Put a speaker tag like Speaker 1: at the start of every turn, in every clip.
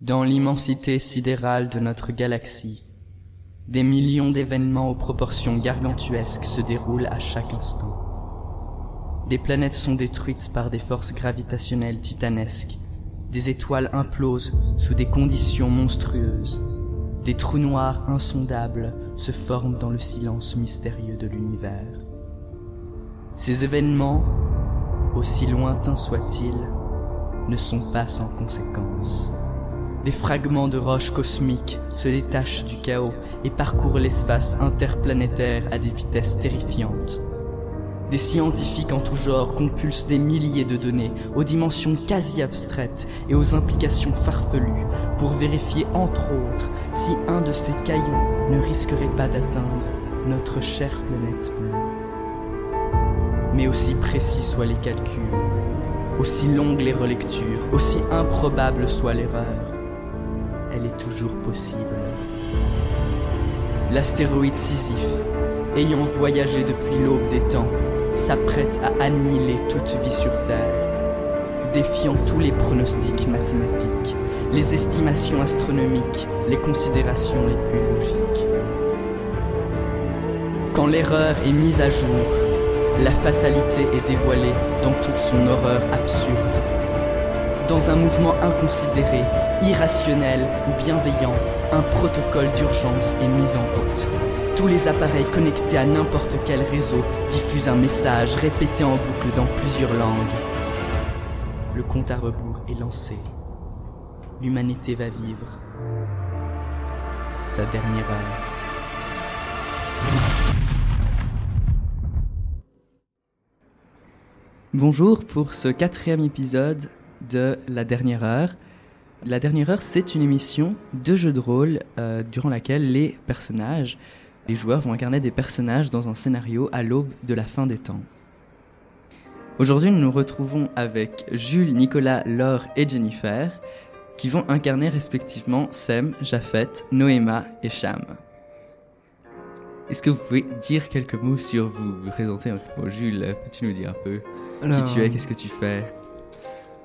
Speaker 1: Dans l'immensité sidérale de notre galaxie, des millions d'événements aux proportions gargantuesques se déroulent à chaque instant. Des planètes sont détruites par des forces gravitationnelles titanesques, des étoiles implosent sous des conditions monstrueuses, des trous noirs insondables se forment dans le silence mystérieux de l'univers. Ces événements, aussi lointains soient-ils, ne sont pas sans conséquences. Des fragments de roches cosmiques se détachent du chaos et parcourent l'espace interplanétaire à des vitesses terrifiantes. Des scientifiques en tout genre compulsent des milliers de données aux dimensions quasi abstraites et aux implications farfelues pour vérifier entre autres si un de ces caillons ne risquerait pas d'atteindre notre chère planète bleue. Mais aussi précis soient les calculs, aussi longues les relectures, aussi improbable soit l'erreur, elle est toujours possible. L'astéroïde Sisyphe, ayant voyagé depuis l'aube des temps, s'apprête à annihiler toute vie sur Terre, défiant tous les pronostics mathématiques, les estimations astronomiques, les considérations les plus logiques. Quand l'erreur est mise à jour, la fatalité est dévoilée dans toute son horreur absurde. Dans un mouvement inconsidéré, irrationnel ou bienveillant, un protocole d'urgence est mis en route. Tous les appareils connectés à n'importe quel réseau diffusent un message répété en boucle dans plusieurs langues. Le compte à rebours est lancé. L'humanité va vivre sa dernière heure. Bonjour pour ce quatrième épisode de La Dernière Heure. La Dernière Heure, c'est une émission de jeu de rôle euh, durant laquelle les personnages, les joueurs vont incarner des personnages dans un scénario à l'aube de la fin des temps. Aujourd'hui, nous nous retrouvons avec Jules, Nicolas, Laure et Jennifer, qui vont incarner respectivement Sem, Japheth, Noéma et Cham. Est-ce que vous pouvez dire quelques mots sur vous, vous présenter un peu Jules, peux-tu nous dire un peu
Speaker 2: Alors,
Speaker 1: Qui tu es, qu'est-ce que tu fais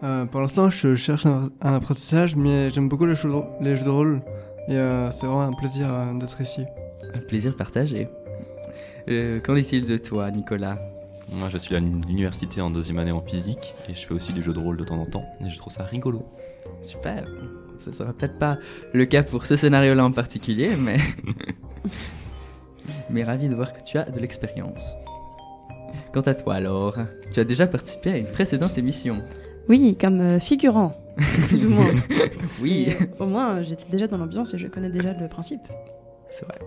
Speaker 2: euh, Pour l'instant, je cherche un, un apprentissage, mais j'aime beaucoup les jeux de, les jeux de rôle. Et euh, c'est vraiment un plaisir euh, d'être ici.
Speaker 1: Un plaisir partagé. Euh, Qu'en est-il de toi, Nicolas
Speaker 3: Moi, je suis à l'université en deuxième année en physique et je fais aussi des jeux de rôle de temps en temps et je trouve ça rigolo.
Speaker 1: Super. Ça sera peut-être pas le cas pour ce scénario-là en particulier, mais mais ravi de voir que tu as de l'expérience. Quant à toi, alors, tu as déjà participé à une précédente émission.
Speaker 4: Oui, comme euh, figurant, plus ou moins.
Speaker 1: Oui,
Speaker 4: Mais, euh, au moins, euh, j'étais déjà dans l'ambiance et je connais déjà le principe.
Speaker 1: c'est vrai.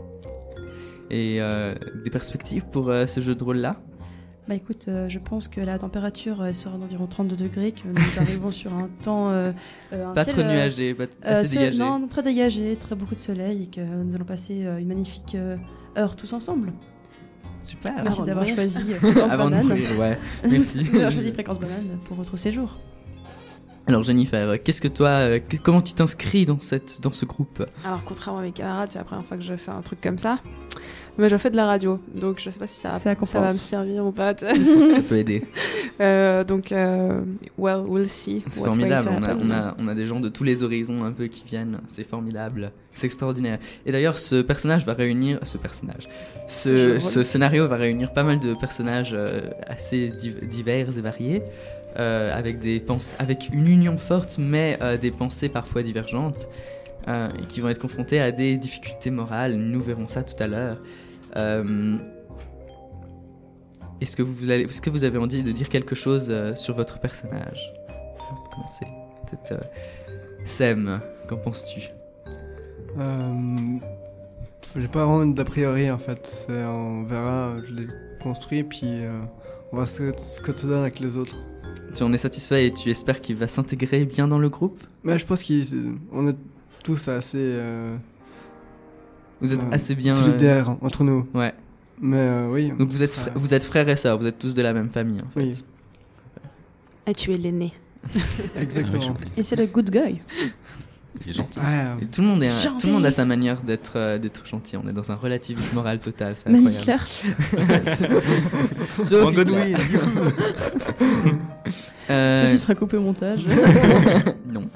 Speaker 1: Et euh, des perspectives pour euh, ce jeu de rôle-là
Speaker 4: Bah écoute, euh, je pense que la température euh, sera d'environ 32 degrés, que nous arrivons sur un temps. euh, euh, un
Speaker 1: Pas
Speaker 4: ciel,
Speaker 1: trop
Speaker 4: euh,
Speaker 1: nuagé, pas t-
Speaker 4: euh,
Speaker 1: assez
Speaker 4: seul-
Speaker 1: dégagé.
Speaker 4: Non, très dégagé, très beaucoup de soleil et que euh, nous allons passer euh, une magnifique euh, heure tous ensemble.
Speaker 1: Super.
Speaker 4: Merci
Speaker 5: Avant de
Speaker 4: d'avoir
Speaker 5: mourir.
Speaker 4: choisi euh, Fréquence
Speaker 1: Ah, Avant de
Speaker 4: Banane.
Speaker 1: mourir, ouais. Merci.
Speaker 4: d'avoir choisi Fréquence Banane pour votre séjour.
Speaker 1: Alors Jennifer, qu'est-ce que toi, euh, que- comment tu t'inscris dans cette, dans ce groupe
Speaker 5: Alors, contrairement à mes camarades, c'est la première fois que je fais un truc comme ça. Mais je fais de la radio, donc je sais pas si ça,
Speaker 4: Ça compense.
Speaker 5: ça va me servir ou pas.
Speaker 1: Je pense que ça peut aider.
Speaker 5: Euh, donc, euh, well, we'll see.
Speaker 1: C'est
Speaker 5: what's going to
Speaker 1: formidable, on a,
Speaker 5: happen.
Speaker 1: on, a, on a des gens de tous les horizons un peu qui viennent, c'est formidable, c'est extraordinaire. Et d'ailleurs, ce personnage va réunir, ce personnage,
Speaker 5: jeu
Speaker 1: ce,
Speaker 5: de rôle.
Speaker 1: ce scénario va réunir pas mal de personnages euh, assez div- divers et variés, euh, avec, des pens- avec une union forte, mais euh, des pensées parfois divergentes, euh, et qui vont être confrontés à des difficultés morales, nous verrons ça tout à l'heure. Euh, Est-ce que, vous allez- est-ce que vous avez envie de dire quelque chose euh, sur votre personnage avant de commencer. Peut-être euh, Sam, qu'en penses-tu
Speaker 2: Euh, J'ai pas vraiment d'a priori en fait. C'est- On verra, je l'ai construit, puis euh, on va se ce que ça donne avec les autres.
Speaker 1: Tu en es satisfait et tu espères qu'il va s'intégrer bien dans le groupe
Speaker 2: Mais je pense qu'on est tous assez euh,
Speaker 1: Vous êtes
Speaker 2: Euh,
Speaker 1: assez bien. euh,
Speaker 2: solidaires entre nous.
Speaker 1: Ouais.
Speaker 2: Mais euh, oui.
Speaker 1: Donc vous êtes,
Speaker 2: ça-
Speaker 1: fr- vous êtes frères et sœurs, vous êtes tous de la même famille hein. en fait.
Speaker 2: Oui,
Speaker 5: Et tu es l'aîné.
Speaker 3: Ah oui,
Speaker 2: exactement.
Speaker 3: je suis-
Speaker 4: Et c'est le good guy.
Speaker 3: Il est gentil.
Speaker 2: Ouais,
Speaker 1: Et tout, le monde est, un- tout le monde a
Speaker 4: Gentil.
Speaker 1: sa manière d'être euh, d'être gentil. On est dans un relativisme moral total, c'est
Speaker 4: Même
Speaker 1: incroyable.
Speaker 4: Hitler.
Speaker 1: Sauf Hitler.
Speaker 6: Euh,
Speaker 4: Ceci sera coupé au montage.
Speaker 6: non.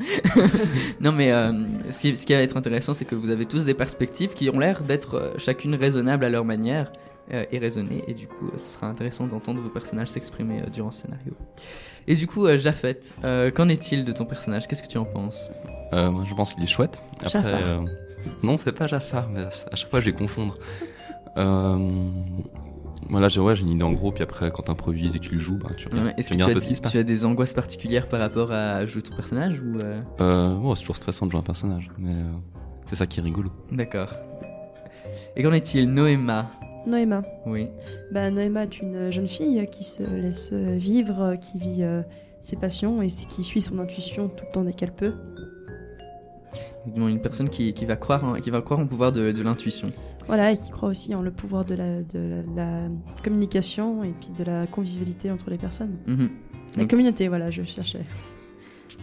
Speaker 6: non, mais euh, ce, qui, ce qui va être intéressant, c'est que vous avez tous des perspectives qui ont l'air d'être euh, chacune raisonnables à leur manière euh, et raisonnées. Et du coup, euh, ce sera intéressant d'entendre vos personnages s'exprimer euh, durant ce scénario. Et du coup, euh, Jafet, euh, qu'en est-il de ton personnage Qu'est-ce que tu en penses
Speaker 3: Euh, moi, je pense qu'il est chouette. Après,
Speaker 4: Jafar.
Speaker 3: euh, non, c'est pas Jafar, mais à chaque fois, je vais confondre. Euh, voilà, j'ai ouais, j'ai une idée en gros, puis après, quand t'improvises et que tu le joues, bah, tu, regardes-
Speaker 6: Euh, Est-ce
Speaker 3: tu
Speaker 6: que tu
Speaker 3: regardes
Speaker 6: as,
Speaker 3: un peu ce qui se passe.
Speaker 6: tu as des angoisses particulières par rapport à jouer ton personnage ou euh,
Speaker 3: Euh, ouais, c'est toujours stressant de jouer un personnage, mais euh, c'est ça qui est rigolo.
Speaker 6: D'accord. Et qu'en est-il, Noéma
Speaker 4: Noéma.
Speaker 6: Oui.
Speaker 4: Bah, Noéma est une jeune fille qui se laisse euh, vivre, euh, qui vit euh, ses passions et qui suit son intuition tout le temps dès qu'elle peut.
Speaker 6: Effectivement, Une personne qui, qui va croire en, qui va croire en pouvoir de, de l'intuition.
Speaker 4: Voilà, et qui croit aussi en le pouvoir de la, de la, la communication et puis de la convivialité entre les personnes.
Speaker 6: Mhm.
Speaker 4: La
Speaker 6: Ok.
Speaker 4: communauté, voilà, je cherchais.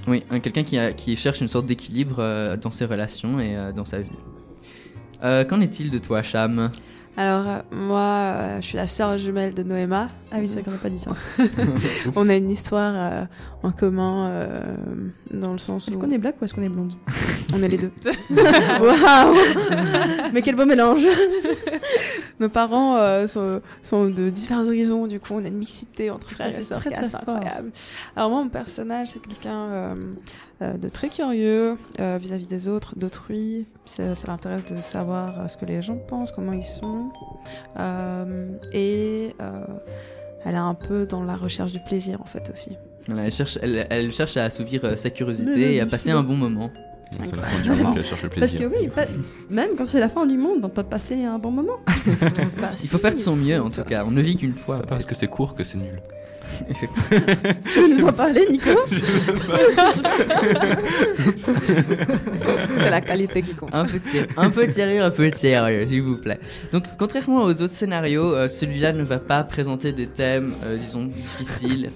Speaker 6: Oui, un- quelqu'un qui, a- qui cherche une sorte d'équilibre euh, dans ses relations et euh, dans sa vie. Euh, Qu'en est-il de toi, Cham
Speaker 5: Alors, euh, moi, euh, je suis la sœur jumelle de Noéma.
Speaker 4: Ah oui, c'est vrai qu'on n'a pas dit ça.
Speaker 5: On a une histoire euh, en commun euh, dans le sens
Speaker 4: Est-ce
Speaker 5: où
Speaker 4: qu'on est black ou est-ce qu'on est blonde
Speaker 5: on est les deux.
Speaker 4: Waouh Mais quel beau mélange
Speaker 5: Nos parents euh, sont, sont de divers horizons, du coup, on a une mixité entre frères
Speaker 4: Ça,
Speaker 5: et
Speaker 4: c'est
Speaker 5: sœurs
Speaker 4: très,
Speaker 5: qui est
Speaker 4: très
Speaker 5: assez
Speaker 4: fort.
Speaker 5: incroyable. Alors moi, mon personnage, c'est quelqu'un euh, euh, de très curieux euh, vis-à-vis des autres, d'autrui. Ça, ça l'intéresse de savoir euh, ce que les gens pensent, comment ils sont. Euh, et euh, elle est un peu dans la recherche du plaisir, en fait, aussi.
Speaker 6: Voilà, elle cherche, elle, elle cherche à assouvir euh, sa curiosité
Speaker 4: Mais non,
Speaker 6: et à
Speaker 4: mais
Speaker 6: passer
Speaker 4: c'est
Speaker 6: un
Speaker 4: bon.
Speaker 6: bon moment.
Speaker 3: Donc, c'est la
Speaker 5: Exactement.
Speaker 3: fin du monde, puis elle cherche le
Speaker 4: Parce
Speaker 3: plaisir.
Speaker 4: que oui, pas- même quand c'est la fin du monde, on peut passer un bon moment.
Speaker 6: Il faut faire de son mieux, en tout cas. On ne vit qu'une fois.
Speaker 3: C'est pas parce que c'est court que c'est nul.
Speaker 4: Tu veux nous en parler, Nico
Speaker 5: C'est la qualité qui compte.
Speaker 6: Un peu, de sé- un peu de sérieux, un peu de sérieux, s'il vous plaît. Donc, contrairement aux autres scénarios, euh, celui-là ne va pas présenter des thèmes, euh, disons, difficiles,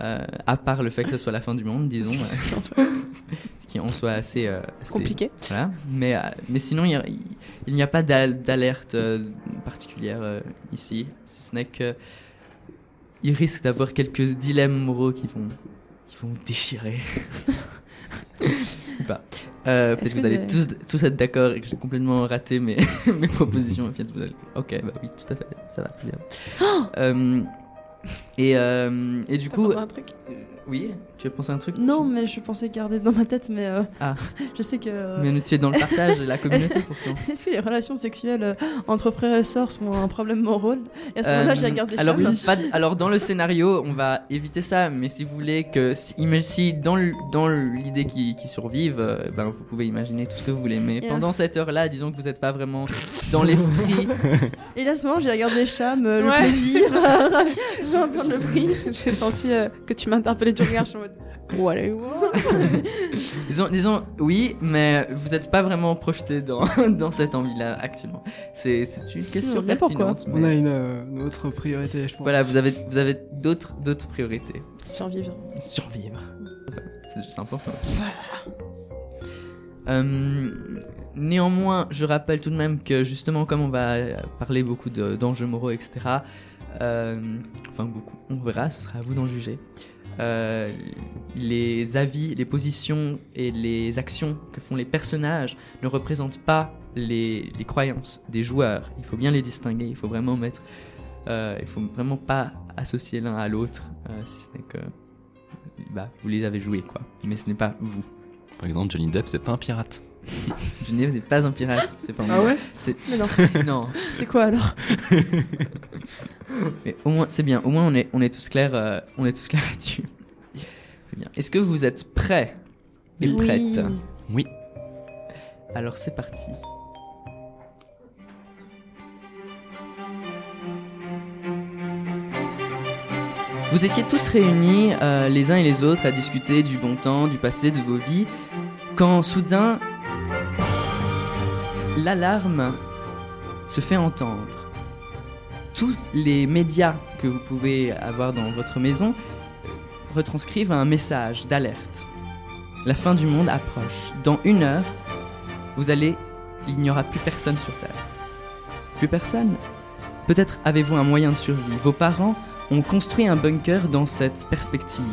Speaker 6: euh, à part le fait que ce soit la fin du monde, disons, euh,
Speaker 5: En soi,
Speaker 6: ce qui en soit assez, euh, assez-
Speaker 5: Compliqué.
Speaker 6: Voilà. Mais, euh, mais sinon, il y a- il il n'y a, pas d'al- d'alerte euh, particulière euh, ici, si ce n'est que il risque d'avoir quelques dilemmes moraux qui vont, qui vont déchirer. Ou pas. Euh, Peut-être
Speaker 4: Est-ce
Speaker 6: que vous
Speaker 4: que
Speaker 6: allez
Speaker 4: le-
Speaker 6: tous, tous être d'accord et que j'ai complètement raté mes, mes propositions. En fait, vous allez- Ok, bah oui, tout à fait, ça va très bien. Euh, et, euh, et du
Speaker 5: T'as
Speaker 6: coup,
Speaker 5: pensé à un truc
Speaker 6: euh, oui, tu as pensé à un truc
Speaker 4: Non, mais je pensais garder dans ma tête, mais euh,
Speaker 6: Ah.
Speaker 4: je sais que. euh,
Speaker 6: mais tu es dans le partage, la communauté pourtant.
Speaker 4: Est-ce que les relations sexuelles euh, entre frères et sœurs sont un problème moral Et à ce moment-là,
Speaker 6: Euh,
Speaker 4: j'ai regardé
Speaker 6: alors,
Speaker 4: Charles.
Speaker 6: pas de- alors dans le scénario, on va éviter ça, mais si vous voulez que si, ima- si dans l- dans l'idée qui, qui survive, euh, ben vous pouvez imaginer tout ce que vous voulez. Mais
Speaker 4: Yeah.
Speaker 6: pendant cette heure-là, disons que vous n'êtes pas vraiment dans l'esprit.
Speaker 4: Et là, à ce moment, j'ai regardé Cham, euh,
Speaker 5: Ouais.
Speaker 4: le plaisir. j'ai un peu de le prix.
Speaker 5: J'ai senti euh, que tu m'interpellais du regard. Je suis en mode What are you want
Speaker 6: disons, disons oui, mais vous n'êtes pas vraiment projeté dans dans cette envie-là actuellement. C'est c'est une question
Speaker 4: Non, mais pourquoi
Speaker 6: pertinente.
Speaker 2: On a
Speaker 6: mais
Speaker 2: une, euh, une autre priorité, je pense.
Speaker 6: Voilà, vous avez vous avez d'autres d'autres priorités.
Speaker 5: Survivre.
Speaker 6: Survivre. C'est juste important. Euh, néanmoins, je rappelle tout de même que justement, comme on va euh, parler beaucoup de- d'enjeux moraux, etc., euh, enfin beaucoup, on verra, ce sera à vous d'en juger. Euh, les avis, les positions et les actions que font les personnages ne représentent pas les, les croyances des joueurs. Il faut bien les distinguer, il faut vraiment mettre... euh, il faut vraiment pas associer l'un à l'autre, euh, si ce n'est que... Bah, vous les avez joués, quoi. Mais ce n'est pas vous.
Speaker 3: Par exemple, Johnny Depp, c'est pas un pirate.
Speaker 6: Genève n'est pas un pirate, c'est pas un
Speaker 2: Ah ouais
Speaker 6: C'est-
Speaker 4: Mais non,
Speaker 6: Non,
Speaker 4: c'est quoi alors
Speaker 6: mais au moins c'est bien. Au moins on est on est tous clairs, euh, on est tous clairs là-dessus. C'est bien. Est-ce que vous êtes prêts et prêtes
Speaker 3: Oui.
Speaker 6: Alors c'est parti. Vous étiez tous réunis euh, les uns et les autres à discuter du bon temps, du passé, de vos vies, quand soudain l'alarme se fait entendre. Tous les médias que vous pouvez avoir dans votre maison euh, retranscrivent un message d'alerte. La fin du monde approche. Dans une heure, vous allez, il n'y aura plus personne sur Terre. Plus personne Peut-être avez-vous un moyen de survie. Vos parents
Speaker 1: On construit un bunker dans cette perspective.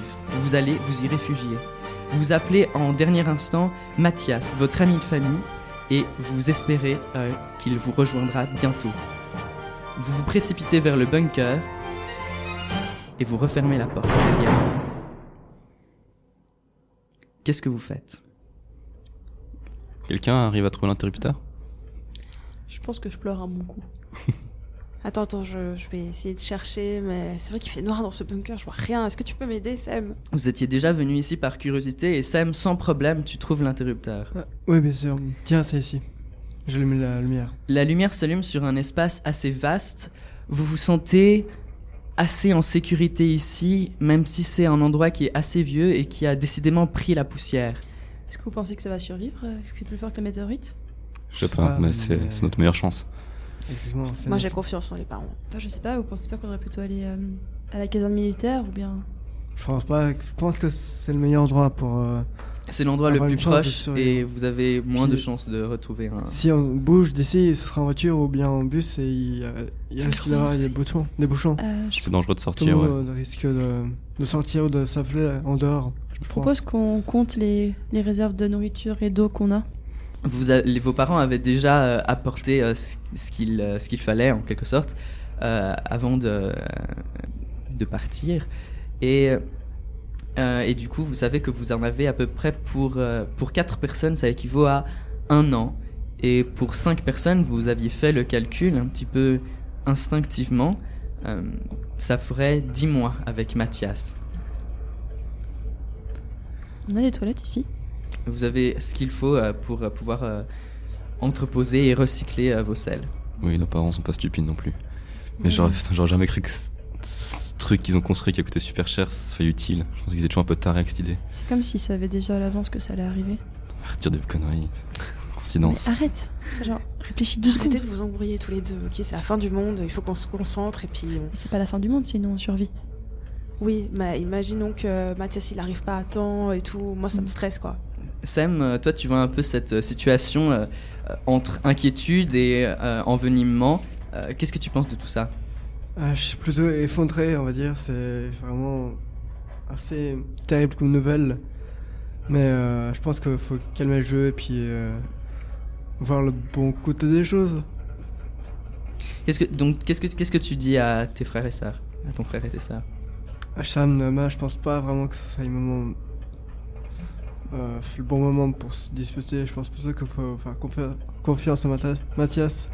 Speaker 1: Vous allez vous y réfugier. Vous appelez en dernier instant Mathias, votre ami de famille, et vous espérez euh, qu'il vous rejoindra bientôt. Vous vous précipitez vers le bunker et vous refermez la porte derrière vous. Qu'est-ce que vous faites
Speaker 3: Quelqu'un arrive à trouver l'interrupteur
Speaker 4: Je pense que je pleure un bon coup.
Speaker 5: Attends, attends, je, je vais essayer de chercher, mais c'est vrai qu'il fait noir dans ce bunker, je vois rien. Est-ce que tu peux m'aider, Sam
Speaker 1: Vous étiez déjà venu ici par curiosité et Sam, sans problème, tu trouves l'interrupteur.
Speaker 2: Ah, oui, bien sûr. Tiens, c'est ici. J'allume la lumière.
Speaker 1: La lumière s'allume sur un espace assez vaste. Vous vous sentez assez en sécurité ici, même si c'est un endroit qui est assez vieux et qui a décidément pris la poussière.
Speaker 4: Est-ce que vous pensez que ça va survivre euh, Est-ce que c'est plus fort que la météorite
Speaker 3: Je sais
Speaker 2: sais
Speaker 3: pas,
Speaker 2: pas,
Speaker 3: mais
Speaker 2: mais-
Speaker 3: c'est c'est notre meilleure chance.
Speaker 2: Effectivement, c'est
Speaker 5: Moi,
Speaker 2: notre-
Speaker 5: j'ai confiance en les parents.
Speaker 4: Enfin, Je sais pas, vous pensez pas qu'on devrait plutôt aller euh, à la caserne militaire ou bien.
Speaker 2: Je pense pas. Je pense que c'est le meilleur endroit pour. euh,
Speaker 1: C'est l'endroit le
Speaker 2: Avoir
Speaker 1: plus
Speaker 2: une chance de
Speaker 1: proche et
Speaker 2: survivre.
Speaker 1: vous avez moins
Speaker 2: Puis-
Speaker 1: de chances de retrouver un...
Speaker 2: Si on bouge d'ici, ce sera en voiture ou bien en bus et il, y a- il
Speaker 4: C'est
Speaker 2: risque
Speaker 4: le
Speaker 2: d'y avoir des bouchons. Des bouchons.
Speaker 4: Euh, je
Speaker 3: C'est dangereux de
Speaker 2: Tout euh, le
Speaker 3: sortir, ouais.
Speaker 2: monde risque de, de sortir ou de s'appeler en dehors. Je,
Speaker 4: propose qu'on compte les, les réserves de nourriture et d'eau qu'on a.
Speaker 1: Vous a- les- vos parents avaient déjà euh, apporté euh, ce ce qu'il euh, ce qu'il fallait en quelque sorte euh, avant de euh, de partir et euh, et du coup vous savez que vous en avez à peu près pour euh, pour quatre personnes ça équivaut à un an et pour cinq personnes vous aviez fait le calcul un petit peu instinctivement euh, ça ferait 10 mois avec Mathias
Speaker 4: On a les toilettes ici.
Speaker 1: vous avez ce qu'il faut euh, pour euh, pouvoir euh, entreposer et recycler euh, vos selles
Speaker 3: Oui, nos parents sont pas stupides non plus. Mais j'aurais putain, j'aurais jamais cru que ce- ce truc qu'ils ont construit qui a coûté super cher ce soit utile. Je pense qu'ils étaient toujours un peu tarés avec cette idée.
Speaker 4: C'est comme s'ils savaient déjà à l'avance que ça allait arriver.
Speaker 3: Retire des conneries.
Speaker 4: Mais
Speaker 3: Coïncidence.
Speaker 4: arrête Genre, réfléchis deux secondes.
Speaker 5: Arrêtez de vous embrouiller tous les deux, ok C'est la fin du monde, il faut qu'on se concentre et puis. on-
Speaker 4: C'est pas la fin du monde, sinon on survit.
Speaker 5: Oui, mais imaginons que Mathias il arrive pas à temps et tout. Moi, ça me stresse quoi.
Speaker 1: Sam, euh, toi, tu vois un peu cette euh, situation euh, euh, entre inquiétude et euh, envenimement. Euh, Qu'est-ce que tu penses de tout ça
Speaker 2: Ah, je suis plutôt effondré, on va dire. C'est vraiment assez terrible comme nouvelle. Mais euh, je pense qu'il faut calmer le jeu et puis euh, voir le bon côté des choses.
Speaker 1: Qu'est-ce que donc qu'est-ce que qu'est-ce que tu dis à tes frères et sœurs, à ton frère et tes sœurs
Speaker 2: Ah, Sam, Nama, je pense pas vraiment que ce soit le moment. euh, le bon moment pour se disputer. Je pense plutôt qu'il faut faire confi- confiance à Matha- Mathias.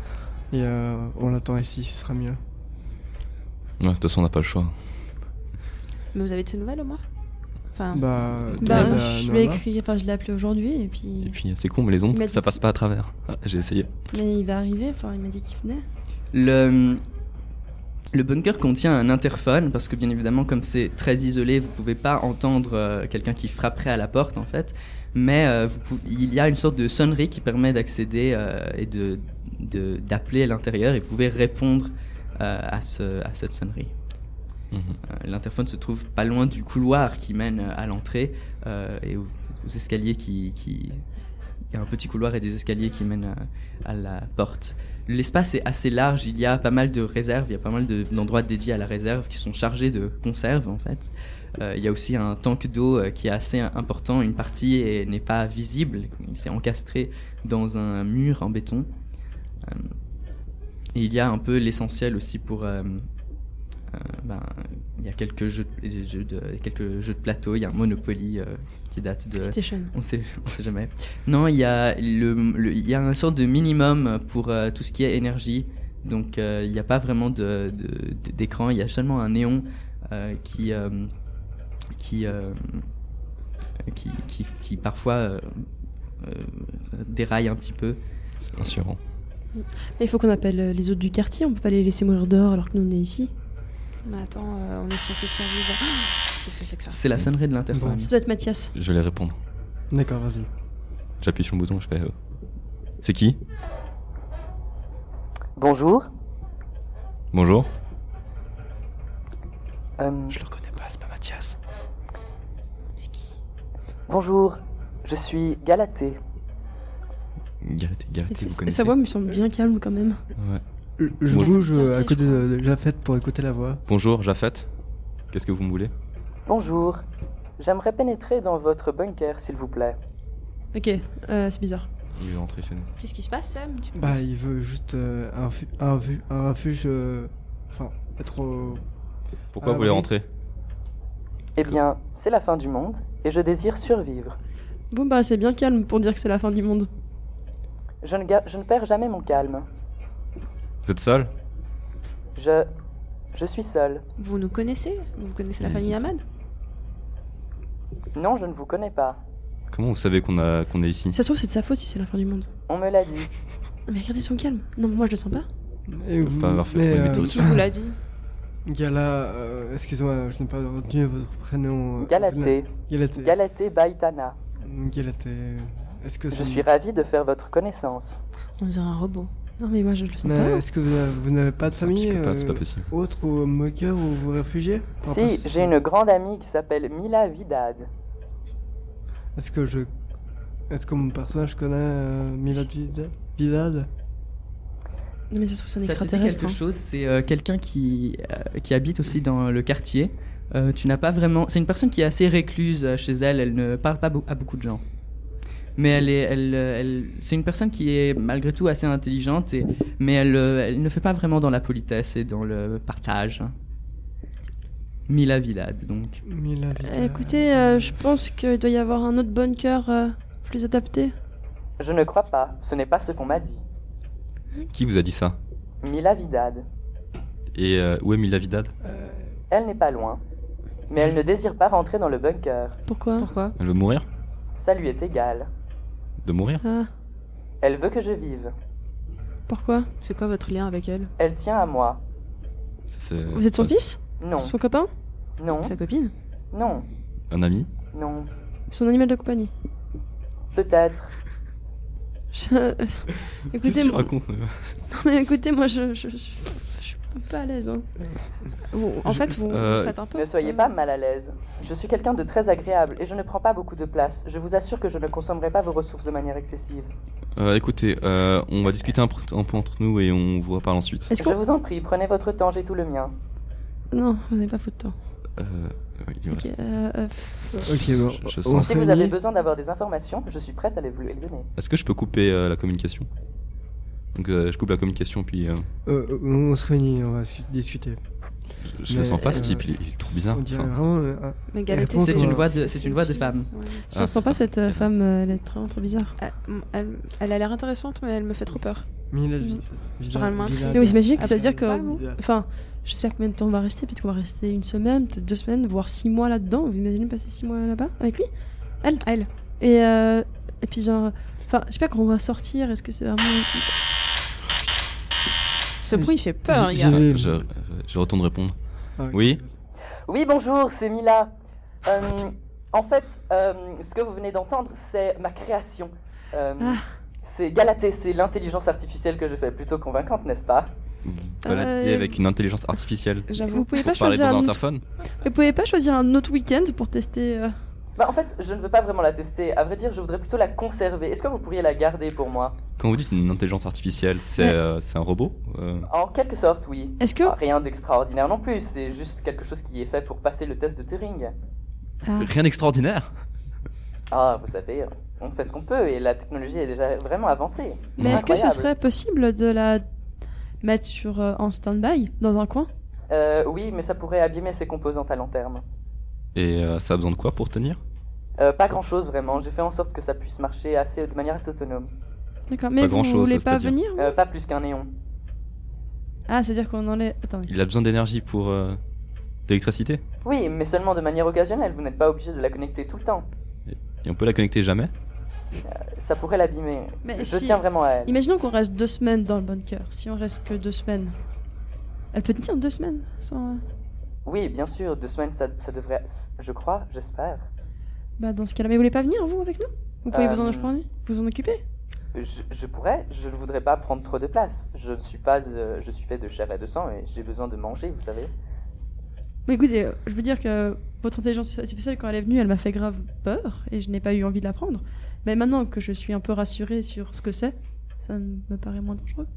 Speaker 2: Et euh, on l'attend ici, ce sera mieux. ah.
Speaker 3: Ouais, de toute façon, on n'a pas le choix.
Speaker 5: Mais vous avez de ces nouvelles au moins Enfin,
Speaker 2: Bah,
Speaker 4: Bah,
Speaker 2: demande à
Speaker 4: je lui ai
Speaker 2: Noama.
Speaker 4: écrit, enfin, je l'ai appelé aujourd'hui et puis.
Speaker 3: Et puis, c'est con, mais les
Speaker 4: Il
Speaker 3: ondes,
Speaker 4: m'a dit
Speaker 3: ça
Speaker 4: que-
Speaker 3: passe pas à travers. Ah, J'ai essayé.
Speaker 4: Mais il va arriver, enfin, il m'a dit qu'il venait.
Speaker 1: Le le bunker contient un interphone parce que bien évidemment, comme c'est très isolé, vous pouvez pas entendre euh, quelqu'un qui frapperait à la porte en fait. Mais euh, vous pou- il y a une sorte de sonnerie qui permet d'accéder euh, et de de- d'appeler à l'intérieur et vous pouvez répondre euh, à ce à cette sonnerie.
Speaker 3: Mhm.
Speaker 1: Euh, L'interphone se trouve pas loin du couloir qui mène euh, à l'entrée euh, et aux, aux escaliers qui, qui- Il y a un petit couloir et des escaliers qui mènent euh, à, à la porte. L'espace est assez large, il y a pas mal de réserves, il y a pas mal de- d'endroits dédiés à la réserve qui sont chargés de conserves en fait. Euh, il y a aussi un tank d'eau euh, qui est assez important, une partie est- n'est pas visible, il s'est encastré dans un mur en béton. Euh, et il y a un peu l'essentiel aussi pour... euh, euh, ben, il y a quelques jeux, de, des jeux de- quelques jeux de plateau, il y a un Monopoly euh, qui date de...
Speaker 4: PlayStation.
Speaker 1: On sait, on sait jamais. Non, il y, a le, le- il y a une sorte de minimum pour euh, tout ce qui est énergie. Donc euh, il n'y a pas vraiment de- de- de- d'écran, il y a seulement un néon euh, qui, euh, qui, euh, qui, qui, qui parfois euh, euh, déraille un petit peu.
Speaker 3: C'est rassurant.
Speaker 4: Il faut qu'on appelle euh, les autres du quartier, on peut pas les laisser mourir dehors alors que nous on est ici.
Speaker 5: mais attends, euh, on est censé survivre. Ah, Qu'est-ce que c'est que ça
Speaker 1: C'est la sonnerie de
Speaker 6: Mm.
Speaker 1: l'interphone.
Speaker 4: Ça doit être Mathias.
Speaker 3: Je vais les répondre.
Speaker 2: D'accord, vas-y.
Speaker 3: J'appuie sur le bouton, je fais. euh, C'est qui
Speaker 7: Bonjour.
Speaker 3: Bonjour.
Speaker 7: Euh,
Speaker 3: le reconnais pas, c'est pas Mathias.
Speaker 5: C'est qui
Speaker 7: bonjour. Je suis Galatée.
Speaker 3: Galaté, Galaté, vous
Speaker 4: Et
Speaker 3: connaissez.
Speaker 4: sa voix me semble bien calme quand même.
Speaker 3: Ouais.
Speaker 2: Je, je
Speaker 3: Moi, je-
Speaker 2: bouge euh, à
Speaker 5: Sorti,
Speaker 2: côté
Speaker 5: je
Speaker 2: de, de Jafet pour écouter la voix.
Speaker 3: Bonjour, Jafet. Qu'est-ce que vous me voulez
Speaker 6: Bonjour. J'aimerais pénétrer dans votre bunker, s'il vous plaît.
Speaker 4: Ok, euh, c'est bizarre.
Speaker 3: Il veut entrer chez nous.
Speaker 5: Qu'est-ce qui se passe, Sam Tu peux
Speaker 2: Bah,
Speaker 5: me dire
Speaker 2: il veut juste euh, un, fu- un, vu- un refuge. euh, Enfin, euh, être au.
Speaker 3: Pourquoi
Speaker 2: Ah,
Speaker 3: vous voulez
Speaker 2: oui.
Speaker 3: rentrer
Speaker 6: Eh bien, c'est la fin du monde et je désire survivre.
Speaker 4: Bon, bah, c'est bien calme pour dire que c'est la fin du monde.
Speaker 6: Je ne, ga- je ne perds jamais mon calme.
Speaker 3: Vous êtes seul
Speaker 6: Je. Je suis seul.
Speaker 5: Vous nous connaissez Vous connaissez la
Speaker 2: Bah,
Speaker 3: Oui,
Speaker 5: famille
Speaker 3: c'est-
Speaker 5: Ahmad
Speaker 6: Non, je ne vous connais pas.
Speaker 3: Comment vous savez qu'on a- qu'on est ici
Speaker 4: Ça se trouve, c'est de sa faute si c'est la fin du monde.
Speaker 6: On me l'a dit.
Speaker 4: Ah, Mais regardez son calme. Non, mais moi je le sens pas.
Speaker 2: Et
Speaker 3: peut pas avoir fait
Speaker 2: mais,
Speaker 3: tomber mes
Speaker 2: euh,
Speaker 3: doutes.
Speaker 5: Qui vous l'a dit
Speaker 2: Gala, euh, excusez-moi, je n'ai pas retenu votre prénom. euh,
Speaker 6: Galatée.
Speaker 2: Galatée.
Speaker 6: Galatée Baitana.
Speaker 2: Galatée. Est-ce que
Speaker 6: Je
Speaker 2: ça-
Speaker 6: suis ravi de faire votre connaissance.
Speaker 5: On dirait un robot.
Speaker 4: Non, mais moi je le sens
Speaker 2: Mais
Speaker 4: pas.
Speaker 2: est-ce que vous avez- vous n'avez pas de
Speaker 3: C'est un
Speaker 2: famille
Speaker 3: psychopathe, c'est pas
Speaker 2: euh,
Speaker 3: possible.
Speaker 2: autre ou moqueur ou vous réfugiez Enfin,
Speaker 6: Si,
Speaker 2: parce-
Speaker 6: j'ai une grande amie qui s'appelle Mila Vidad.
Speaker 2: Est-ce que je. Est-ce que mon personnage connaît euh, Milad Vid- Vidal
Speaker 4: Non, mais ça se trouve, c'est un
Speaker 1: Ça te dit quelque
Speaker 4: extraterrestre. hein.
Speaker 1: chose, c'est euh, quelqu'un qui, euh, qui habite aussi dans le quartier. Euh, tu n'as pas vraiment. C'est une personne qui est assez récluse euh, chez elle. Elle ne parle pas beau- à beaucoup de gens. Mais elle est, elle, euh, elle- c'est une personne qui est malgré tout assez intelligente, et, mais elle, euh, elle ne fait pas vraiment dans la politesse et dans le partage. Mila Vilad, donc.
Speaker 2: Milad Vidal.
Speaker 4: Euh, Écoutez, euh, je pense qu'il doit y avoir un autre bunker euh, plus adapté.
Speaker 6: Je ne crois pas, ce n'est pas ce qu'on m'a dit.
Speaker 3: Qui vous a dit ça
Speaker 6: Mila Vidad.
Speaker 3: Et euh, où est Mila Vidad
Speaker 6: Elle n'est pas loin. Mais elle ne désire pas rentrer dans le bunker.
Speaker 4: Pourquoi
Speaker 5: Pourquoi
Speaker 3: Elle veut mourir
Speaker 6: Ça lui est égal.
Speaker 3: De mourir
Speaker 4: Ah,
Speaker 6: Elle veut que je vive.
Speaker 4: pourquoi
Speaker 1: Euh,
Speaker 5: C'est quoi votre lien avec elle
Speaker 6: Elle tient à moi.
Speaker 3: Ça, c'est-
Speaker 4: Vous
Speaker 1: euh,
Speaker 4: êtes son fils
Speaker 6: Non,
Speaker 4: Son copain
Speaker 6: non,
Speaker 5: Sa copine
Speaker 6: non,
Speaker 3: Un ami
Speaker 6: non.
Speaker 4: Son animal de compagnie
Speaker 6: Peut-être.
Speaker 4: Je-
Speaker 3: Qu'est-ce
Speaker 4: Écoutez,
Speaker 3: que tu
Speaker 4: non,
Speaker 3: racontes
Speaker 4: mais écoutez, moi je, je, je, je suis pas à l'aise. hein.
Speaker 5: Vous- En fait, vous, vous
Speaker 3: euh,
Speaker 5: faites un peu.
Speaker 6: Ne soyez pas mal à l'aise. Je suis quelqu'un de très agréable et je ne prends pas beaucoup de place. Je vous assure que je ne consommerai pas vos ressources de manière excessive.
Speaker 3: Euh, Écoutez, euh, on va discuter un, pr- un peu entre nous et on vous reparle ensuite.
Speaker 4: Est-ce
Speaker 6: Je
Speaker 4: qu'on.
Speaker 6: vous en prie, prenez votre temps, j'ai tout le mien.
Speaker 4: Non, vous n'avez pas faute de temps.
Speaker 3: Euh, oui, il me
Speaker 4: Ok,
Speaker 3: reste-
Speaker 4: euh, euh,
Speaker 2: Ok, bon.
Speaker 3: Je- je
Speaker 2: on
Speaker 3: sens-
Speaker 6: Si
Speaker 2: se
Speaker 6: vous
Speaker 2: réunit.
Speaker 6: avez besoin d'avoir des informations, je suis prête à les vous les donner.
Speaker 3: Est-ce que je peux couper euh, la communication Donc euh, je coupe la communication puis euh,
Speaker 2: Euh, euh, on se réunit, on va su- discuter.
Speaker 3: je, je le
Speaker 2: Mais,
Speaker 3: sens pas ce
Speaker 2: euh,
Speaker 3: type, il, il est trop bizarre.
Speaker 2: On dirait
Speaker 3: Enfin,
Speaker 2: vraiment. euh, un-
Speaker 5: Mais Galatée,
Speaker 2: réponse,
Speaker 1: C'est une
Speaker 2: euh,
Speaker 1: voix de, c'est une voix de femme.
Speaker 5: Ouais.
Speaker 4: je ne
Speaker 3: Ah,
Speaker 4: sens pas cette euh,
Speaker 3: c'est-
Speaker 4: femme, euh, elle est vraiment trop bizarre.
Speaker 5: Ah, Elle, elle a l'air intéressante, mais elle me fait trop peur.
Speaker 2: Milad Vid-
Speaker 5: Genre, elle
Speaker 2: Vidal.
Speaker 5: m'intrigue.
Speaker 4: Mais vous imaginez que ça veut dire
Speaker 5: Absolument
Speaker 4: que.
Speaker 5: Ah, pas, vous.
Speaker 4: Enfin, je sais pas combien de temps on va rester, peut-être qu'on va rester une semaine, peut-être deux semaines, voire six mois là-dedans. Vous imaginez passer six mois là-bas avec lui Elle
Speaker 5: Elle.
Speaker 4: Et, euh, et puis genre. Enfin, je sais pas quand on va sortir, est-ce que c'est vraiment.
Speaker 5: Ce bruit fait peur,
Speaker 2: J'ai-
Speaker 5: les
Speaker 2: j'ai-
Speaker 5: gars.
Speaker 3: Je, je, je retourne répondre.
Speaker 2: Ah, ok.
Speaker 3: Oui.
Speaker 6: Oui, bonjour, c'est Mila. Euh, en fait, euh, ce que vous venez d'entendre, c'est ma création. Euh,
Speaker 4: Ah.
Speaker 6: C'est Galatée, c'est l'intelligence artificielle que je fais. Plutôt convaincante, n'est-ce pas
Speaker 3: Vous baladez
Speaker 4: Euh,
Speaker 3: avec une intelligence artificielle.
Speaker 4: Vous
Speaker 5: J'avoue.
Speaker 4: pouvez pas
Speaker 3: Pour parler
Speaker 4: choisir
Speaker 3: dans
Speaker 4: un
Speaker 3: un
Speaker 4: autre...
Speaker 3: interphone
Speaker 4: Vous pouvez pas choisir un autre week-end pour tester. euh,
Speaker 6: Bah, en fait, je ne veux pas vraiment la tester. À vrai dire, je voudrais plutôt la conserver. Est-ce que vous pourriez la garder pour moi
Speaker 3: Quand vous dites une intelligence artificielle, c'est
Speaker 4: Ouais.
Speaker 3: euh, c'est un robot Euh,
Speaker 6: En quelque sorte, oui.
Speaker 4: Est-ce que.
Speaker 6: Ah, Rien d'extraordinaire non plus, c'est juste quelque chose qui est fait pour passer le test de Turing.
Speaker 4: Ah.
Speaker 3: Rien d'extraordinaire
Speaker 6: Ah, vous savez, on fait ce qu'on peut et la technologie est déjà vraiment avancée.
Speaker 4: Mais est-ce que ce
Speaker 6: Incroyable.
Speaker 4: serait possible de la mettre sur euh, en stand-by dans un coin
Speaker 6: Euh, oui, mais ça pourrait abîmer ses composantes à long terme.
Speaker 3: Et euh, ça a besoin de quoi pour tenir
Speaker 6: Euh, pas grand chose vraiment, j'ai fait en sorte que ça puisse marcher assez, de manière assez autonome.
Speaker 4: D'accord, mais vous
Speaker 3: grand-chose,
Speaker 4: voulez
Speaker 3: ça,
Speaker 4: pas
Speaker 3: c'est-à-dire.
Speaker 4: venir
Speaker 6: Euh, pas plus qu'un néon.
Speaker 4: Ah, c'est-à-dire qu'on enlève. Attendez.
Speaker 3: Il a besoin d'énergie pour. euh, d'électricité
Speaker 6: Oui, mais seulement de manière occasionnelle, vous n'êtes pas obligé de la connecter tout le temps.
Speaker 3: Et on peut la connecter jamais
Speaker 6: Ça pourrait l'abîmer.
Speaker 4: Mais
Speaker 6: Je
Speaker 4: si-
Speaker 6: tiens vraiment à elle.
Speaker 4: Imaginons qu'on reste deux semaines dans le bunker. Si on reste que deux semaines, elle peut tenir deux semaines sans. euh,
Speaker 6: Oui, bien sûr, deux semaines, ça, ça devrait... Je crois, j'espère.
Speaker 4: Bah dans ce cas-là, mais vous voulez pas venir vous avec nous Vous pouvez vous en
Speaker 6: Euh,
Speaker 4: occuper Vous en occuper
Speaker 6: Je, je pourrais, je ne voudrais pas prendre trop de place. Je ne suis pas... euh, je suis fait de chair et de sang et j'ai besoin de manger, vous savez.
Speaker 4: Mais écoutez, euh, je veux dire que votre intelligence artificielle quand elle est venue, elle m'a fait grave peur et je n'ai pas eu envie de la prendre. Mais maintenant que je suis un peu rassurée sur ce que c'est, ça me paraît moins dangereux.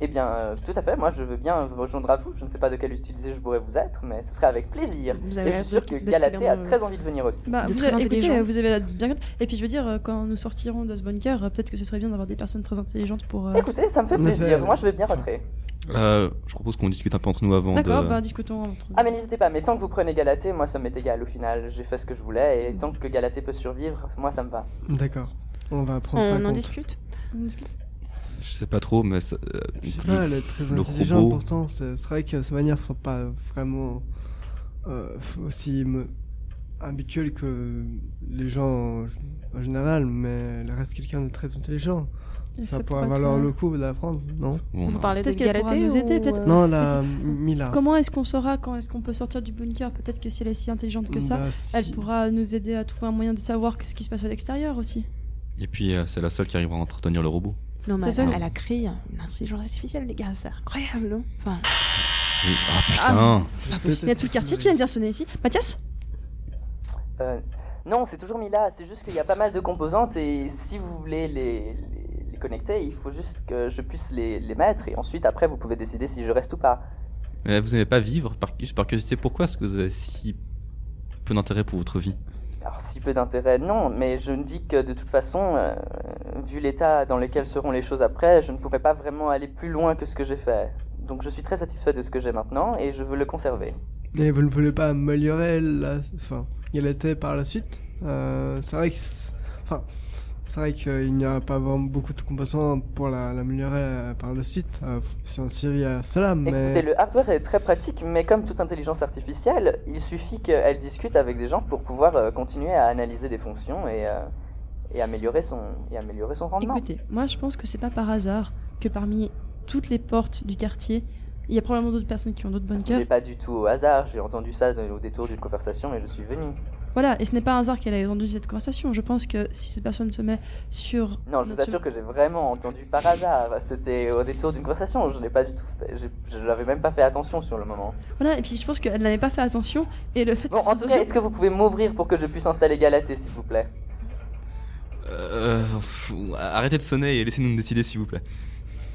Speaker 6: Eh bien, euh, tout à fait, moi je veux bien vous rejoindre à vous. Je ne sais pas de quelle utilité je pourrais vous être, mais ce serait avec plaisir.
Speaker 5: Vous
Speaker 6: Et
Speaker 5: avez
Speaker 6: je
Speaker 5: l'air
Speaker 6: suis sûr
Speaker 5: d'être-
Speaker 6: que
Speaker 5: d'être
Speaker 6: Galatée a
Speaker 5: clairement, euh,
Speaker 6: très envie de venir aussi.
Speaker 4: Bah,
Speaker 5: De
Speaker 4: vous
Speaker 5: très
Speaker 4: avez- écoutez,
Speaker 5: intelligent.
Speaker 4: euh, vous avez la bien. Et puis je veux dire, euh, quand nous sortirons de ce bunker, euh, peut-être que ce serait bien d'avoir des personnes très intelligentes pour. euh,
Speaker 6: Écoutez, ça me fait
Speaker 2: En effet,
Speaker 6: plaisir.
Speaker 2: euh,
Speaker 6: Moi je vais bien rentrer.
Speaker 3: Euh, je propose qu'on discute un peu entre nous avant
Speaker 4: D'accord,
Speaker 3: de.
Speaker 4: bah discutons entre
Speaker 6: Ah mais n'hésitez pas, mais tant que vous prenez Galatée, moi ça m'est égal au final. J'ai fait ce que je voulais et tant que Galatée peut survivre, moi ça me va.
Speaker 2: D'accord. On va prendre ça en
Speaker 5: On en
Speaker 2: compte.
Speaker 5: discute
Speaker 4: On discute.
Speaker 3: Je sais pas trop, mais. ça- euh,
Speaker 2: Je sais
Speaker 3: le-
Speaker 2: pas, elle est très
Speaker 3: le
Speaker 2: intelligente
Speaker 3: robot.
Speaker 2: pourtant. C'est c'est vrai que ses manières sont pas vraiment euh, f- aussi me- habituelles que les gens en g- en général, mais elle reste quelqu'un de très intelligent.
Speaker 4: Et
Speaker 2: Ça
Speaker 4: ça
Speaker 2: pourrait
Speaker 4: pourrait
Speaker 2: valoir
Speaker 4: être, euh,
Speaker 2: le coup d'apprendre, non
Speaker 3: bon, bah.
Speaker 5: Vous
Speaker 3: on a-
Speaker 5: parlez de
Speaker 4: Peut-être qu'elle pourra
Speaker 5: Galatée
Speaker 4: nous aider,
Speaker 5: ou,
Speaker 4: peut-être.
Speaker 5: euh,
Speaker 2: Non, la Mila.
Speaker 4: Comment est-ce qu'on saura quand est-ce qu'on peut sortir du bunker Peut-être que si elle est si intelligente que ça,
Speaker 2: Bah, si-
Speaker 4: elle pourra nous aider à trouver un moyen de savoir ce qui se passe à l'extérieur aussi.
Speaker 3: Et puis euh, c'est la seule qui arrivera à entretenir le robot.
Speaker 5: Non, mais
Speaker 4: C'est
Speaker 5: elle,
Speaker 4: ça.
Speaker 5: elle a créé une intelligence artificielle, les gars, c'est incroyable. non Enfin,
Speaker 3: Oui. Ah putain
Speaker 5: c'est pas
Speaker 2: Peut-être
Speaker 5: possible.
Speaker 4: Il y a tout le quartier qui aime bien sonner ici. Mathias
Speaker 6: Euh, non, c'est toujours Mila, c'est juste qu'il y a pas mal de composantes et si vous voulez les, les- les connecter, il faut juste que je puisse les, les mettre et ensuite après vous pouvez décider si je reste ou pas.
Speaker 3: Mais Vous n'aimez pas vivre par... Juste par curiosité, pourquoi est-ce que vous avez si peu d'intérêt pour votre vie
Speaker 6: Alors si peu d'intérêt, non, mais je me dis que de toute façon, euh, vu l'état dans lequel seront les choses après, je ne pourrai pas vraiment aller plus loin que ce que j'ai fait. Donc je suis très satisfait de ce que j'ai maintenant et je veux le conserver.
Speaker 2: Mais vous ne voulez pas améliorer la... Enfin, il était par la suite Euh, C'est vrai que... c'est- Enfin, c'est vrai qu'il n'y a pas vraiment beaucoup de composants pour la- l'améliorer euh, par la suite, euh, si on s'y à cela,
Speaker 6: Écoutez,
Speaker 2: mais...
Speaker 6: le hardware est très pratique, mais comme toute intelligence artificielle, il suffit qu'elle discute avec des gens pour pouvoir euh, continuer à analyser des fonctions et, euh, et améliorer, son, et améliorer son rendement.
Speaker 4: Écoutez, moi je pense que c'est pas par hasard que parmi toutes les portes du quartier, il y a probablement d'autres personnes qui ont d'autres
Speaker 6: Ce n'est
Speaker 4: bunkers.
Speaker 6: pas du tout au hasard, j'ai entendu ça de- au détour d'une conversation et je suis venu.
Speaker 4: Voilà, et ce n'est pas un hasard qu'elle ait entendu cette conversation. Je pense que si cette personne se met sur.
Speaker 6: Non, je vous
Speaker 4: notre-
Speaker 6: assure que j'ai vraiment entendu par hasard. C'était au détour d'une conversation, je n'ai pas du tout fait, j'ai- je n'avais même pas fait attention sur le moment.
Speaker 4: Voilà, et puis je pense qu'elle n'avait pas fait attention. Et le fait
Speaker 6: Bon,
Speaker 4: que
Speaker 6: en
Speaker 4: cette
Speaker 6: tout cas, est-ce
Speaker 4: personne-
Speaker 6: que vous pouvez m'ouvrir pour que je puisse installer Galatée, s'il vous plaît
Speaker 3: euh, pff, Arrêtez de sonner et laissez-nous nous décider s'il vous plaît.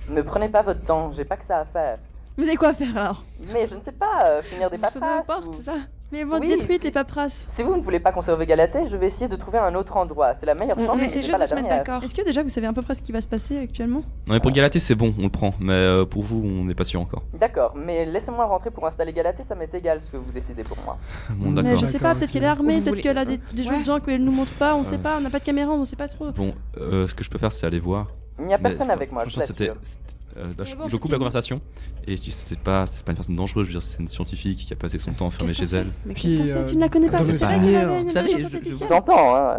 Speaker 6: Ne prenez pas votre temps, j'ai pas que ça à faire.
Speaker 4: Vous avez quoi à faire alors
Speaker 6: Mais je ne sais pas, euh, finir des
Speaker 5: Vous sonnez aux
Speaker 6: paperasses
Speaker 5: portes,
Speaker 6: ou-
Speaker 5: c'est ça
Speaker 4: Mais bon,
Speaker 6: Oui,
Speaker 4: détruites
Speaker 6: c'est-
Speaker 4: les paperasses.
Speaker 6: Si vous ne voulez pas conserver Galatée, je vais essayer de trouver un autre endroit. C'est la meilleure
Speaker 5: On,
Speaker 6: chambre.
Speaker 5: on
Speaker 6: mais
Speaker 5: essaie
Speaker 6: c'est
Speaker 5: Mm, juste
Speaker 6: pas
Speaker 5: de
Speaker 6: la
Speaker 5: se mettre
Speaker 6: dernière.
Speaker 5: d'accord.
Speaker 4: Est-ce que déjà vous savez à peu près ce qui va se passer actuellement
Speaker 3: Non mais pour Galatée c'est bon, on le prend, mais euh, pour vous on n'est pas sûr encore.
Speaker 6: D'accord, mais laissez-moi rentrer pour installer Galatée, ça m'est égal ce que vous décidez pour moi.
Speaker 3: Bon
Speaker 4: Mais
Speaker 3: d'accord.
Speaker 4: je sais pas,
Speaker 2: D'accord,
Speaker 4: peut-être
Speaker 2: ok.
Speaker 4: qu'elle est armée,
Speaker 5: Ou vous
Speaker 4: peut-être
Speaker 5: voulez-
Speaker 4: qu'elle a des, des jeux
Speaker 5: Ouais.
Speaker 4: de gens qu'elle nous montre pas, on sait
Speaker 3: Euh.
Speaker 4: pas, on n'a pas de caméra, on sait pas trop.
Speaker 3: Bon, euh, ce que je peux faire c'est aller voir.
Speaker 6: Il n'y a
Speaker 3: Mais
Speaker 6: personne
Speaker 3: fr-
Speaker 6: avec moi, je
Speaker 3: franchement,
Speaker 6: vous
Speaker 3: c'était.
Speaker 6: assure.
Speaker 3: c'était- euh, là,
Speaker 4: Mais
Speaker 3: je,
Speaker 4: bon,
Speaker 3: je coupe la
Speaker 4: effectivement.
Speaker 3: conversation et je dis c'est pas, c'est pas une personne dangereuse, je veux dire c'est une scientifique qui a passé son temps enfermée
Speaker 5: Qu'est-ce
Speaker 3: chez
Speaker 5: qu'on
Speaker 3: elle.
Speaker 5: sait Mais
Speaker 2: Puis,
Speaker 5: qu'est-ce qu'on
Speaker 4: Qu'est-ce que
Speaker 2: euh,
Speaker 4: c'est Tu ne la connais pas,
Speaker 2: dans
Speaker 4: c'est
Speaker 2: le
Speaker 4: vrai qu'elle
Speaker 2: barrière.
Speaker 4: avait une
Speaker 1: Vous savez,
Speaker 4: intelligence
Speaker 1: je- je-
Speaker 6: Je
Speaker 4: artificielle.
Speaker 6: vous entends, hein.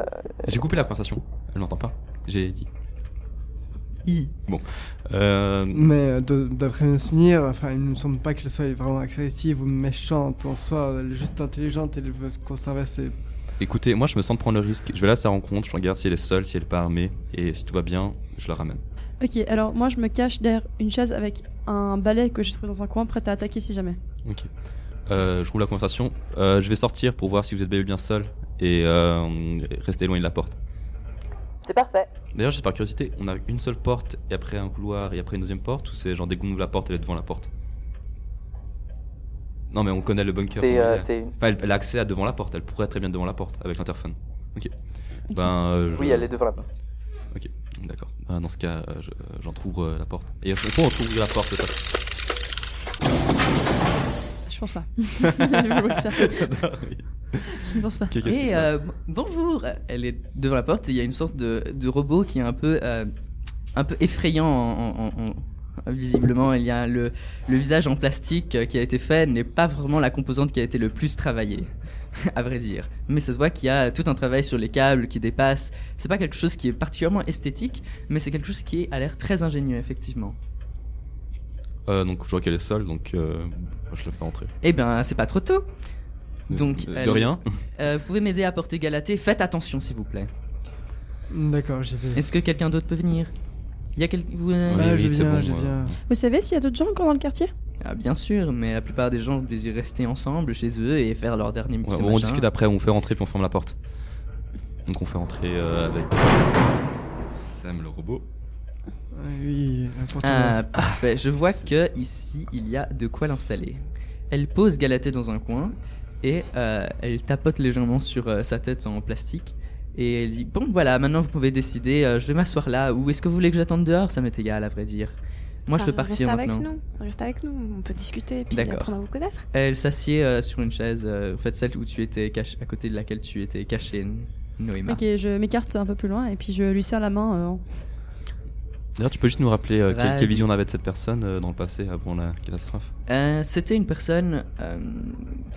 Speaker 3: J'ai coupé la conversation, elle m'entend pas. J'ai dit. I. Bon. Euh,
Speaker 2: Mais de- d'après mes souvenirs, enfin, il ne me semble pas qu'elle soit vraiment agressive ou méchante en soi, elle est juste intelligente et elle veut se conserver ses...
Speaker 3: Écoutez, moi je me sens de prendre le risque. Je vais là à sa rencontre, je regarde si elle est seule, si elle est pas armée, et si tout va bien, je la ramène.
Speaker 4: Ok, alors moi je me cache derrière une chaise avec un balai que j'ai trouvé dans un coin, prête à attaquer si jamais.
Speaker 3: Ok. Euh, je roule la conversation. Euh, je vais sortir pour voir si vous êtes bel et bien seul et euh, restez loin de la porte.
Speaker 6: C'est parfait.
Speaker 3: D'ailleurs, juste par curiosité, on a une seule porte et après un couloir et après une deuxième porte ou c'est genre dès qu'on ouvre la porte, elle est devant la porte Non, mais on connaît le bunker.
Speaker 6: C'est
Speaker 3: on
Speaker 6: euh,
Speaker 3: est-
Speaker 6: c'est une.
Speaker 3: Enfin, elle, elle a accès à devant la porte, elle pourrait être très bien devant la porte avec l'interphone. Ok. Ben, euh, je-
Speaker 6: Oui, elle est devant la porte.
Speaker 3: D'accord. Ah, dans ce cas, euh, je- j'entrouvre euh, la porte. Et est-ce qu'on peut entrouvrir la porte de toute façon
Speaker 4: Je pense pas. Je vois que ça.
Speaker 3: Oui.
Speaker 4: Je ne pense pas.
Speaker 3: Ok, qu'est-ce qui se
Speaker 1: Et
Speaker 3: passe
Speaker 1: euh, bonjour Elle est devant la porte et il y a une sorte de, de robot qui est un peu, euh, un peu effrayant en- en- en- en- visiblement. Il y a le, le visage en plastique euh, qui a été fait n'est pas vraiment la composante qui a été le plus travaillée, à vrai dire. Mais ça se voit qu'il y a tout un travail sur les câbles qui dépassent. C'est pas quelque chose qui est particulièrement esthétique, mais c'est quelque chose qui a l'air très ingénieux, effectivement.
Speaker 3: Euh, donc je vois qu'elle est seule, donc euh, je la fais entrer.
Speaker 1: Eh ben, c'est pas trop tôt Donc,
Speaker 3: de,
Speaker 1: elle-
Speaker 3: de rien.
Speaker 1: Euh, Vous pouvez m'aider à porter Galatée Faites attention, s'il vous plaît.
Speaker 2: D'accord, j'y vais.
Speaker 1: Est-ce que quelqu'un d'autre peut venir Il y a quelqu'un. vous- euh,
Speaker 2: Ouais,
Speaker 3: Oui,
Speaker 2: Ah, je
Speaker 3: oui, c'est
Speaker 2: viens,
Speaker 3: bon,
Speaker 2: je
Speaker 3: euh,
Speaker 2: viens.
Speaker 4: Vous savez s'il y a d'autres gens encore dans le quartier
Speaker 1: Ah, bien sûr, mais la plupart des gens désirent rester ensemble chez eux et faire leur dernier petit
Speaker 3: Ouais,
Speaker 1: machin.
Speaker 3: on
Speaker 2: hein.
Speaker 3: discute après, on fait rentrer puis on ferme la porte. Donc on fait rentrer euh, avec Sam le robot.
Speaker 2: Oui, important.
Speaker 1: Ah, parfait. Je vois que ici il y a de quoi l'installer. Elle pose Galatée dans un coin et euh, elle tapote légèrement sur euh, sa tête en plastique et elle dit bon voilà maintenant vous pouvez décider. euh, je vais m'asseoir là ou est-ce que vous voulez que j'attende dehors Ça m'est égal à vrai dire. Moi je veux partir
Speaker 5: reste
Speaker 1: maintenant.
Speaker 5: avec nous. Reste avec nous. On peut discuter et puis
Speaker 1: D'accord.
Speaker 5: apprendre à vous connaître.
Speaker 1: Elle s'assied euh, sur une chaise, euh, en fait celle où tu étais caché, à côté de laquelle tu étais caché, Noéma.
Speaker 4: Ok, je m'écarte un peu plus loin et puis je lui serre la main. euh, en-
Speaker 3: D'ailleurs, tu peux juste nous rappeler euh, quelle,
Speaker 1: Rad.
Speaker 3: quelle vision on avait de cette personne euh, dans le passé avant la catastrophe
Speaker 1: Euh, C'était une personne euh,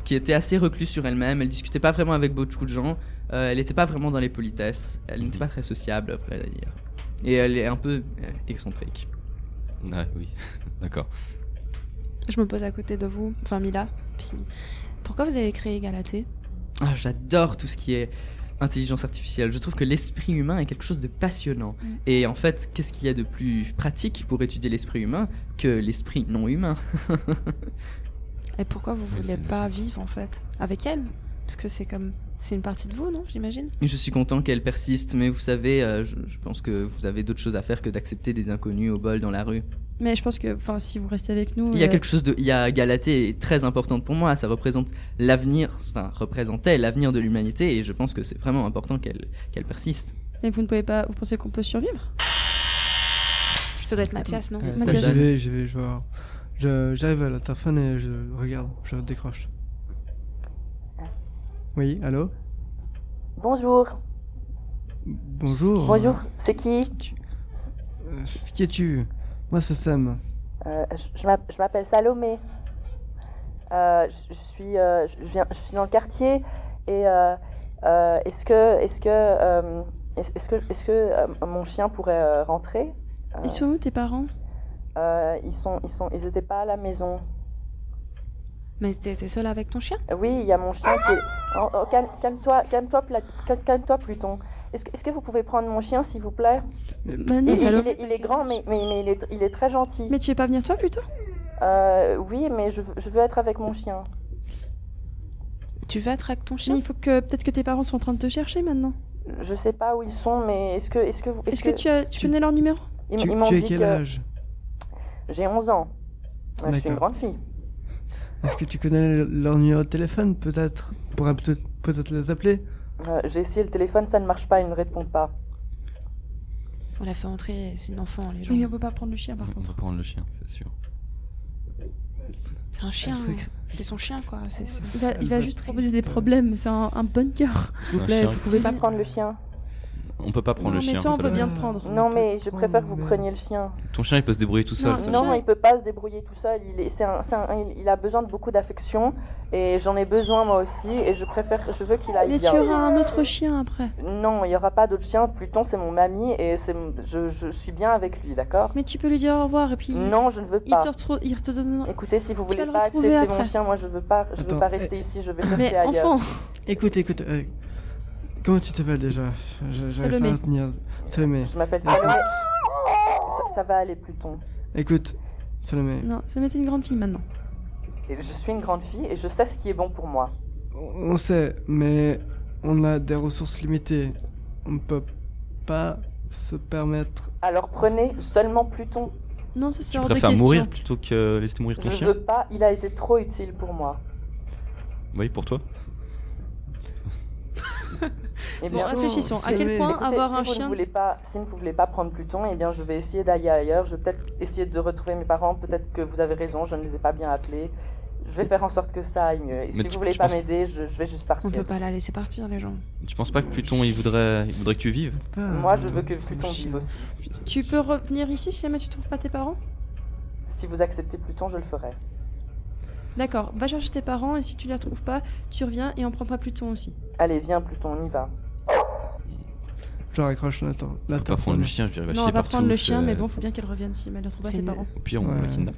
Speaker 1: qui était assez recluse sur elle-même. Elle discutait pas vraiment avec beaucoup de gens. Euh, elle n'était pas vraiment dans les politesses. Elle n'était pas très sociable, après à dire. Et elle est un peu euh, excentrique.
Speaker 3: Ouais, oui, d'accord.
Speaker 5: Je me pose à côté de vous, enfin Mila. Puis pourquoi vous avez créé Galatée
Speaker 1: Ah, j'adore tout ce qui est intelligence artificielle. Je trouve que l'esprit humain est quelque chose de passionnant.
Speaker 5: Mm.
Speaker 1: Et en fait, qu'est-ce qu'il y a de plus pratique pour étudier l'esprit humain que l'esprit non humain
Speaker 5: Et pourquoi vous
Speaker 3: Oui,
Speaker 5: voulez
Speaker 3: c'est-
Speaker 5: pas vivre en fait avec elle Parce que c'est comme c'est une partie de vous, non J'imagine.
Speaker 1: Et Je suis content qu'elle persiste, mais vous savez, euh, je, je pense que vous avez d'autres choses à faire que d'accepter des inconnus au bol dans la rue.
Speaker 4: Mais je pense que enfin, si vous restez avec nous.
Speaker 1: Il y a
Speaker 4: euh,
Speaker 1: quelque chose de, il y a Galatée est très importante pour moi. Ça représente l'avenir, enfin représentait l'avenir de l'humanité, et je pense que c'est vraiment important qu'elle qu'elle persiste.
Speaker 4: Mais vous ne pouvez pas. Vous pensez qu'on peut survivre
Speaker 5: Ça doit être Mathias, non
Speaker 1: Euh, ça,
Speaker 4: Mathias.
Speaker 2: J'y
Speaker 1: j'aime.
Speaker 2: vais, j'y vais, je vais voir. Je- J'arrive à la interphone et je regarde, je décroche. Oui, allô
Speaker 6: Bonjour.
Speaker 3: Oh.
Speaker 2: Bonjour.
Speaker 6: Bonjour. C'est qui
Speaker 2: Euh, qui es-tu Moi, c'est Sam.
Speaker 6: Euh, je- je m'app- je m'appelle Salomé. Euh, je, je suis, euh, je, viens, je suis dans le quartier et euh, euh, est-ce que, est-ce que, euh, est-ce est-ce que, est-ce que euh, mon chien pourrait euh, rentrer Euh,
Speaker 4: Ils sont où tes parents
Speaker 6: euh, ils sont, ils sont, ils étaient pas à la maison.
Speaker 5: Mais t'es t'es seule avec ton chien
Speaker 6: Euh, Oui, il y a mon chien qui est. Oh, oh, calme- calme-toi, calme-toi, Pla- calme- calme-toi, Pluton. Est-ce que, est-ce que vous pouvez prendre mon chien, s'il vous plaît
Speaker 4: Bah
Speaker 6: il,
Speaker 4: non,
Speaker 6: il-
Speaker 4: ça-
Speaker 6: il est, il est grand, mais, mais, mais il, est, il est très gentil.
Speaker 4: Mais tu veux pas venir toi plutôt
Speaker 6: Euh, oui, mais je, je veux être avec mon chien.
Speaker 5: Tu veux être avec ton
Speaker 4: Mais
Speaker 5: chien
Speaker 4: il faut que peut-être que tes parents sont en train de te chercher maintenant.
Speaker 6: Je sais pas où ils sont, mais est-ce que, est-ce que, vous-
Speaker 4: Est-ce que, tu, as, tu connais leur numéro
Speaker 6: ils,
Speaker 2: tu
Speaker 6: ils m'ont
Speaker 2: tu as
Speaker 6: dit
Speaker 2: quel
Speaker 6: que
Speaker 2: âge
Speaker 6: j'ai 11 ans. Ouais, je suis une
Speaker 2: D'accord.
Speaker 6: grande fille.
Speaker 2: Est-ce que tu connais leur numéro de téléphone, peut-être On pourrait peut-être peut-être les appeler
Speaker 6: Euh, j'ai essayé le téléphone, ça ne marche pas, il ne répond pas.
Speaker 5: On l'a fait entrer, c'est une enfant, les gens.
Speaker 4: Oui, mais on peut pas prendre le chien par
Speaker 3: On
Speaker 4: contre.
Speaker 3: va prendre le chien, c'est sûr.
Speaker 5: C'est un chien,
Speaker 2: truc.
Speaker 5: hein. c'est son chien quoi. c'est- c'est-
Speaker 4: Il va, il va
Speaker 2: Elle va
Speaker 4: juste
Speaker 2: être
Speaker 4: proposer des
Speaker 2: triste.
Speaker 4: problèmes, c'est un, un bon cœur.
Speaker 3: C'est
Speaker 4: S'il
Speaker 3: un
Speaker 4: vous plaît,
Speaker 3: chien.
Speaker 4: vous
Speaker 6: Je
Speaker 4: pouvez
Speaker 6: peux
Speaker 4: pas
Speaker 6: pas prendre le chien.
Speaker 3: On peut pas prendre
Speaker 4: non,
Speaker 3: le chien.
Speaker 4: mais toi, on
Speaker 3: ça
Speaker 4: peut
Speaker 3: va.
Speaker 4: bien te prendre. Ah,
Speaker 6: non,
Speaker 2: peut
Speaker 6: mais je préfère que vous
Speaker 2: Euh, prendre-
Speaker 6: preniez le chien.
Speaker 3: Ton chien, il peut se débrouiller tout seul.
Speaker 4: Non,
Speaker 3: ça.
Speaker 4: Le
Speaker 6: Non,
Speaker 4: chien.
Speaker 6: il peut pas se débrouiller tout seul. Il, est, c'est un- c'est un- il, il a besoin de beaucoup d'affection et j'en ai besoin moi aussi. Et je préfère, je veux qu'il aille
Speaker 4: Mais tu
Speaker 6: bien.
Speaker 4: auras un autre chien après.
Speaker 6: Non, il n'y aura pas d'autre chien. Pluton, c'est mon ami et c'est, mon- je, je suis bien avec lui, d'accord
Speaker 4: Mais tu peux lui dire au revoir et puis
Speaker 6: Non, je ne veux
Speaker 4: il te
Speaker 6: pas.
Speaker 4: retrouve, il te donne.
Speaker 6: Écoutez, si vous
Speaker 4: Tu vas
Speaker 6: voulez
Speaker 4: le
Speaker 6: pas
Speaker 4: retrouver
Speaker 6: accepter mon
Speaker 4: après.
Speaker 6: chien, moi je veux pas, je veux
Speaker 2: Attends,
Speaker 6: pas
Speaker 2: eh.
Speaker 6: rester ici. Je vais chercher
Speaker 4: Mais
Speaker 6: ailleurs.
Speaker 4: enfant,
Speaker 2: Écoute, écoute, euh, comment tu t'appelles déjà Je- J'arrive pas
Speaker 4: Salomé.
Speaker 2: à retenir. Salomé.
Speaker 6: Je m'appelle
Speaker 4: Ah.
Speaker 2: Écoute,
Speaker 6: Salomé. Ça, ça va aller, Pluton.
Speaker 2: écoute, Salomé.
Speaker 4: non, ça m'était une grande fille maintenant.
Speaker 6: Et je suis une grande fille et je sais ce qui est bon pour moi.
Speaker 2: On on sait, mais on a des ressources limitées. On ne peut pas se permettre.
Speaker 6: Alors prenez seulement Pluton.
Speaker 4: Non, ça c'est
Speaker 3: Tu
Speaker 4: hors de
Speaker 3: préfères
Speaker 4: question.
Speaker 3: mourir plutôt que laisser mourir ton
Speaker 6: Je
Speaker 3: chien
Speaker 6: veux pas. Il a été trop utile pour moi.
Speaker 3: Oui, pour toi.
Speaker 6: Eh
Speaker 4: Bon,
Speaker 6: bien,
Speaker 4: réfléchissons. À
Speaker 2: Salomé.
Speaker 4: quel point
Speaker 6: Écoutez,
Speaker 4: avoir
Speaker 6: si
Speaker 4: un
Speaker 6: vous
Speaker 4: chien
Speaker 6: Ne voulez pas, si vous ne voulez pas prendre Pluton, eh bien, je vais essayer d'aller ailleurs. Je vais peut-être essayer de retrouver mes parents. Peut-être que vous avez raison, je ne les ai pas bien appelés. Je vais faire en sorte que ça aille mieux. Et si
Speaker 3: Mais tu-
Speaker 6: vous voulez
Speaker 3: je
Speaker 6: pas
Speaker 3: pense-
Speaker 6: m'aider, je, je vais juste
Speaker 5: On peut
Speaker 6: partir.
Speaker 5: pas la laisser partir, les gens.
Speaker 3: Tu penses pas que Pluton, il voudrait, il voudrait que tu vives
Speaker 2: pas.
Speaker 6: Moi, je veux que Pluton
Speaker 2: Chien.
Speaker 6: vive aussi.
Speaker 4: Tu peux revenir ici si jamais tu trouves pas tes parents
Speaker 6: Si vous acceptez Pluton, je le ferai.
Speaker 4: D'accord, va chercher tes parents et si tu les retrouves pas, tu reviens et on prend pas plus ton aussi.
Speaker 6: Allez, viens Pluton, on y va.
Speaker 2: Je raccroche l'attente.
Speaker 3: On peut pas prendre le chien, je dirais, va
Speaker 4: non,
Speaker 3: chier
Speaker 4: on va
Speaker 3: Bah partout.
Speaker 4: prendre le
Speaker 3: c'est-
Speaker 4: chien, mais bon, faut bien qu'elle revienne si jamais elle ne retrouve pas
Speaker 5: C'est
Speaker 4: ses
Speaker 5: une-
Speaker 4: parents.
Speaker 3: Au pire, on
Speaker 2: Ouais.
Speaker 3: la kidnappe.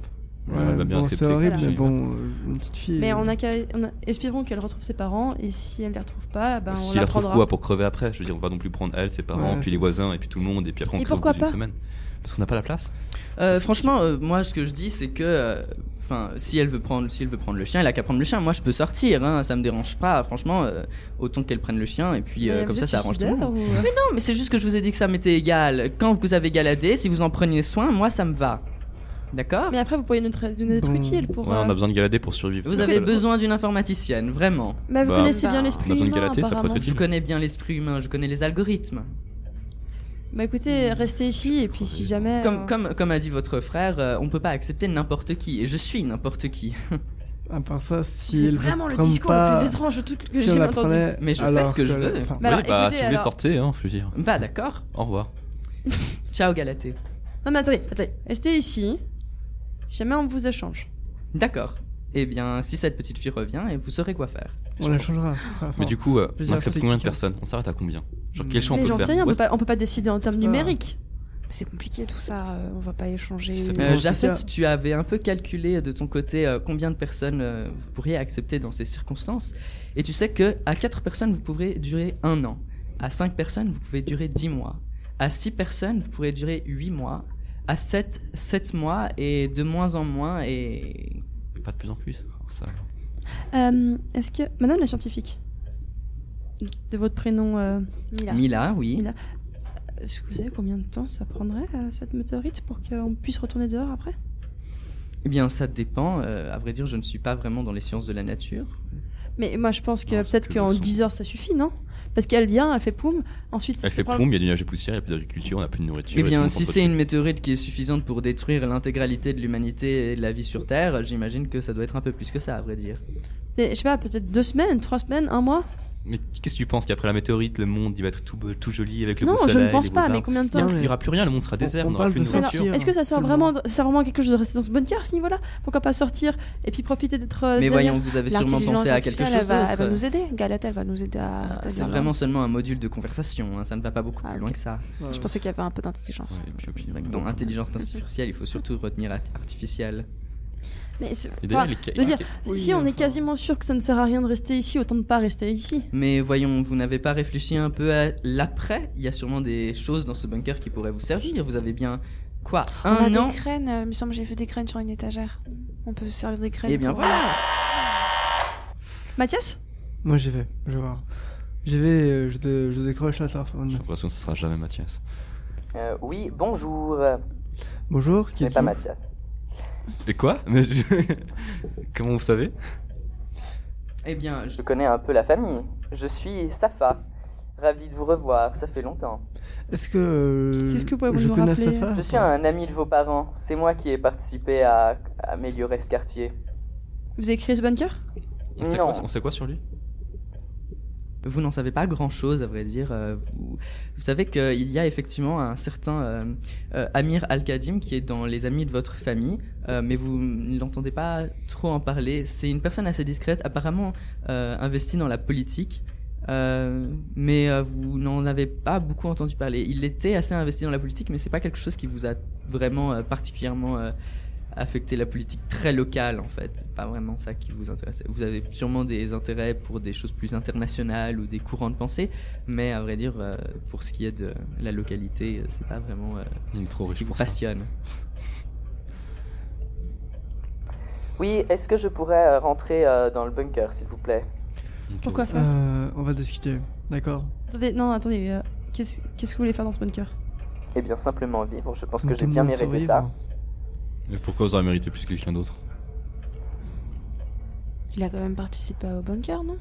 Speaker 3: elle va bah, bien
Speaker 2: bon,
Speaker 3: accepter
Speaker 2: c'est
Speaker 3: que
Speaker 2: horrible,
Speaker 3: tu
Speaker 2: mais
Speaker 3: y vas.
Speaker 2: bon, euh, une petite fille.
Speaker 4: Mais
Speaker 2: euh,
Speaker 4: on a qu'à- on a- espérons qu'elle retrouve ses parents et si elle les retrouve pas, ben on
Speaker 3: si
Speaker 4: la
Speaker 3: la retrouve
Speaker 4: prendra.
Speaker 3: quoi pour crever après Je veux dire, on va non plus prendre elle, ses parents,
Speaker 2: Ouais,
Speaker 3: puis les
Speaker 2: c'est-
Speaker 3: voisins, et puis tout le monde, et puis après on
Speaker 4: Et
Speaker 3: crève au
Speaker 4: pourquoi
Speaker 3: bout d'une
Speaker 4: pas
Speaker 3: semaine. Parce qu'on n'a pas la place.
Speaker 1: Euh, franchement, euh, moi, ce que je dis, c'est que, euh, enfin, si elle veut prendre, si elle veut prendre le chien, elle a qu'à prendre le chien. Moi, je peux sortir, hein, ça me dérange pas. Franchement, euh, autant qu'elle prenne le chien, et puis euh,
Speaker 4: Mais
Speaker 1: comme
Speaker 4: vous
Speaker 1: ça,
Speaker 4: êtes
Speaker 1: ça arrange tout le
Speaker 4: suicidaire
Speaker 1: monde.
Speaker 4: ou- euh,
Speaker 1: Mais non, mais c'est juste que je vous ai dit que ça m'était égal. Quand vous avez galadé, si vous en preniez soin, moi, ça me va. D'accord.
Speaker 4: Mais après, vous pourriez nous, tra- nous être
Speaker 2: Bon.
Speaker 4: utile pour.
Speaker 3: Mmh. ouais, on
Speaker 4: euh,
Speaker 3: a besoin de galader pour survivre.
Speaker 1: Vous
Speaker 3: La
Speaker 1: avez
Speaker 3: seule-
Speaker 1: besoin d'une informaticienne, vraiment.
Speaker 4: bah, vous
Speaker 3: Bah,
Speaker 4: connaissez
Speaker 5: bah,
Speaker 4: bien l'esprit
Speaker 3: on a besoin de
Speaker 4: humain,
Speaker 3: Galatée, ça pourrait
Speaker 4: apparemment.
Speaker 3: être
Speaker 1: Je connais bien l'esprit humain, je connais les algorithmes.
Speaker 4: Bah écoutez, restez ici et puis si jamais.
Speaker 1: Comme,
Speaker 4: euh,
Speaker 1: comme, comme a dit votre frère, euh, on peut pas accepter n'importe qui. Et je suis n'importe qui.
Speaker 2: À part ça, si
Speaker 4: C'est
Speaker 2: elle
Speaker 4: vraiment le
Speaker 2: prend
Speaker 4: discours
Speaker 2: pas,
Speaker 4: le plus étrange de tout que
Speaker 2: si
Speaker 4: j'ai
Speaker 2: on la
Speaker 4: jamais entendu.
Speaker 2: prenait
Speaker 1: Mais je fais
Speaker 2: alors
Speaker 1: ce que je veux.
Speaker 2: enfin,
Speaker 4: Bah alors,
Speaker 3: oui, bah,
Speaker 4: écoutez,
Speaker 3: si vous voulez,
Speaker 4: alors-
Speaker 3: sortez, hein, je veux dire.
Speaker 1: Bah d'accord.
Speaker 3: Au revoir.
Speaker 1: Ciao Galatée.
Speaker 4: Non mais attendez, attendez, restez ici. Si jamais on vous échange.
Speaker 1: D'accord. Eh bien, si cette petite fille revient, et vous saurez quoi faire.
Speaker 2: on la changera. ce sera
Speaker 3: Mais
Speaker 2: fort.
Speaker 3: du coup, euh,
Speaker 2: Je veux
Speaker 3: on
Speaker 2: dire,
Speaker 3: accepte
Speaker 2: c'est
Speaker 3: combien de
Speaker 2: qui qui
Speaker 3: personnes On s'arrête à combien Genre,
Speaker 2: Hmm.
Speaker 3: quel champ on
Speaker 4: mais
Speaker 3: peut
Speaker 4: j'en
Speaker 3: faire
Speaker 4: sais rien, on peut,
Speaker 3: Où est-ce-
Speaker 4: pas, on peut pas décider en termes
Speaker 2: C'est pas-
Speaker 4: numériques.
Speaker 5: C'est compliqué tout ça, euh, on va pas échanger.
Speaker 3: Ça
Speaker 5: une-
Speaker 3: peut-
Speaker 1: Euh,
Speaker 2: Dans ce
Speaker 1: Jafet,
Speaker 2: cas-
Speaker 1: tu avais un peu calculé de ton côté euh, combien de personnes euh, vous pourriez accepter dans ces circonstances, et tu sais que à 4 personnes vous pourrez durer un an, à 5 personnes vous pouvez durer 10 mois, à 6 personnes vous pourrez durer 8 mois, à 7, 7 mois et de moins en moins et
Speaker 3: Pas de plus en plus. Alors, ça-
Speaker 4: Euh, Est-ce que Madame la scientifique, de votre prénom euh, Mila,
Speaker 1: Mila, oui.
Speaker 4: Mila. est-ce que vous savez combien de temps ça prendrait euh, cette météorite pour qu'on puisse retourner dehors après
Speaker 1: Eh bien, ça dépend. euh, à vrai dire, je ne suis pas vraiment dans les sciences de la nature.
Speaker 4: Mais moi je pense que
Speaker 2: Ah,
Speaker 3: Non, c'est
Speaker 4: peut-être
Speaker 3: plus
Speaker 4: qu'en
Speaker 3: récent.
Speaker 4: 10 heures ça suffit, non Parce qu'elle vient, elle fait poum, ensuite
Speaker 3: Elle fait
Speaker 4: prend-
Speaker 3: plomb, il y a du nuage de poussière, il n'y a plus d'agriculture, on n'a plus de nourriture.
Speaker 1: Eh
Speaker 3: et tout le
Speaker 1: bien,
Speaker 3: monde
Speaker 1: si
Speaker 3: s'entretue.
Speaker 1: c'est une météorite qui est suffisante pour détruire l'intégralité de l'humanité et de la vie sur Terre, j'imagine que ça doit être un peu plus que ça, à vrai dire.
Speaker 5: Euh,
Speaker 4: Je sais pas, peut-être deux semaines, trois semaines, un mois
Speaker 3: Mais qu'est-ce que tu penses qu'après la météorite, le monde il va être tout, beau- tout joli avec le
Speaker 4: Non,
Speaker 3: beau soleil
Speaker 4: je ne
Speaker 3: les
Speaker 4: pense
Speaker 3: beaux
Speaker 4: pas, mais
Speaker 3: arbres
Speaker 4: combien
Speaker 3: Il
Speaker 4: de
Speaker 3: y
Speaker 4: temps
Speaker 3: a-
Speaker 2: Non,
Speaker 3: Il n'y
Speaker 2: mais-
Speaker 3: aura plus rien, le monde sera désert,
Speaker 2: on
Speaker 3: on n'aura
Speaker 2: parle
Speaker 3: plus de
Speaker 2: de
Speaker 4: Alors,
Speaker 3: nourriture.
Speaker 2: sortir.
Speaker 4: est-ce que ça sort
Speaker 2: Absolument.
Speaker 4: vraiment, c'est vraiment quelque chose de rester dans ce bunker à ce niveau-là Pourquoi pas sortir et puis profiter d'être. euh,
Speaker 1: Mais
Speaker 4: derrière
Speaker 1: voyons, vous avez sûrement
Speaker 5: L'artificialisation
Speaker 1: pensé à quelque
Speaker 5: artificielle,
Speaker 1: chose
Speaker 5: elle va, elle va
Speaker 1: d'autre.
Speaker 5: nous aider. Galate, elle va nous aider à.
Speaker 1: Ah,
Speaker 5: à
Speaker 1: C'est
Speaker 5: dire,
Speaker 1: vraiment seulement un module de conversation, hein, ça ne va pas beaucoup
Speaker 5: Ah,
Speaker 1: plus
Speaker 5: ok.
Speaker 1: loin que ça.
Speaker 2: Ouais.
Speaker 5: Je pensais qu'il y avait un peu d'intelligence.
Speaker 3: Ouais, et puis, au pire,
Speaker 1: Donc,
Speaker 3: euh,
Speaker 1: Dans intelligence artificielle, il faut surtout retenir art- artificielle.
Speaker 4: Mais c'est-
Speaker 3: et d'ailleurs,
Speaker 4: enfin,
Speaker 3: les ca-
Speaker 4: je veux dire-
Speaker 2: Oui,
Speaker 4: si on
Speaker 2: enfin.
Speaker 4: est quasiment sûr que ça ne sert à rien de rester ici, autant ne pas rester ici.
Speaker 1: Mais voyons, vous n'avez pas réfléchi un peu à l'après Il y a sûrement des choses dans ce bunker qui pourraient vous servir. Vous avez bien quoi
Speaker 5: On a
Speaker 1: Un an
Speaker 5: des graines, euh, il me semble que j'ai vu des graines sur une étagère. On peut se servir des graines.
Speaker 1: Eh bien
Speaker 5: pour-
Speaker 1: voilà
Speaker 4: Mathias
Speaker 2: Moi j'y vais, je vais voir. J'y vais, euh, je, dé- je décroche
Speaker 3: J'ai
Speaker 2: l'interphone.
Speaker 3: l'impression que ce sera jamais Mathias.
Speaker 6: Euh, oui, bonjour.
Speaker 2: Bonjour, qui
Speaker 6: Ce n'est
Speaker 2: est
Speaker 6: pas Mathias.
Speaker 3: Et quoi Mais je- Comment vous savez
Speaker 1: Eh bien, je...
Speaker 6: Je connais un peu la famille. Je suis Safa. Ravi de vous revoir, ça fait longtemps.
Speaker 2: Est-ce que. euh,
Speaker 4: Qu'est-ce que vous pouvez vous
Speaker 2: je
Speaker 4: nous
Speaker 2: connais
Speaker 4: rappeler
Speaker 2: Safa
Speaker 6: Je suis un ami de vos parents. C'est moi qui ai participé à à améliorer ce quartier.
Speaker 4: Vous avez créé ce bunker
Speaker 3: on sait, quoi,
Speaker 6: Non.
Speaker 3: on sait quoi sur lui
Speaker 1: Vous n'en savez pas grand-chose, à vrai dire. Euh, Vous, vous savez qu'il y a effectivement un certain euh, euh, Amir Al-Kadim qui est dans les amis de votre famille, euh, mais vous ne l'entendez pas trop en parler. C'est une personne assez discrète, apparemment euh, investie dans la politique, euh, mais euh, vous n'en avez pas beaucoup entendu parler. Il était assez investi dans la politique, mais c'est pas quelque chose qui vous a vraiment euh, particulièrement euh, affecté la politique très locale en fait. C'est pas vraiment ça qui vous intéressait. Vous avez sûrement des intérêts pour des choses plus internationales ou des courants de pensée, mais à vrai dire, euh, pour ce qui est de la localité, euh, c'est pas vraiment euh,
Speaker 3: Il est trop
Speaker 1: ce qui
Speaker 3: riche
Speaker 1: vous
Speaker 3: pour ça.
Speaker 1: passionne.
Speaker 6: Oui, est-ce que je pourrais euh, rentrer euh, dans le bunker, s'il vous plaît
Speaker 3: Ok,
Speaker 4: Pourquoi faire
Speaker 2: Euh, on va discuter, d'accord.
Speaker 4: Attendez, non, attendez, euh, qu'est-ce qu'est-ce que vous voulez faire dans ce bunker
Speaker 6: Eh bien, simplement vivre. Je pense que
Speaker 2: Tout
Speaker 6: j'ai
Speaker 2: le
Speaker 6: bien
Speaker 2: monde
Speaker 6: mérité
Speaker 2: survivre.
Speaker 6: ça.
Speaker 3: Mais pourquoi vous aurez mérité plus que quelqu'un d'autre
Speaker 5: Il a quand même participé au bunker, non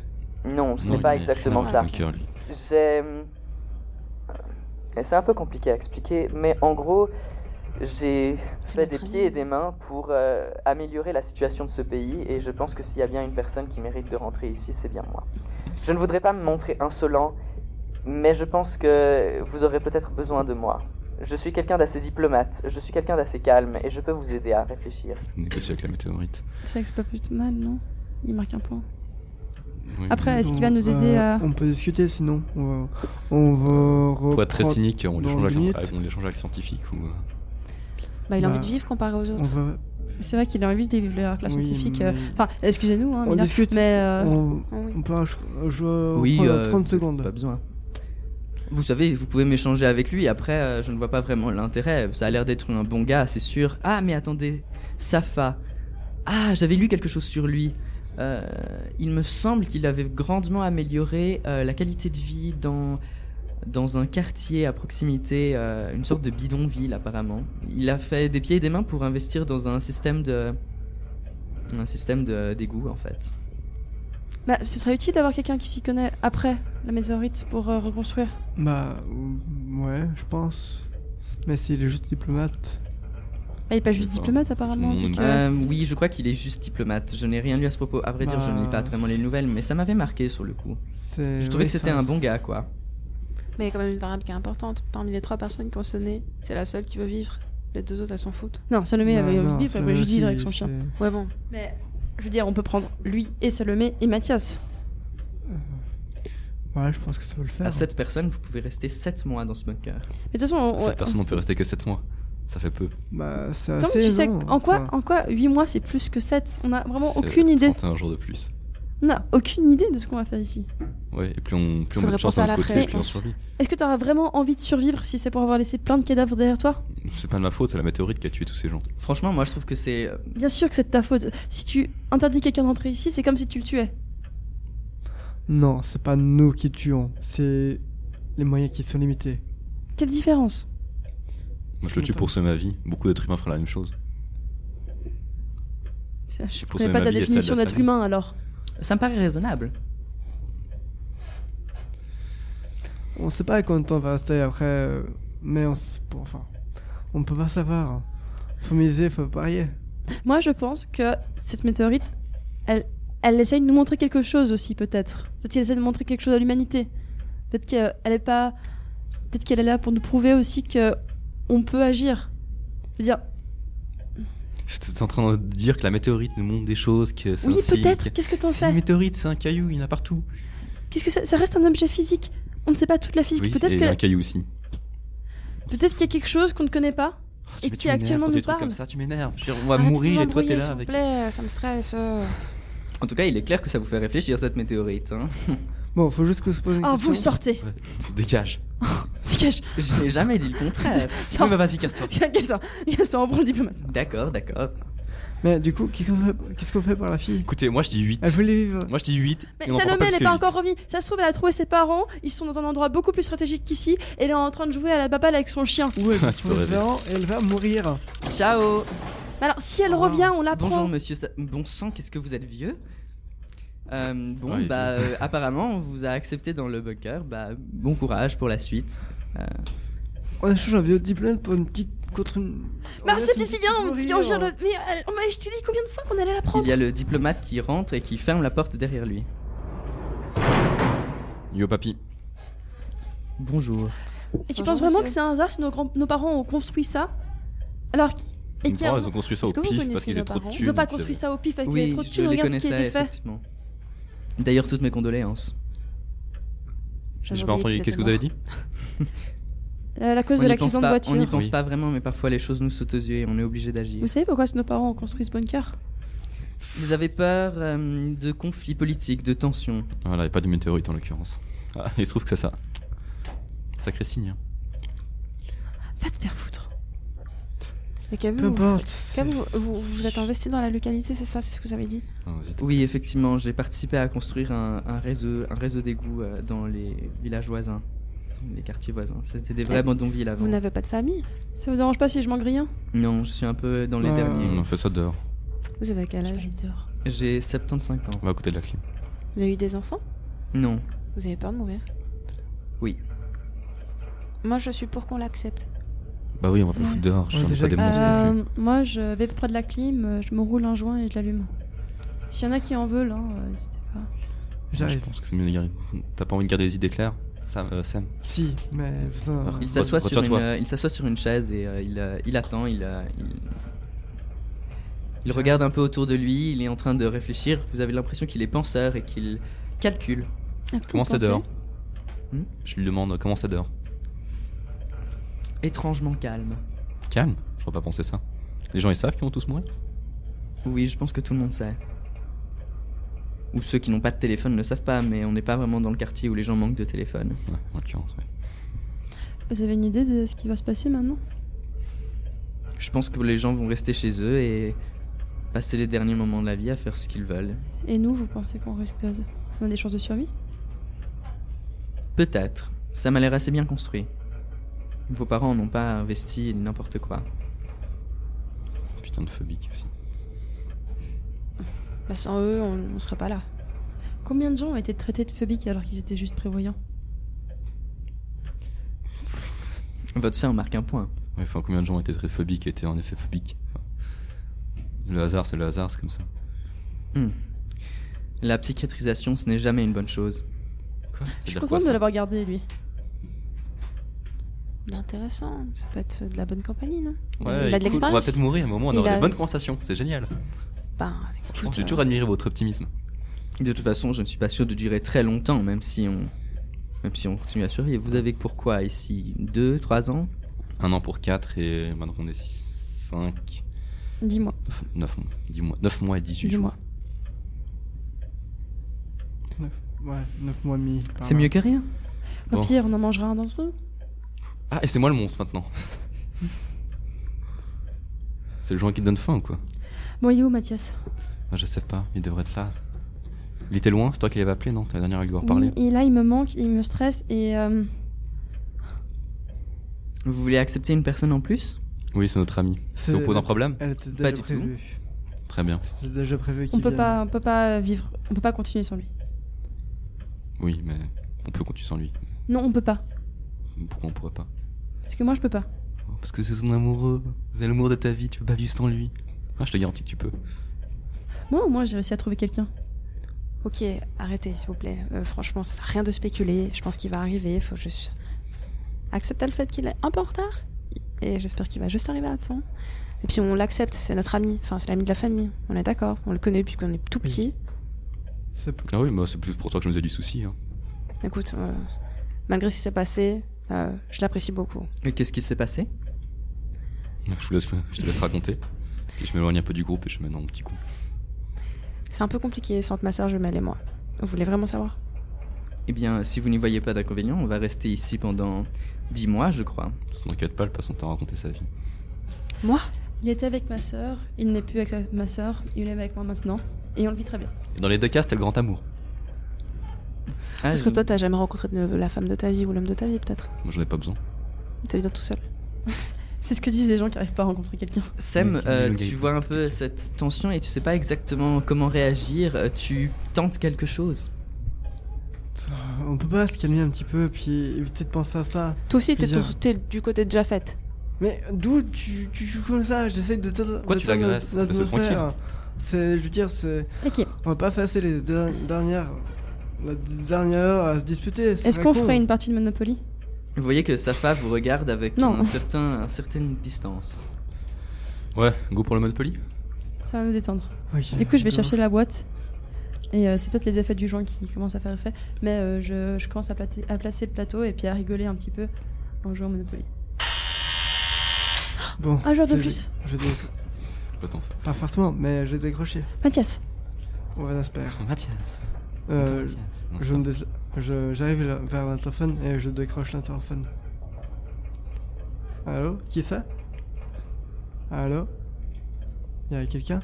Speaker 6: Non, ce
Speaker 3: Non,
Speaker 6: n'est pas
Speaker 3: il est-
Speaker 6: exactement
Speaker 3: il est
Speaker 6: ça.
Speaker 3: bunker, lui.
Speaker 6: J'ai. Et C'est un peu compliqué à expliquer, mais en gros, j'ai
Speaker 5: C'est
Speaker 6: fait
Speaker 5: notre
Speaker 6: des
Speaker 5: ami.
Speaker 6: pieds et des mains pour euh, améliorer la situation de ce pays, et je pense que s'il y a bien une personne qui mérite de rentrer ici, c'est bien moi. Je ne voudrais pas me montrer insolent, mais je pense que vous aurez peut-être besoin de moi. Je suis quelqu'un d'assez diplomate, je suis quelqu'un d'assez calme, et je peux vous aider à réfléchir.
Speaker 3: Négocier avec la météorite.
Speaker 4: C'est vrai que c'est pas plus mal, non Il marque un point.
Speaker 3: Oui.
Speaker 4: Après, Ah, est-ce qu'il va
Speaker 2: Bon,
Speaker 4: nous aider
Speaker 2: euh,
Speaker 4: à.
Speaker 2: On peut discuter sinon. On va. On va
Speaker 3: Pour être très
Speaker 2: reprendre-
Speaker 3: cynique, on
Speaker 2: dans
Speaker 3: l'échange avec,
Speaker 2: minutes.
Speaker 3: avec- on l'échange avec le scientifique ou. euh,
Speaker 5: Bah, il a
Speaker 2: Bah,
Speaker 5: envie de vivre comparé aux
Speaker 2: On
Speaker 5: autres.
Speaker 2: va,
Speaker 4: C'est vrai qu'il a envie de vivre alors que la
Speaker 2: Oui,
Speaker 4: scientifique.
Speaker 2: mais-
Speaker 4: euh, Enfin, excusez-nous, hein,
Speaker 2: On
Speaker 4: mais là-
Speaker 2: discute.
Speaker 4: mais euh,
Speaker 2: on,
Speaker 5: Ah oui.
Speaker 2: on peut aj- je-
Speaker 1: Oui,
Speaker 2: prendre
Speaker 1: euh,
Speaker 2: 30
Speaker 1: Pas
Speaker 2: secondes.
Speaker 1: besoin. Vous savez, vous pouvez m'échanger avec lui. Après, euh, je ne vois pas vraiment l'intérêt. Ça a l'air d'être un bon gars, c'est sûr. Ah, mais attendez, Safa. Ah, j'avais lu quelque chose sur lui. Euh, il me semble qu'il avait grandement amélioré euh, la qualité de vie dans dans un quartier à proximité, euh, une sorte de bidonville apparemment. Il a fait des pieds et des mains pour investir dans un système de un système de d'égout en fait.
Speaker 4: bah, ce serait utile d'avoir quelqu'un qui s'y connaît après la météorite pour euh, reconstruire.
Speaker 2: Bah, ou- ouais, je pense. Mais s'il est juste diplomate.
Speaker 4: Bah, il est pas juste
Speaker 3: D'accord.
Speaker 4: diplomate apparemment.
Speaker 3: Tout le monde
Speaker 4: donc,
Speaker 3: est-
Speaker 4: euh,
Speaker 1: Euh, oui, je crois qu'il est juste diplomate. Je n'ai rien lu à ce propos. À vrai dire, je ne lis pas
Speaker 2: Bah.
Speaker 1: vraiment les nouvelles, mais ça m'avait marqué sur le coup.
Speaker 2: c'est-
Speaker 1: Je trouvais
Speaker 2: oui,
Speaker 1: que c'était
Speaker 2: ça-
Speaker 1: un bon gars, quoi.
Speaker 5: Mais il y a quand même une variable qui est importante. Parmi les trois personnes qui ont sonné, c'est la seule qui veut vivre. Les deux autres, elles s'en foutent.
Speaker 4: Non, Salomé
Speaker 2: Bah,
Speaker 4: avait envie
Speaker 2: non,
Speaker 4: de vivre, elle
Speaker 2: Salomé
Speaker 4: voulait juste vivre avec
Speaker 2: aussi,
Speaker 4: son chien.
Speaker 2: c'est-
Speaker 5: Ouais, bon.
Speaker 4: Mais je veux dire, on peut prendre lui et Salomé et Mathias.
Speaker 2: Ouais, je pense que ça peut le faire.
Speaker 1: À cette personne, vous pouvez rester 7 mois dans ce bunker.
Speaker 4: Mais de toute façon, on- on-
Speaker 3: Cette personne, on peut rester que 7 mois. Ça fait peu.
Speaker 2: Bah, c'est
Speaker 4: comment
Speaker 2: assez
Speaker 4: tu sais
Speaker 2: long,
Speaker 4: en quoi,
Speaker 2: enfin.
Speaker 4: en quoi 8 mois c'est plus que 7 On a vraiment
Speaker 3: C'est
Speaker 4: aucune idée.
Speaker 3: 31 jours de plus.
Speaker 4: On a aucune idée de ce qu'on va faire ici.
Speaker 3: Ouais, et plus on, plus on a
Speaker 5: Faudrait
Speaker 3: de chance
Speaker 5: penser à
Speaker 3: d'un
Speaker 5: l'après,
Speaker 3: côté,
Speaker 5: je
Speaker 3: plus on
Speaker 5: pense.
Speaker 3: survit.
Speaker 4: Est-ce que t'auras vraiment envie de survivre si c'est pour avoir laissé plein de cadavres derrière toi
Speaker 3: C'est pas de ma faute, c'est la météorite qui a tué tous ces gens.
Speaker 1: Franchement, moi, je trouve que c'est. euh,
Speaker 4: Bien sûr que c'est de ta faute. Si tu interdis quelqu'un d'entrer ici, c'est comme si tu le tuais.
Speaker 2: Non, c'est pas nous qui tuons, c'est les moyens qui sont limités.
Speaker 4: Quelle différence
Speaker 3: Moi, je le tue pour sauver ma vie. Beaucoup d'êtres humains feraient la même chose.
Speaker 4: Je
Speaker 3: pour sauver
Speaker 4: connais pas
Speaker 3: ma
Speaker 4: ta
Speaker 3: vie et celle de la
Speaker 4: définition d'être
Speaker 3: famille.
Speaker 4: humain alors.
Speaker 1: Ça me paraît raisonnable.
Speaker 2: On sait pas combien de temps on va rester après, euh, mais on, s- bon, enfin, on peut pas savoir. hein. Faut miser, faut parier.
Speaker 4: Moi, je pense que cette météorite, elle, elle essaye de nous montrer quelque chose aussi, peut-être. Peut-être qu'elle essaye de montrer quelque chose à l'humanité. Peut-être qu'elle est pas. Peut-être qu'elle est là pour nous prouver aussi que on peut agir. Je veux dire,
Speaker 3: T'es en train de dire que la météorite nous montre des choses, que c'est
Speaker 4: oui,
Speaker 3: un signe,
Speaker 4: peut-être.
Speaker 3: que-
Speaker 4: Qu'est-ce que t'en
Speaker 3: C'est une
Speaker 4: sais
Speaker 3: météorite, c'est un caillou, il y en a partout.
Speaker 4: Qu'est-ce que ça, ça reste un objet physique On ne sait pas toute la physique.
Speaker 3: Oui,
Speaker 4: peut-être
Speaker 3: et un
Speaker 4: que
Speaker 3: caillou aussi.
Speaker 4: peut-être qu'il y a quelque chose qu'on ne connaît pas.
Speaker 3: Oh,
Speaker 4: Et
Speaker 3: mais
Speaker 4: qui
Speaker 3: m'énerves
Speaker 4: actuellement
Speaker 3: pour des
Speaker 4: nous
Speaker 3: trucs
Speaker 4: parle.
Speaker 3: comme ça, tu m'énerves. Je veux dire, On va
Speaker 5: Arrêtez de
Speaker 3: mourir
Speaker 5: vous
Speaker 3: et toi t'es
Speaker 5: embrouiller,
Speaker 3: là
Speaker 5: s'il vous
Speaker 3: avec.
Speaker 5: plaît, ça me stresse. euh.
Speaker 1: En tout cas, il est clair que ça vous fait réfléchir, cette météorite. Hein.
Speaker 2: Bon, faut juste que se pose une
Speaker 4: Ah,
Speaker 2: question.
Speaker 4: vous sortez
Speaker 3: Dégage.
Speaker 4: Dégage
Speaker 1: Je n'ai jamais dit le contraire.
Speaker 4: Sors.
Speaker 3: Oui, bah, vas-y, casse-toi.
Speaker 4: Gaston, Gaston, on prend le diplomate.
Speaker 1: D'accord, d'accord.
Speaker 2: Mais du coup, qu'est-ce qu'on fait- qu'est-ce qu'on fait par la fille
Speaker 3: Écoutez, moi je dis 8.
Speaker 2: Elle veut les vivre.
Speaker 3: Moi je dis 8.
Speaker 4: Ah, Mais Salomé, elle n'est pas encore revenue. Ça se trouve, elle a trouvé ses parents. Ils sont dans un endroit beaucoup plus stratégique qu'ici. Et elle est en train de jouer à la babale avec son chien.
Speaker 2: Ou elle va
Speaker 3: Ah, Tu peux rêver.
Speaker 2: et elle va mourir.
Speaker 1: Ciao
Speaker 4: Mais Alors, si elle
Speaker 2: Ah.
Speaker 4: revient, on la
Speaker 1: Bonjour
Speaker 4: prend.
Speaker 1: monsieur, Sa- bon sang, qu'est-ce que vous êtes vieux Euh, bon,
Speaker 3: Ouais, il est
Speaker 1: bah euh, apparemment on vous a accepté dans le bunker, bah bon courage pour la suite.
Speaker 2: On échange un vieux diplôme pour une petite. contre une.
Speaker 4: Mais alors,
Speaker 2: Ouais,
Speaker 4: cette
Speaker 2: c'est une
Speaker 4: petite fille, hein, on
Speaker 2: mourir.
Speaker 4: vient en gire le. Mais elle- on m'a- je t'ai dit combien de fois qu'on allait la prendre
Speaker 1: Il y a le diplomate qui rentre et qui ferme la porte derrière lui.
Speaker 3: Yo papy.
Speaker 1: Bonjour.
Speaker 4: Et tu
Speaker 5: Bonjour,
Speaker 4: penses vraiment
Speaker 5: monsieur.
Speaker 4: que c'est un hasard si nos, grands- nos parents ont construit ça Alors qu'- et qu'il y a-
Speaker 3: Ils ont construit ça au
Speaker 5: Est-ce que vous
Speaker 3: pif
Speaker 5: connaissez
Speaker 3: parce qu'ils
Speaker 5: nos
Speaker 3: étaient trop de
Speaker 5: parents
Speaker 3: thunes.
Speaker 4: Ils ont pas
Speaker 3: et qu'ils
Speaker 4: construit
Speaker 3: avaient-
Speaker 4: ça au pif avec
Speaker 1: Oui,
Speaker 4: des Ah, trop de
Speaker 1: je
Speaker 4: thunes.
Speaker 1: les
Speaker 4: Regarde ce qui a
Speaker 1: connaissais
Speaker 4: été fait.
Speaker 1: effectivement. D'ailleurs toutes mes condoléances.
Speaker 3: J'ai pas entendu, qu'est-ce que vous avez dit
Speaker 4: Euh, la cause
Speaker 1: On
Speaker 4: de
Speaker 1: n'y
Speaker 4: l'accident
Speaker 1: pense
Speaker 4: de
Speaker 1: pas-
Speaker 4: voiture.
Speaker 1: On n'y pense
Speaker 3: Oui.
Speaker 1: pas vraiment mais parfois les choses nous sautent aux yeux et on est obligé d'agir.
Speaker 4: Vous savez pourquoi nos parents ont construit ce bunker
Speaker 1: Ils avaient peur euh, de conflits politiques, de tensions.
Speaker 3: Voilà, et pas de météorite en l'occurrence. Ah, il se trouve que c'est ça. Sacré signe. hein.
Speaker 4: Va te faire foutre.
Speaker 5: Et Camus,
Speaker 2: Peu
Speaker 5: vous-
Speaker 2: importe.
Speaker 5: Camus, vous,
Speaker 2: c'est-
Speaker 5: vous, vous êtes investi dans la localité, c'est ça, c'est ce que vous avez dit
Speaker 3: Ah, zut.
Speaker 1: Oui, effectivement, j'ai participé à construire un, un réseau, un réseau d'égouts euh, dans les villages voisins, dans les quartiers voisins. C'était
Speaker 4: Euh,
Speaker 1: des vrais
Speaker 5: Eh,
Speaker 1: abandonvilles avant.
Speaker 5: Vous n'avez pas de famille
Speaker 4: Ça vous dérange pas si je m'en grille un
Speaker 1: Non, je suis un peu dans les
Speaker 2: Ouais.
Speaker 1: derniers.
Speaker 3: On fait ça dehors.
Speaker 5: Vous avez quel âge
Speaker 1: J'ai 75 ans.
Speaker 3: On va à côté de la clim.
Speaker 5: Vous avez eu des enfants
Speaker 1: Non,
Speaker 5: Vous avez peur de mourir
Speaker 1: Oui.
Speaker 5: Moi, je suis pour qu'on l'accepte.
Speaker 3: Bah oui, on va pas le
Speaker 4: Ouais.
Speaker 3: foutre dehors.
Speaker 2: On
Speaker 3: Je
Speaker 2: est
Speaker 3: suis pas
Speaker 2: déjà
Speaker 3: des
Speaker 2: avec-
Speaker 3: monstres non plus.
Speaker 4: Euh, moi, je vais près de la clim, euh, je me roule un joint et je l'allume. S'il y en a qui en veulent, hein, euh, n'hésitez pas.
Speaker 3: Je
Speaker 2: J'arrive.
Speaker 3: pense que c'est mieux de garder. T'as pas envie de garder les idées claires Sam, euh, Sam.
Speaker 2: Si, mais. putain,
Speaker 3: Alors,
Speaker 1: il s'assoit sur, une,
Speaker 3: Retiens-toi.
Speaker 1: euh, il s'assoit sur une chaise et euh, il, euh, il attend. Il, euh, il, il regarde un peu autour de lui. Il est en train de réfléchir. Vous avez l'impression qu'il est penseur et qu'il calcule.
Speaker 3: Comment c'est dehors
Speaker 1: Hmm
Speaker 3: Je lui demande comment c'est dehors.
Speaker 1: Étrangement calme.
Speaker 3: Calme. Je crois pas penser ça. Les gens, ils savent qu'ils vont tous mourir
Speaker 1: Oui, je pense que tout le monde sait. Ou ceux qui n'ont pas de téléphone ne le savent pas, mais on n'est pas vraiment dans le quartier où les gens manquent de téléphone.
Speaker 3: Ouais, en l'occurrence, ouais.
Speaker 4: Vous avez une idée de ce qui va se passer maintenant
Speaker 1: Je pense que les gens vont rester chez eux et passer les derniers moments de la vie à faire ce qu'ils veulent.
Speaker 4: Et nous, vous pensez qu'on risque de... On a des chances de survie
Speaker 1: Peut-être. Ça m'a l'air assez bien construit. Vos parents n'ont pas investi n'importe quoi.
Speaker 3: Putain de phobique aussi.
Speaker 5: Bah, sans eux, on ne serait pas là.
Speaker 4: Combien de gens ont été traités de phobiques alors qu'ils étaient juste prévoyants
Speaker 1: Votre sœur marque un point.
Speaker 3: Ouais, enfin, combien de gens étaient très phobiques et étaient en effet phobiques Enfin, Le hasard, c'est le hasard, c'est comme ça.
Speaker 1: Hmm. La psychiatrisation, ce n'est jamais une bonne chose.
Speaker 4: Je suis contente de l'avoir gardé, lui.
Speaker 5: Mais Intéressant, ça peut être de la bonne compagnie, non
Speaker 3: Ouais,
Speaker 5: Il
Speaker 3: écoute, on
Speaker 5: a de
Speaker 3: va
Speaker 5: l'expérience.
Speaker 3: peut-être mourir à un moment, on
Speaker 5: Il
Speaker 3: aura
Speaker 5: a-
Speaker 3: des bonnes conversations, c'est génial.
Speaker 5: Bah,
Speaker 3: Franchement,
Speaker 5: écoute,
Speaker 3: J'ai
Speaker 5: euh,
Speaker 3: toujours admiré votre optimisme.
Speaker 1: De toute façon, je ne suis pas sûr de durer très longtemps, même si on, même si on continue à survivre. Vous avez pourquoi ici Deux, trois ans
Speaker 3: Un an pour 4 et maintenant on est 5,
Speaker 4: Dis-moi.
Speaker 3: 9 mois, 10 mois, 9 mois et 18 jours.
Speaker 4: Dis-moi.
Speaker 2: Neuf- ouais, 9 mois et demi. par
Speaker 1: C'est
Speaker 2: là.
Speaker 1: mieux que rien.
Speaker 4: Au
Speaker 3: Bon.
Speaker 4: pire, on en mangera un d'entre eux.
Speaker 3: Ah, et c'est moi le monstre maintenant. c'est le joint qui te donne faim ou quoi
Speaker 4: Bon, il est où, Mathias
Speaker 3: Ah, Je sais pas, il devrait être là. Il était loin, c'est toi qui l'avais appelé, non La dernière, il lui a reparlé.
Speaker 4: Oui, Et là, il me manque, il me stresse et. euh,
Speaker 1: Vous voulez accepter une personne en plus
Speaker 3: Oui, c'est notre ami.
Speaker 2: C'est-
Speaker 3: Ça vous pose un problème
Speaker 2: Elle était déjà
Speaker 1: du tout.
Speaker 2: prévue.
Speaker 3: Très bien.
Speaker 2: C'était déjà prévu
Speaker 4: on
Speaker 2: qu'il
Speaker 4: peut
Speaker 2: vienne.
Speaker 4: pas, on peut pas vivre, on peut pas continuer sans lui.
Speaker 3: Oui, mais on peut continuer sans lui.
Speaker 4: Non, on peut pas.
Speaker 3: Pourquoi on pourrait pas
Speaker 4: Parce que moi, je peux pas.
Speaker 3: Parce que c'est son amoureux. C'est l'amour de ta vie, tu peux pas vivre sans lui. Ah, je te garantis que tu peux.
Speaker 4: Moi, au moins, j'ai réussi à trouver quelqu'un.
Speaker 5: Ok, arrêtez, s'il vous plaît. Euh, franchement, ça sert à rien de spéculer. Je pense qu'il va arriver. Il faut juste accepter le fait qu'il est un peu en retard. Et j'espère qu'il va juste arriver à temps. Et puis on l'accepte, c'est notre ami. Enfin, c'est l'ami de la famille. On est d'accord. On le connaît depuis qu'on est tout
Speaker 2: Oui.
Speaker 5: petit.
Speaker 2: C'est p-
Speaker 3: Ah oui, bah, c'est plus pour toi que je me faisais du souci. hein.
Speaker 5: Écoute, euh, malgré ce qui s'est passé, euh, je l'apprécie beaucoup.
Speaker 1: Et Qu'est-ce qui s'est passé
Speaker 3: Ah, Je, vous laisse, je te laisse raconter. Puis je m'éloigne un peu du groupe et je mène un petit coup.
Speaker 5: C'est un peu compliqué sans ma soeur Jumelle et moi. Vous voulez vraiment savoir
Speaker 1: Eh bien, si vous n'y voyez pas d'inconvénient, on va rester ici pendant dix mois, je crois.
Speaker 3: Ça t'inquiète pas, le passant t'a raconté sa vie.
Speaker 4: Il était avec ma sœur, il n'est plus avec ma sœur, il est avec moi maintenant et on le vit très bien.
Speaker 3: Et dans les deux cas, c'était le grand amour.
Speaker 1: Ah,
Speaker 5: Parce que toi, t'as jamais rencontré de- la femme de ta vie ou l'homme de ta vie, peut-être
Speaker 3: Moi, j'en ai pas besoin.
Speaker 5: T'as bien tout seul.
Speaker 4: C'est ce que disent les gens qui arrivent pas à rencontrer quelqu'un.
Speaker 1: Sam,
Speaker 3: Mais-
Speaker 1: euh,
Speaker 3: mais-
Speaker 1: tu vois un peu cette tension et tu sais pas exactement comment réagir. Euh, Tu tentes quelque chose.
Speaker 2: On peut pas se calmer un petit peu, puis éviter de penser à ça.
Speaker 5: Toi aussi, t'es
Speaker 2: Plusieurs.
Speaker 5: t'es du côté de Japheth.
Speaker 2: Mais d'où tu, tu joues comme ça J'essaie de te.
Speaker 3: Pourquoi
Speaker 2: de
Speaker 3: tu
Speaker 2: te-
Speaker 3: l'agresses
Speaker 2: de- de- de
Speaker 3: Laisse-le
Speaker 2: me faire.
Speaker 3: tranquille.
Speaker 2: C'est, je veux dire, c'est,
Speaker 4: Ok.
Speaker 2: on va pas passer les deux- dernières, la dernière heure à se disputer. c'est
Speaker 4: Est-ce
Speaker 2: la
Speaker 4: qu'on
Speaker 2: con. hein.
Speaker 4: ferait une partie de Monopoly
Speaker 1: Vous voyez que Safa vous regarde avec
Speaker 4: Non.
Speaker 1: un certain, un certaine distance.
Speaker 3: Ouais, go pour le mode poli
Speaker 4: Ça va nous détendre.
Speaker 2: Ok.
Speaker 4: Du coup, je vais
Speaker 2: D'accord.
Speaker 4: chercher la boîte. Et euh, c'est peut-être les effets du joint qui commencent à faire effet. Mais euh, je, je commence à, plater- à placer le plateau et puis à rigoler un petit peu en jouant au Monopoly.
Speaker 2: Bon,
Speaker 4: Ah, Un joueur de
Speaker 2: je-
Speaker 4: plus.
Speaker 2: Je dé-
Speaker 3: Pas t'en faire.
Speaker 2: pas forcément, mais je vais décrocher.
Speaker 4: Mathias,
Speaker 2: On va espère.
Speaker 3: Mathias.
Speaker 2: Euh,
Speaker 3: Mathias.
Speaker 2: je me dés- je- j'arrive là- vers l'interphone et je décroche l'interphone. Allô Qui ça Allô Y'a quelqu'un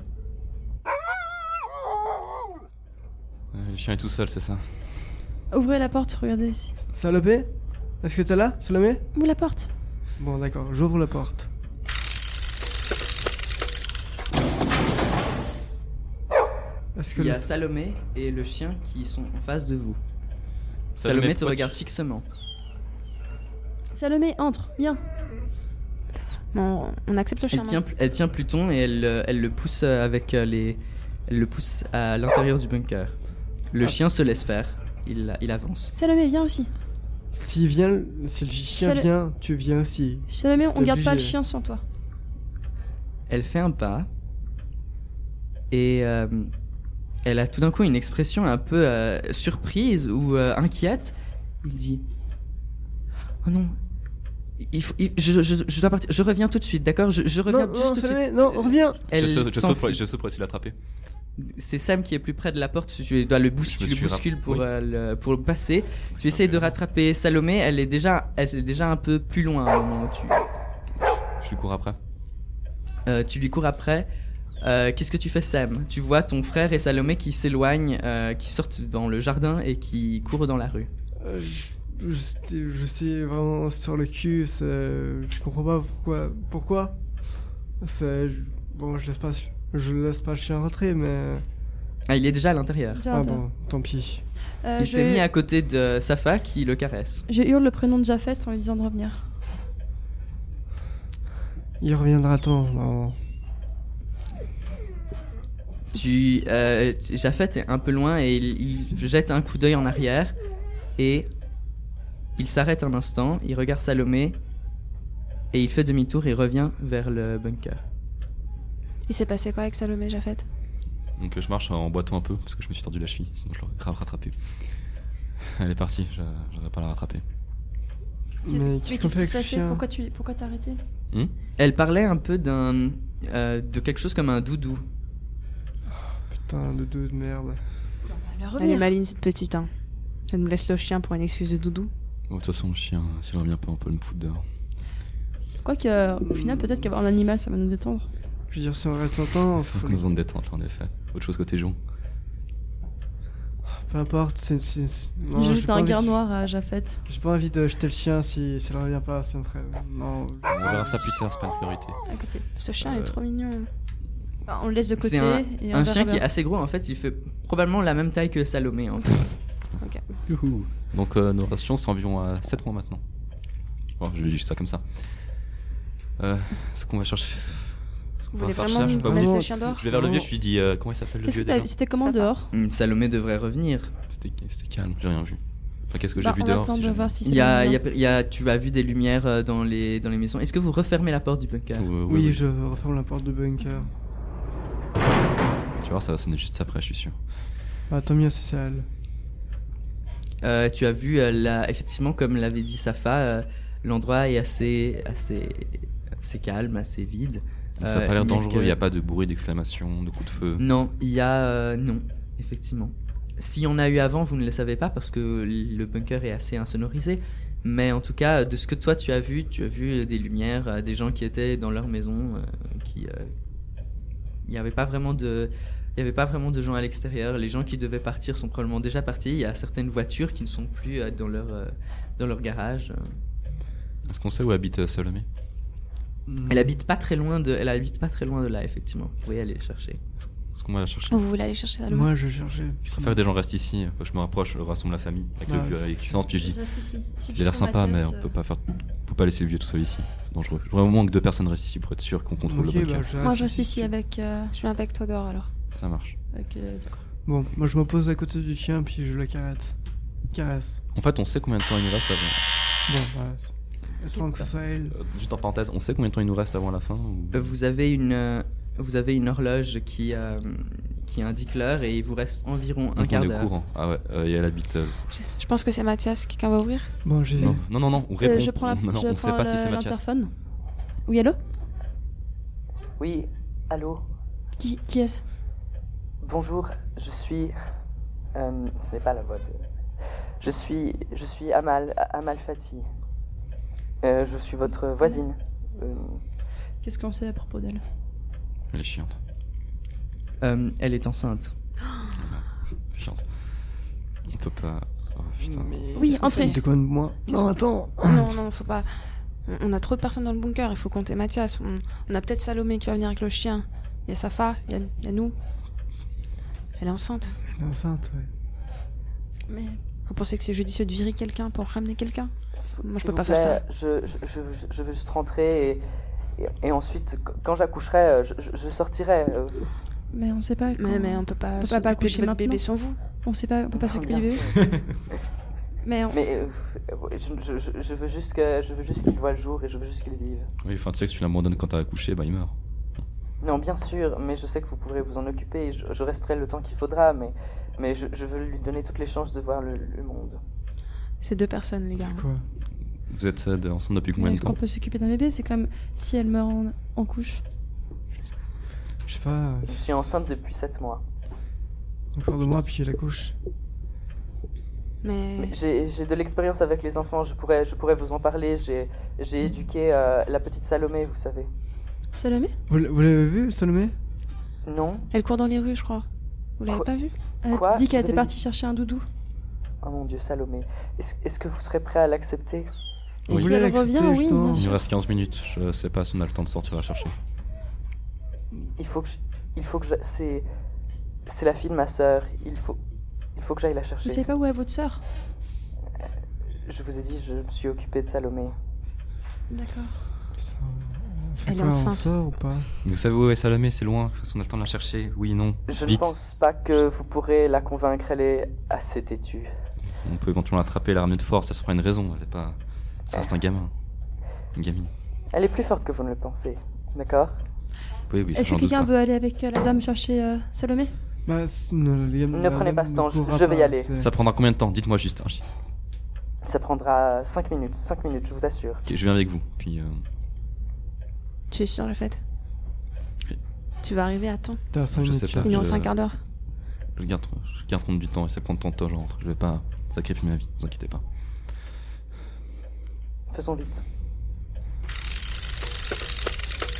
Speaker 3: Euh, Le chien est tout seul, c'est ça.
Speaker 4: ouvrez la porte, regardez ici.
Speaker 2: Salopé Est-ce que t'es là, Salomé
Speaker 4: Ouvre la porte.
Speaker 2: Bon, d'accord, j'ouvre la porte. Est-ce que
Speaker 1: Il y
Speaker 2: le-
Speaker 1: a Salomé et le chien qui sont en face de vous.
Speaker 3: Salomé,
Speaker 1: Salomé te
Speaker 3: pourquoi
Speaker 1: regarde
Speaker 3: tu-
Speaker 1: fixement.
Speaker 4: Salomé, entre, viens.
Speaker 5: Non, on accepte le
Speaker 1: Elle
Speaker 5: chien. non
Speaker 1: tient, pl- elle tient Pluton et elle, euh, elle le pousse euh, avec euh, les, elle le pousse à l'intérieur du bunker.
Speaker 2: Ah.
Speaker 1: Le chien se laisse faire. Il, il avance.
Speaker 4: Salomé, viens aussi.
Speaker 2: si vient, le- si le chien
Speaker 4: Salo-
Speaker 2: vient, tu viens aussi.
Speaker 4: Salomé, on
Speaker 2: T'es
Speaker 4: garde pas le
Speaker 2: obligé.
Speaker 4: chien sans toi.
Speaker 1: Elle fait un pas et euh, elle a tout d'un coup une expression un peu euh, surprise ou euh, inquiète. Il dit Oh non, il faut- il- je, je- je dois partir. Je reviens tout de suite, d'accord je, je reviens
Speaker 2: non,
Speaker 1: juste
Speaker 2: non,
Speaker 1: tout de
Speaker 2: Salomé,
Speaker 1: suite.
Speaker 2: non, reviens
Speaker 1: Elle
Speaker 3: Je saute- je
Speaker 1: s'enfuit.
Speaker 3: saute pour- je saute pour essayer de l'attraper.
Speaker 1: C'est Sam qui est plus près de la porte. Tu dois le, bous-
Speaker 3: Je
Speaker 1: tu
Speaker 3: me
Speaker 1: le
Speaker 3: suis rapp-
Speaker 1: bouscules pour,
Speaker 3: oui.
Speaker 1: euh, le- pour le passer. Tu essayes de
Speaker 3: rappeler.
Speaker 1: rattraper Salomé. Elle est déjà, elle est déjà un peu plus loin au moment où tu,
Speaker 3: Je lui cours après.
Speaker 1: Euh, tu lui cours après. Euh, Qu'est-ce que tu fais, Sam Tu vois ton frère et Salomé qui s'éloignent, euh, qui sortent dans le jardin et qui courent dans la rue.
Speaker 2: Euh, je, je- je suis vraiment sur le cul, c'est- je comprends pas pourquoi. Pourquoi C'est- je- Bon, je laisse pas, je laisse pas le chien rentrer, mais.
Speaker 1: Ah, il est déjà à l'intérieur.
Speaker 2: Ah
Speaker 4: Jardin.
Speaker 2: bon, tant pis.
Speaker 4: Euh,
Speaker 1: Il
Speaker 4: je,
Speaker 1: s'est mis à côté de Safa qui le caresse.
Speaker 4: je hurle le prénom de Jafet en lui disant de revenir.
Speaker 2: Il reviendra temps, normalement.
Speaker 1: Tu, euh, tu- Jaffet est un peu loin et il, il jette un coup d'œil en arrière et il s'arrête un instant. Il regarde Salomé et il fait demi-tour et revient vers le bunker.
Speaker 5: Il s'est passé quoi avec Salomé Jaffet
Speaker 3: Donc euh, je marche en boitant un peu parce que je me suis tordu la cheville, sinon je l'aurais grave rattrapé. Elle est partie, je j'aurais pas la rattraper.
Speaker 2: Mais qu'est-ce qu'on fait avec le chien
Speaker 4: Pourquoi tu pourquoi t'as arrêté
Speaker 1: Elle parlait un peu d'un, euh, de quelque chose comme un doudou.
Speaker 2: Putain, de deux de merde.
Speaker 5: Elle est maligne cette petite. Hein. Elle nous laisse le chien pour une excuse de doudou.
Speaker 3: Bon, de toute façon, le chien, s'il revient pas, on peut le foutre dehors.
Speaker 4: Quoique, euh, au final, peut-être qu'avoir un animal, ça va nous détendre.
Speaker 2: Je veux dire, si on reste longtemps,
Speaker 3: C'est vrai
Speaker 2: faut-
Speaker 3: qu'on a besoin de détente, là, en effet. Autre chose côté Jean.
Speaker 2: peu importe, c'est. c'est- c'est- non,
Speaker 4: J'ai
Speaker 2: j'ai
Speaker 4: juste
Speaker 2: pas
Speaker 4: un
Speaker 2: envie-
Speaker 4: regard noir à Jafet.
Speaker 2: J'ai pas envie de jeter le chien si s'il revient pas, ça me ferait. Non.
Speaker 3: On verra ça plus tard, c'est pas une priorité.
Speaker 4: À côté.
Speaker 5: Ce chien
Speaker 3: Euh,
Speaker 5: est trop mignon.
Speaker 4: Enfin, on le laisse de côté.
Speaker 1: C'est un,
Speaker 4: et on
Speaker 1: un
Speaker 4: verra
Speaker 1: chien qui est
Speaker 4: bien.
Speaker 1: assez gros en fait, il fait probablement la même taille que Salomé en fait.
Speaker 3: Donc euh, nos rations sont environ à 7 mois maintenant. Bon, je vais juste ça comme ça. Euh, ce qu'on va chercher. Ce qu'on
Speaker 5: Vous
Speaker 3: va
Speaker 5: voulez
Speaker 3: chercher,
Speaker 5: vraiment
Speaker 3: je sais pas
Speaker 5: mettre
Speaker 3: vous
Speaker 5: le
Speaker 3: dire.
Speaker 5: chien dehors
Speaker 3: Je vais vers le vieux, je lui dis euh, comment il s'appelle le
Speaker 4: Qu'est-ce
Speaker 3: vieux
Speaker 4: que t'as
Speaker 3: déjà
Speaker 4: vu C'était comment
Speaker 5: Ça va.
Speaker 4: dehors
Speaker 1: Hum, Salomé devrait revenir.
Speaker 3: C'était c'était calme, j'ai rien vu. Enfin, qu'est-ce que j'ai
Speaker 4: Bah,
Speaker 3: vu
Speaker 4: On
Speaker 3: dehors
Speaker 4: attend
Speaker 3: si
Speaker 4: de
Speaker 3: j'ai-
Speaker 4: voir si c'est
Speaker 1: Il y a,
Speaker 4: le
Speaker 1: il y
Speaker 4: même.
Speaker 1: a- il y a- tu as vu des lumières euh, dans les, dans les maisons. Est-ce que vous refermez la porte du bunker
Speaker 3: Ou, euh,
Speaker 2: Oui, je referme la porte de bunker.
Speaker 3: Tu vois, ça va sonner juste après, je suis sûr.
Speaker 2: Ah, tant mieux, c'est sale.
Speaker 1: Euh, Tu as vu, euh, la, effectivement, comme l'avait dit Safa, euh, l'endroit est assez, assez, assez calme, assez vide.
Speaker 3: Donc, ça a
Speaker 1: Euh,
Speaker 3: pas l'air
Speaker 1: il y a
Speaker 3: dangereux,
Speaker 1: que-
Speaker 3: il n'y a pas de bruit d'exclamation, de coups de
Speaker 4: Mm.
Speaker 3: feu.
Speaker 1: Non, il y a... euh, non, effectivement. S'il y en a eu avant, vous ne le savez pas parce que le bunker est assez insonorisé. Mais en tout cas, de ce que toi tu as vu, tu as vu des lumières, euh, des gens qui étaient dans leur maison, euh, qui... euh, Il n'y avait pas vraiment de... Il n'y avait pas vraiment de gens à l'extérieur. Les gens qui devaient partir sont probablement déjà partis. Il y a certaines voitures qui ne sont plus euh, dans leur, euh, dans leur garage.
Speaker 3: Est-ce qu'on sait où habite euh, Salomé Mm.
Speaker 1: Elle habite pas très loin de, elle habite pas très loin de là, effectivement. Vous pouvez aller chercher.
Speaker 3: Est-ce qu'on va la
Speaker 4: Oh.
Speaker 3: chercher
Speaker 5: Vous voulez aller chercher Salomé
Speaker 2: Moi, je cherchais.
Speaker 3: Je préfère que des gens restent ici. Moi, Je me rapproche, je rassemble la famille avec
Speaker 2: Ouais,
Speaker 3: le vieux,
Speaker 2: c'est-
Speaker 3: avec Clémence, puis je dis
Speaker 4: Reste ici. Si tu
Speaker 3: J'ai l'air
Speaker 4: trouves
Speaker 3: sympa, mais
Speaker 4: Mathias,
Speaker 3: on
Speaker 4: euh,
Speaker 3: peut pas faire, on peut pas laisser le vieux tout seul ici. C'est dangereux. Je voudrais au moins que deux personnes restent ici pour être sûr qu'on contrôle
Speaker 2: Ok,
Speaker 3: le bunker.
Speaker 2: bah, je
Speaker 4: Moi,
Speaker 2: reste
Speaker 4: je reste ici avec. euh,
Speaker 5: Je viens avec toi dehors alors.
Speaker 3: Ça marche.
Speaker 4: avec, euh, d'accord.
Speaker 2: Bon, moi je me pose à côté du chien puis je le caresse. Caresse.
Speaker 3: En fait, on sait combien de temps il nous reste avant.
Speaker 2: Bon, bah, espérons que ce soit elle.
Speaker 3: Euh, juste en parenthèse, on sait combien de temps il nous reste avant la fin ou-
Speaker 1: Euh, Vous avez une, euh, vous avez une horloge qui, euh, qui indique l'heure et il vous reste environ un
Speaker 3: Donc,
Speaker 1: quart
Speaker 3: on est au
Speaker 1: d'heure.
Speaker 3: courant. Ah ouais, euh, et elle habite. euh,
Speaker 5: Je, je pense que c'est Mathias. Quelqu'un va ouvrir
Speaker 2: Bon, j'ai.
Speaker 3: Non, non, non, non, on
Speaker 4: Euh,
Speaker 3: répond.
Speaker 4: je prends la-
Speaker 3: Non, non,
Speaker 4: je
Speaker 3: on sait
Speaker 4: prends
Speaker 3: pas si
Speaker 4: le-
Speaker 3: c'est Mathias.
Speaker 4: l'interphone. Oui, allô
Speaker 6: Oui, allô
Speaker 4: Qui, qui est-ce
Speaker 6: Bonjour, je suis. euh, ce n'est pas la voix de. Je suis. Je suis Amal. Amal Fati. Euh, je suis votre voisine. Euh,
Speaker 4: Qu'est-ce qu'on sait à propos d'elle
Speaker 3: Elle est chiante.
Speaker 1: Euh, elle est enceinte.
Speaker 3: Chiante. On peut pas. Oh putain.
Speaker 2: Mais-
Speaker 4: Oui,
Speaker 2: Qu'est-ce qu'on
Speaker 4: entrez.
Speaker 2: fait De quoi de moi
Speaker 5: Qu'est-ce
Speaker 2: Non, attends.
Speaker 5: Non, non, faut pas. On- On a trop de personnes dans le bunker. Il faut compter Mathias. On, on a peut-être Salomé qui va venir avec le chien. Il y a Safa. Il y a, il y a nous. Elle est enceinte.
Speaker 2: Elle est enceinte, ouais.
Speaker 4: Mais
Speaker 5: Vous pensez que c'est judicieux de virer quelqu'un pour ramener quelqu'un Moi, je
Speaker 6: s'il
Speaker 5: peux
Speaker 6: vous
Speaker 5: pas faire ça.
Speaker 6: plaît, Je, je, je- je veux juste rentrer et. et- et ensuite, qu- quand j'accoucherai, euh, je, je- je sortirai. euh,
Speaker 4: mais on sait pas.
Speaker 5: Mais,
Speaker 4: quand-
Speaker 5: mais on peut pas
Speaker 4: peut
Speaker 5: s'occuper
Speaker 4: pas
Speaker 5: de
Speaker 4: accoucher
Speaker 5: votre
Speaker 4: maintenant.
Speaker 5: bébé sans vous.
Speaker 4: on sait pas, on peut pas s'occuper
Speaker 6: bien
Speaker 4: du bébé.
Speaker 6: sûr.
Speaker 4: Mais on-
Speaker 6: Mais euh, je, je- je- je veux juste que je veux juste qu'il voit le jour et je veux juste qu'il vive.
Speaker 3: Oui, enfin, tu sais que si tu l'abandonnes quand t'as accouché, bah il meurt.
Speaker 6: Non, bien sûr, mais je sais que vous pourrez vous en occuper. et Je, je resterai le temps qu'il faudra, mais mais je, je veux lui donner toutes les chances de voir le, le monde.
Speaker 5: Ah. C'est deux personnes, les gars.
Speaker 2: Quoi
Speaker 3: Vous êtes euh, de- ensemble depuis
Speaker 4: Mais
Speaker 3: combien de
Speaker 4: Est-ce qu'on
Speaker 3: temps
Speaker 4: peut s'occuper d'un bébé C'est comme si elle meurt en, en couche.
Speaker 2: Je sais pas.
Speaker 6: Je suis enceinte depuis 7 mois.
Speaker 2: Encore deux mois, puis la couche.
Speaker 5: Mais
Speaker 6: Mais J'ai j'ai de l'expérience avec les enfants, je pourrais, je pourrais vous en parler. J'ai j'ai éduqué euh, la petite Salomé, vous savez.
Speaker 4: Salomé
Speaker 2: Vous l- vous l'avez vu, Salomé
Speaker 6: Non
Speaker 5: elle court dans les rues, je crois. Vous l'avez
Speaker 6: Quoi
Speaker 5: pas vue
Speaker 4: Elle
Speaker 6: Quoi
Speaker 4: Euh, dit qu'elle
Speaker 6: Vous
Speaker 4: était
Speaker 6: avez-
Speaker 4: partie chercher un doudou.
Speaker 6: Oh mon dieu, Salomé. Est-ce est-ce que vous serez prêt à l'accepter
Speaker 4: Et
Speaker 2: Oui.
Speaker 4: Si
Speaker 2: Vous
Speaker 4: elle
Speaker 2: voulez
Speaker 4: revient,
Speaker 2: l'accepter,
Speaker 4: oui,
Speaker 2: justement.
Speaker 4: bien
Speaker 3: Il
Speaker 4: sûr.
Speaker 3: nous reste 15 minutes. Je sais pas si on a le temps de sortir la chercher.
Speaker 6: Il faut que je- Il faut que je... C'est... C'est la fille de ma sœur. Il faut... Il faut que j'aille la
Speaker 4: Vous
Speaker 6: chercher.
Speaker 4: savez pas où est votre sœur
Speaker 6: Je vous ai dit, je me suis occupé de Salomé.
Speaker 4: D'accord.
Speaker 2: Ça,
Speaker 3: euh,
Speaker 2: on fait
Speaker 5: Elle est
Speaker 2: quoi, On
Speaker 5: enceinte.
Speaker 2: sort ou pas
Speaker 3: Vous savez où est Salomé C'est loin. Est-ce qu'on a le temps de la chercher Oui, non.
Speaker 6: Je
Speaker 3: Vite.
Speaker 6: ne pense pas que vous pourrez la convaincre, elle est assez têtue.
Speaker 3: On peut éventuellement l'attraper, la ramener de force. Ça se fera une raison. Elle est pas. Ça reste un gamin. Une gamine.
Speaker 6: Elle est plus forte que vous ne le pensez, d'accord
Speaker 3: Oui, oui. ça,
Speaker 4: Est-ce
Speaker 3: j'en
Speaker 4: que
Speaker 3: doute
Speaker 4: quelqu'un
Speaker 3: pas.
Speaker 2: hein.
Speaker 4: veut aller avec euh, la dame chercher euh, Salomé
Speaker 2: Bah, si, ne, les gamins-
Speaker 6: Ne
Speaker 2: la
Speaker 6: prenez
Speaker 2: dame
Speaker 6: pas ce
Speaker 2: ne
Speaker 6: temps, je-
Speaker 2: courra
Speaker 6: je vais y
Speaker 2: pas,
Speaker 6: aller.
Speaker 2: c'est-
Speaker 3: Ça prendra combien de temps Dites-moi juste. Ah, je-
Speaker 6: Ça prendra 5 minutes, 5 minutes, je vous assure.
Speaker 3: ok, je viens avec vous. Puis. euh,
Speaker 5: Tu es sûr, le fait
Speaker 3: Oui.
Speaker 5: Tu vas arriver à temps.
Speaker 2: T'as cinq
Speaker 3: Je
Speaker 2: minutes,
Speaker 3: sais pas.
Speaker 5: Il est en
Speaker 3: Je-
Speaker 5: 5 quarts d'heure.
Speaker 3: Je garde, je garde compte du temps et ça prend tant de temps, je rentre. Je vais pas sacrifier ma vie, ne vous inquiétez pas.
Speaker 6: Faisons vite.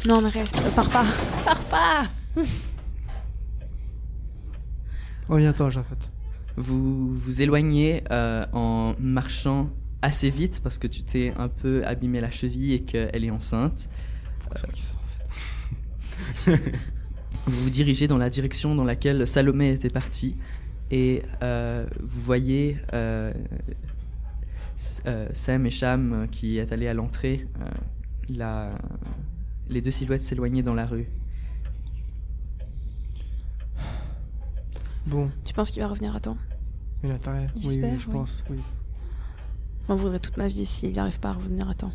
Speaker 5: Non, mais reste. Euh, pars pas. Pars pas
Speaker 2: Reviens-toi, Jafet.
Speaker 1: Vous vous éloignez euh, en marchant assez vite parce que tu t'es un peu abîmé la cheville et qu'elle est enceinte. Euh,
Speaker 3: C'est moi qui sors.
Speaker 1: Vous vous dirigez dans la direction dans laquelle Salomé était partie et euh, vous voyez euh, S- euh, Sam et Cham euh, qui est allé à l'entrée, euh, la- les deux silhouettes s'éloigner dans la rue.
Speaker 2: Bon,
Speaker 5: Tu penses qu'il va revenir à temps
Speaker 2: il a taré. Oui, Oui,
Speaker 4: J'espère,
Speaker 2: je
Speaker 4: oui.
Speaker 2: pense, oui.
Speaker 5: Moi, je voudrais toute ma vie s'il n'arrive pas à revenir à temps.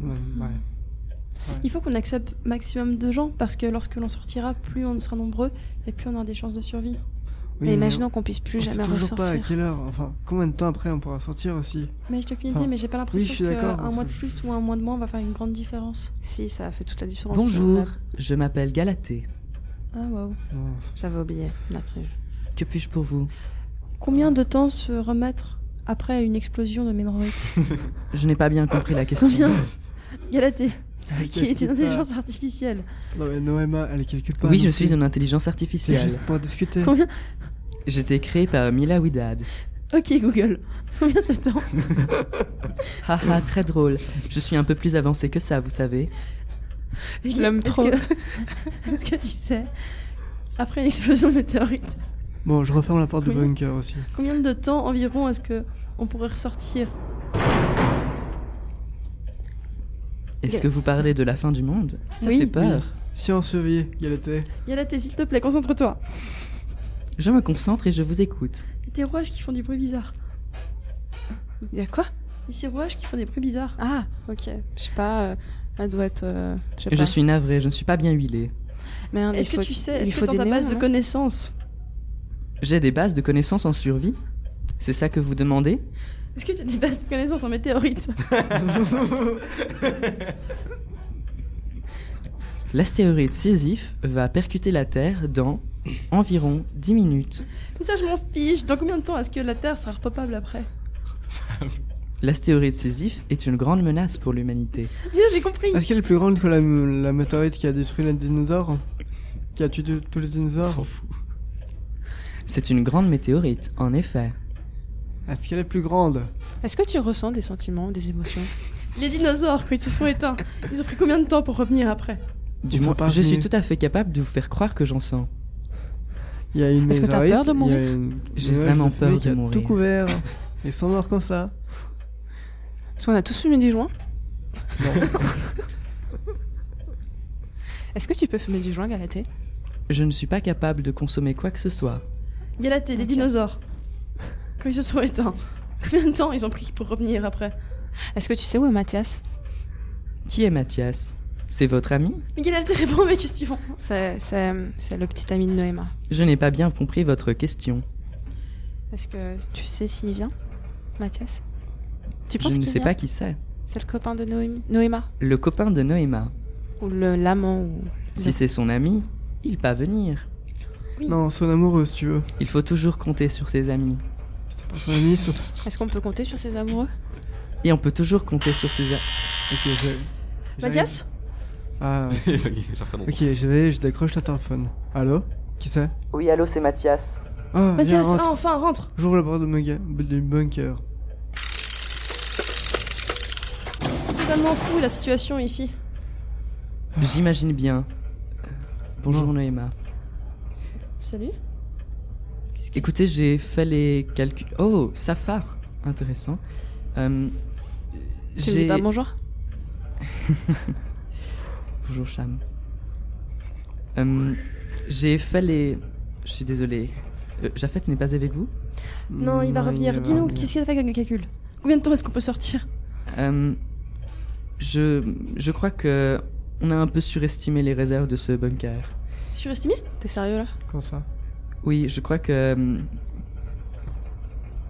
Speaker 2: Ouais, ouais.
Speaker 4: Il faut qu'on accepte maximum de gens parce que lorsque l'on sortira, plus on sera nombreux et plus on aura des chances de survie.
Speaker 2: Oui,
Speaker 5: mais imaginons qu'on puisse plus
Speaker 2: on sait
Speaker 5: jamais
Speaker 2: toujours
Speaker 5: ressortir.
Speaker 2: pas à quelle heure, enfin, combien de temps après on pourra sortir aussi
Speaker 4: Mais je t'ai aucune idée,
Speaker 2: Ah.
Speaker 4: mais j'ai
Speaker 2: Oui,
Speaker 4: pas
Speaker 2: je
Speaker 4: l'impression
Speaker 2: suis
Speaker 4: que
Speaker 2: d'accord.
Speaker 4: qu'un mois de plus ou un mois de moins va faire une grande différence.
Speaker 5: Si, ça fait toute la différence.
Speaker 1: Bonjour,
Speaker 5: Nat.
Speaker 1: je m'appelle Galatée.
Speaker 4: Ah waouh.
Speaker 2: Non,
Speaker 5: J'avais oublié. Nat,
Speaker 1: Que puis-je pour vous
Speaker 4: Combien de temps se remettre après une explosion de mémoire
Speaker 1: Je n'ai pas bien compris la question.
Speaker 4: Combien Galatée,
Speaker 2: Elle
Speaker 4: qui est
Speaker 2: calcule
Speaker 4: une
Speaker 2: pas.
Speaker 4: intelligence artificielle.
Speaker 2: Non, mais Noéma, elle calcule pas.
Speaker 1: Oui, je
Speaker 2: non plus.
Speaker 1: suis une intelligence
Speaker 2: C'est
Speaker 1: artificielle.
Speaker 2: juste pour discuter.
Speaker 4: Combien
Speaker 1: J'ai été créée par Mila Widad.
Speaker 4: Ok Google, combien de temps
Speaker 1: Haha, très drôle. Je suis un peu plus avancée que ça, vous savez.
Speaker 5: Je l'aime
Speaker 4: Est-ce
Speaker 5: trop.
Speaker 4: que- Est-ce que tu sais, après une explosion de météorite,
Speaker 2: Bon, je referme la porte du
Speaker 4: Combien
Speaker 2: bunker aussi.
Speaker 4: combien de temps environ est-ce que on pourrait ressortir
Speaker 1: Est-ce que vous parlez de la fin du monde Ça
Speaker 4: Oui,
Speaker 1: fait peur.
Speaker 2: Si on surveillait, Galatée.
Speaker 4: Galatée, s'il te plaît, concentre-toi.
Speaker 1: Je me concentre et je vous écoute.
Speaker 4: Et tes rouages qui font du bruit bizarre.
Speaker 5: Il y a quoi
Speaker 4: Et ces rouages qui font des bruits bizarres.
Speaker 5: Ah, ok. Je sais pas. euh, elle doit être. euh, je sais
Speaker 1: Je
Speaker 5: pas.
Speaker 1: suis navré, je ne suis pas bien huilé.
Speaker 5: Merde,
Speaker 4: Est-ce
Speaker 5: il
Speaker 4: que
Speaker 5: faut-
Speaker 4: tu sais,
Speaker 5: il
Speaker 4: est-ce que
Speaker 5: faut
Speaker 4: dans
Speaker 5: des hein.
Speaker 4: ta
Speaker 5: néons,
Speaker 4: base de
Speaker 5: non
Speaker 4: connaissances,
Speaker 1: J'ai des bases de connaissances en survie C'est ça que vous demandez
Speaker 4: est-ce que tu as des bases de connaissances en météorite
Speaker 1: L'astéroïde Sisyphe va percuter la Terre dans environ 10 minutes.
Speaker 4: Mais ça, je m'en fiche. Dans combien de temps est-ce que la Terre sera repopable après
Speaker 1: L'astéroïde Sisyphe est une grande menace pour l'humanité.
Speaker 4: Bien, j'ai compris.
Speaker 2: Est-ce qu'elle est plus grande que la, la météorite qui a détruit les dinosaures Qui a tué tous- tous les dinosaures
Speaker 3: fout.
Speaker 1: C'est une grande météorite, en effet.
Speaker 2: Est-ce qu'elle est plus grande
Speaker 5: Est-ce que tu ressens des sentiments, des émotions
Speaker 4: Les dinosaures, quand ils se sont éteints, ils ont pris combien de temps pour revenir après
Speaker 1: Du
Speaker 2: Ils sont
Speaker 1: moins,
Speaker 2: pas
Speaker 1: je suis
Speaker 2: venus.
Speaker 1: tout à fait capable de vous faire croire que j'en sens.
Speaker 2: Il y a une
Speaker 5: Est-ce que t'as
Speaker 2: météorite,
Speaker 5: peur
Speaker 2: il
Speaker 5: de
Speaker 2: y a
Speaker 5: mourir
Speaker 2: une-
Speaker 1: J'ai
Speaker 2: une nuage
Speaker 1: vraiment
Speaker 2: de
Speaker 1: peur
Speaker 2: fumée
Speaker 1: de
Speaker 2: qui a
Speaker 1: mourir.
Speaker 2: tout couvert. Ils sont morts comme ça.
Speaker 5: Est-ce qu'on a tous fumé du joint
Speaker 2: Non.
Speaker 5: Est-ce que tu peux fumer du joint, Galatée
Speaker 1: Je ne suis pas capable de consommer quoi que ce soit.
Speaker 4: Galatée, les
Speaker 5: Ok.
Speaker 4: dinosaures, quand ils se sont éteints, combien de temps ils ont pris pour revenir après
Speaker 5: Est-ce que tu sais où est Mathias
Speaker 1: Qui est Mathias C'est votre ami
Speaker 4: Mais Galatée, réponds à mes questions.
Speaker 5: C'est c'est- c'est le petit ami de Noéma.
Speaker 1: Je n'ai pas bien compris votre question.
Speaker 5: Est-ce que tu sais s'il vient Mathias Tu
Speaker 1: Je
Speaker 5: penses
Speaker 1: ne
Speaker 5: qu'il
Speaker 1: sais
Speaker 5: vient
Speaker 1: pas qui c'est.
Speaker 5: C'est le copain de Noémie. Noéma
Speaker 1: Le copain de Noéma.
Speaker 5: Ou le- l'amant ou...
Speaker 1: Si c'est son ami, il va venir.
Speaker 2: Non, son amoureux, si tu veux.
Speaker 1: Il faut toujours compter sur ses amis.
Speaker 2: C'est pas son ami, sauf-
Speaker 5: Est-ce qu'on peut compter sur ses amoureux
Speaker 1: Et on peut toujours compter sur ses amis.
Speaker 2: Ok, j'ai.
Speaker 4: Mathias
Speaker 2: Ah, ok,
Speaker 3: Ok.
Speaker 2: j'avais, je décroche le téléphone. Allô Qui c'est
Speaker 6: Oui, allô, c'est Mathias.
Speaker 2: Ah, viens,
Speaker 4: Mathias,
Speaker 2: rentre.
Speaker 5: oh,
Speaker 4: ah, enfin, rentre
Speaker 2: J'ouvre la porte de bunker- du bunker.
Speaker 4: C'est totalement fou la situation ici.
Speaker 1: J'imagine bien. Euh, Bonjour
Speaker 2: Non.
Speaker 1: Noéma.
Speaker 4: Salut
Speaker 1: Écoutez, j'ai fait les calculs. Oh, Safar, intéressant. Euh,
Speaker 5: Tu lui dis pas bonjour
Speaker 1: Bonjour Cham. Euh, j'ai fait les. Je suis désolé. Euh, Jafet n'est pas avec vous
Speaker 4: Non, il va
Speaker 2: Mmh,
Speaker 4: revenir. Dis-nous, qu'est-ce qu'il a fait avec le calcul Combien de temps est-ce qu'on peut sortir
Speaker 1: Euh, je, je crois que on a un peu surestimé les réserves de ce bunker.
Speaker 4: Surestimé
Speaker 5: T'es sérieux là
Speaker 2: Comment ça
Speaker 1: Oui, je crois que euh,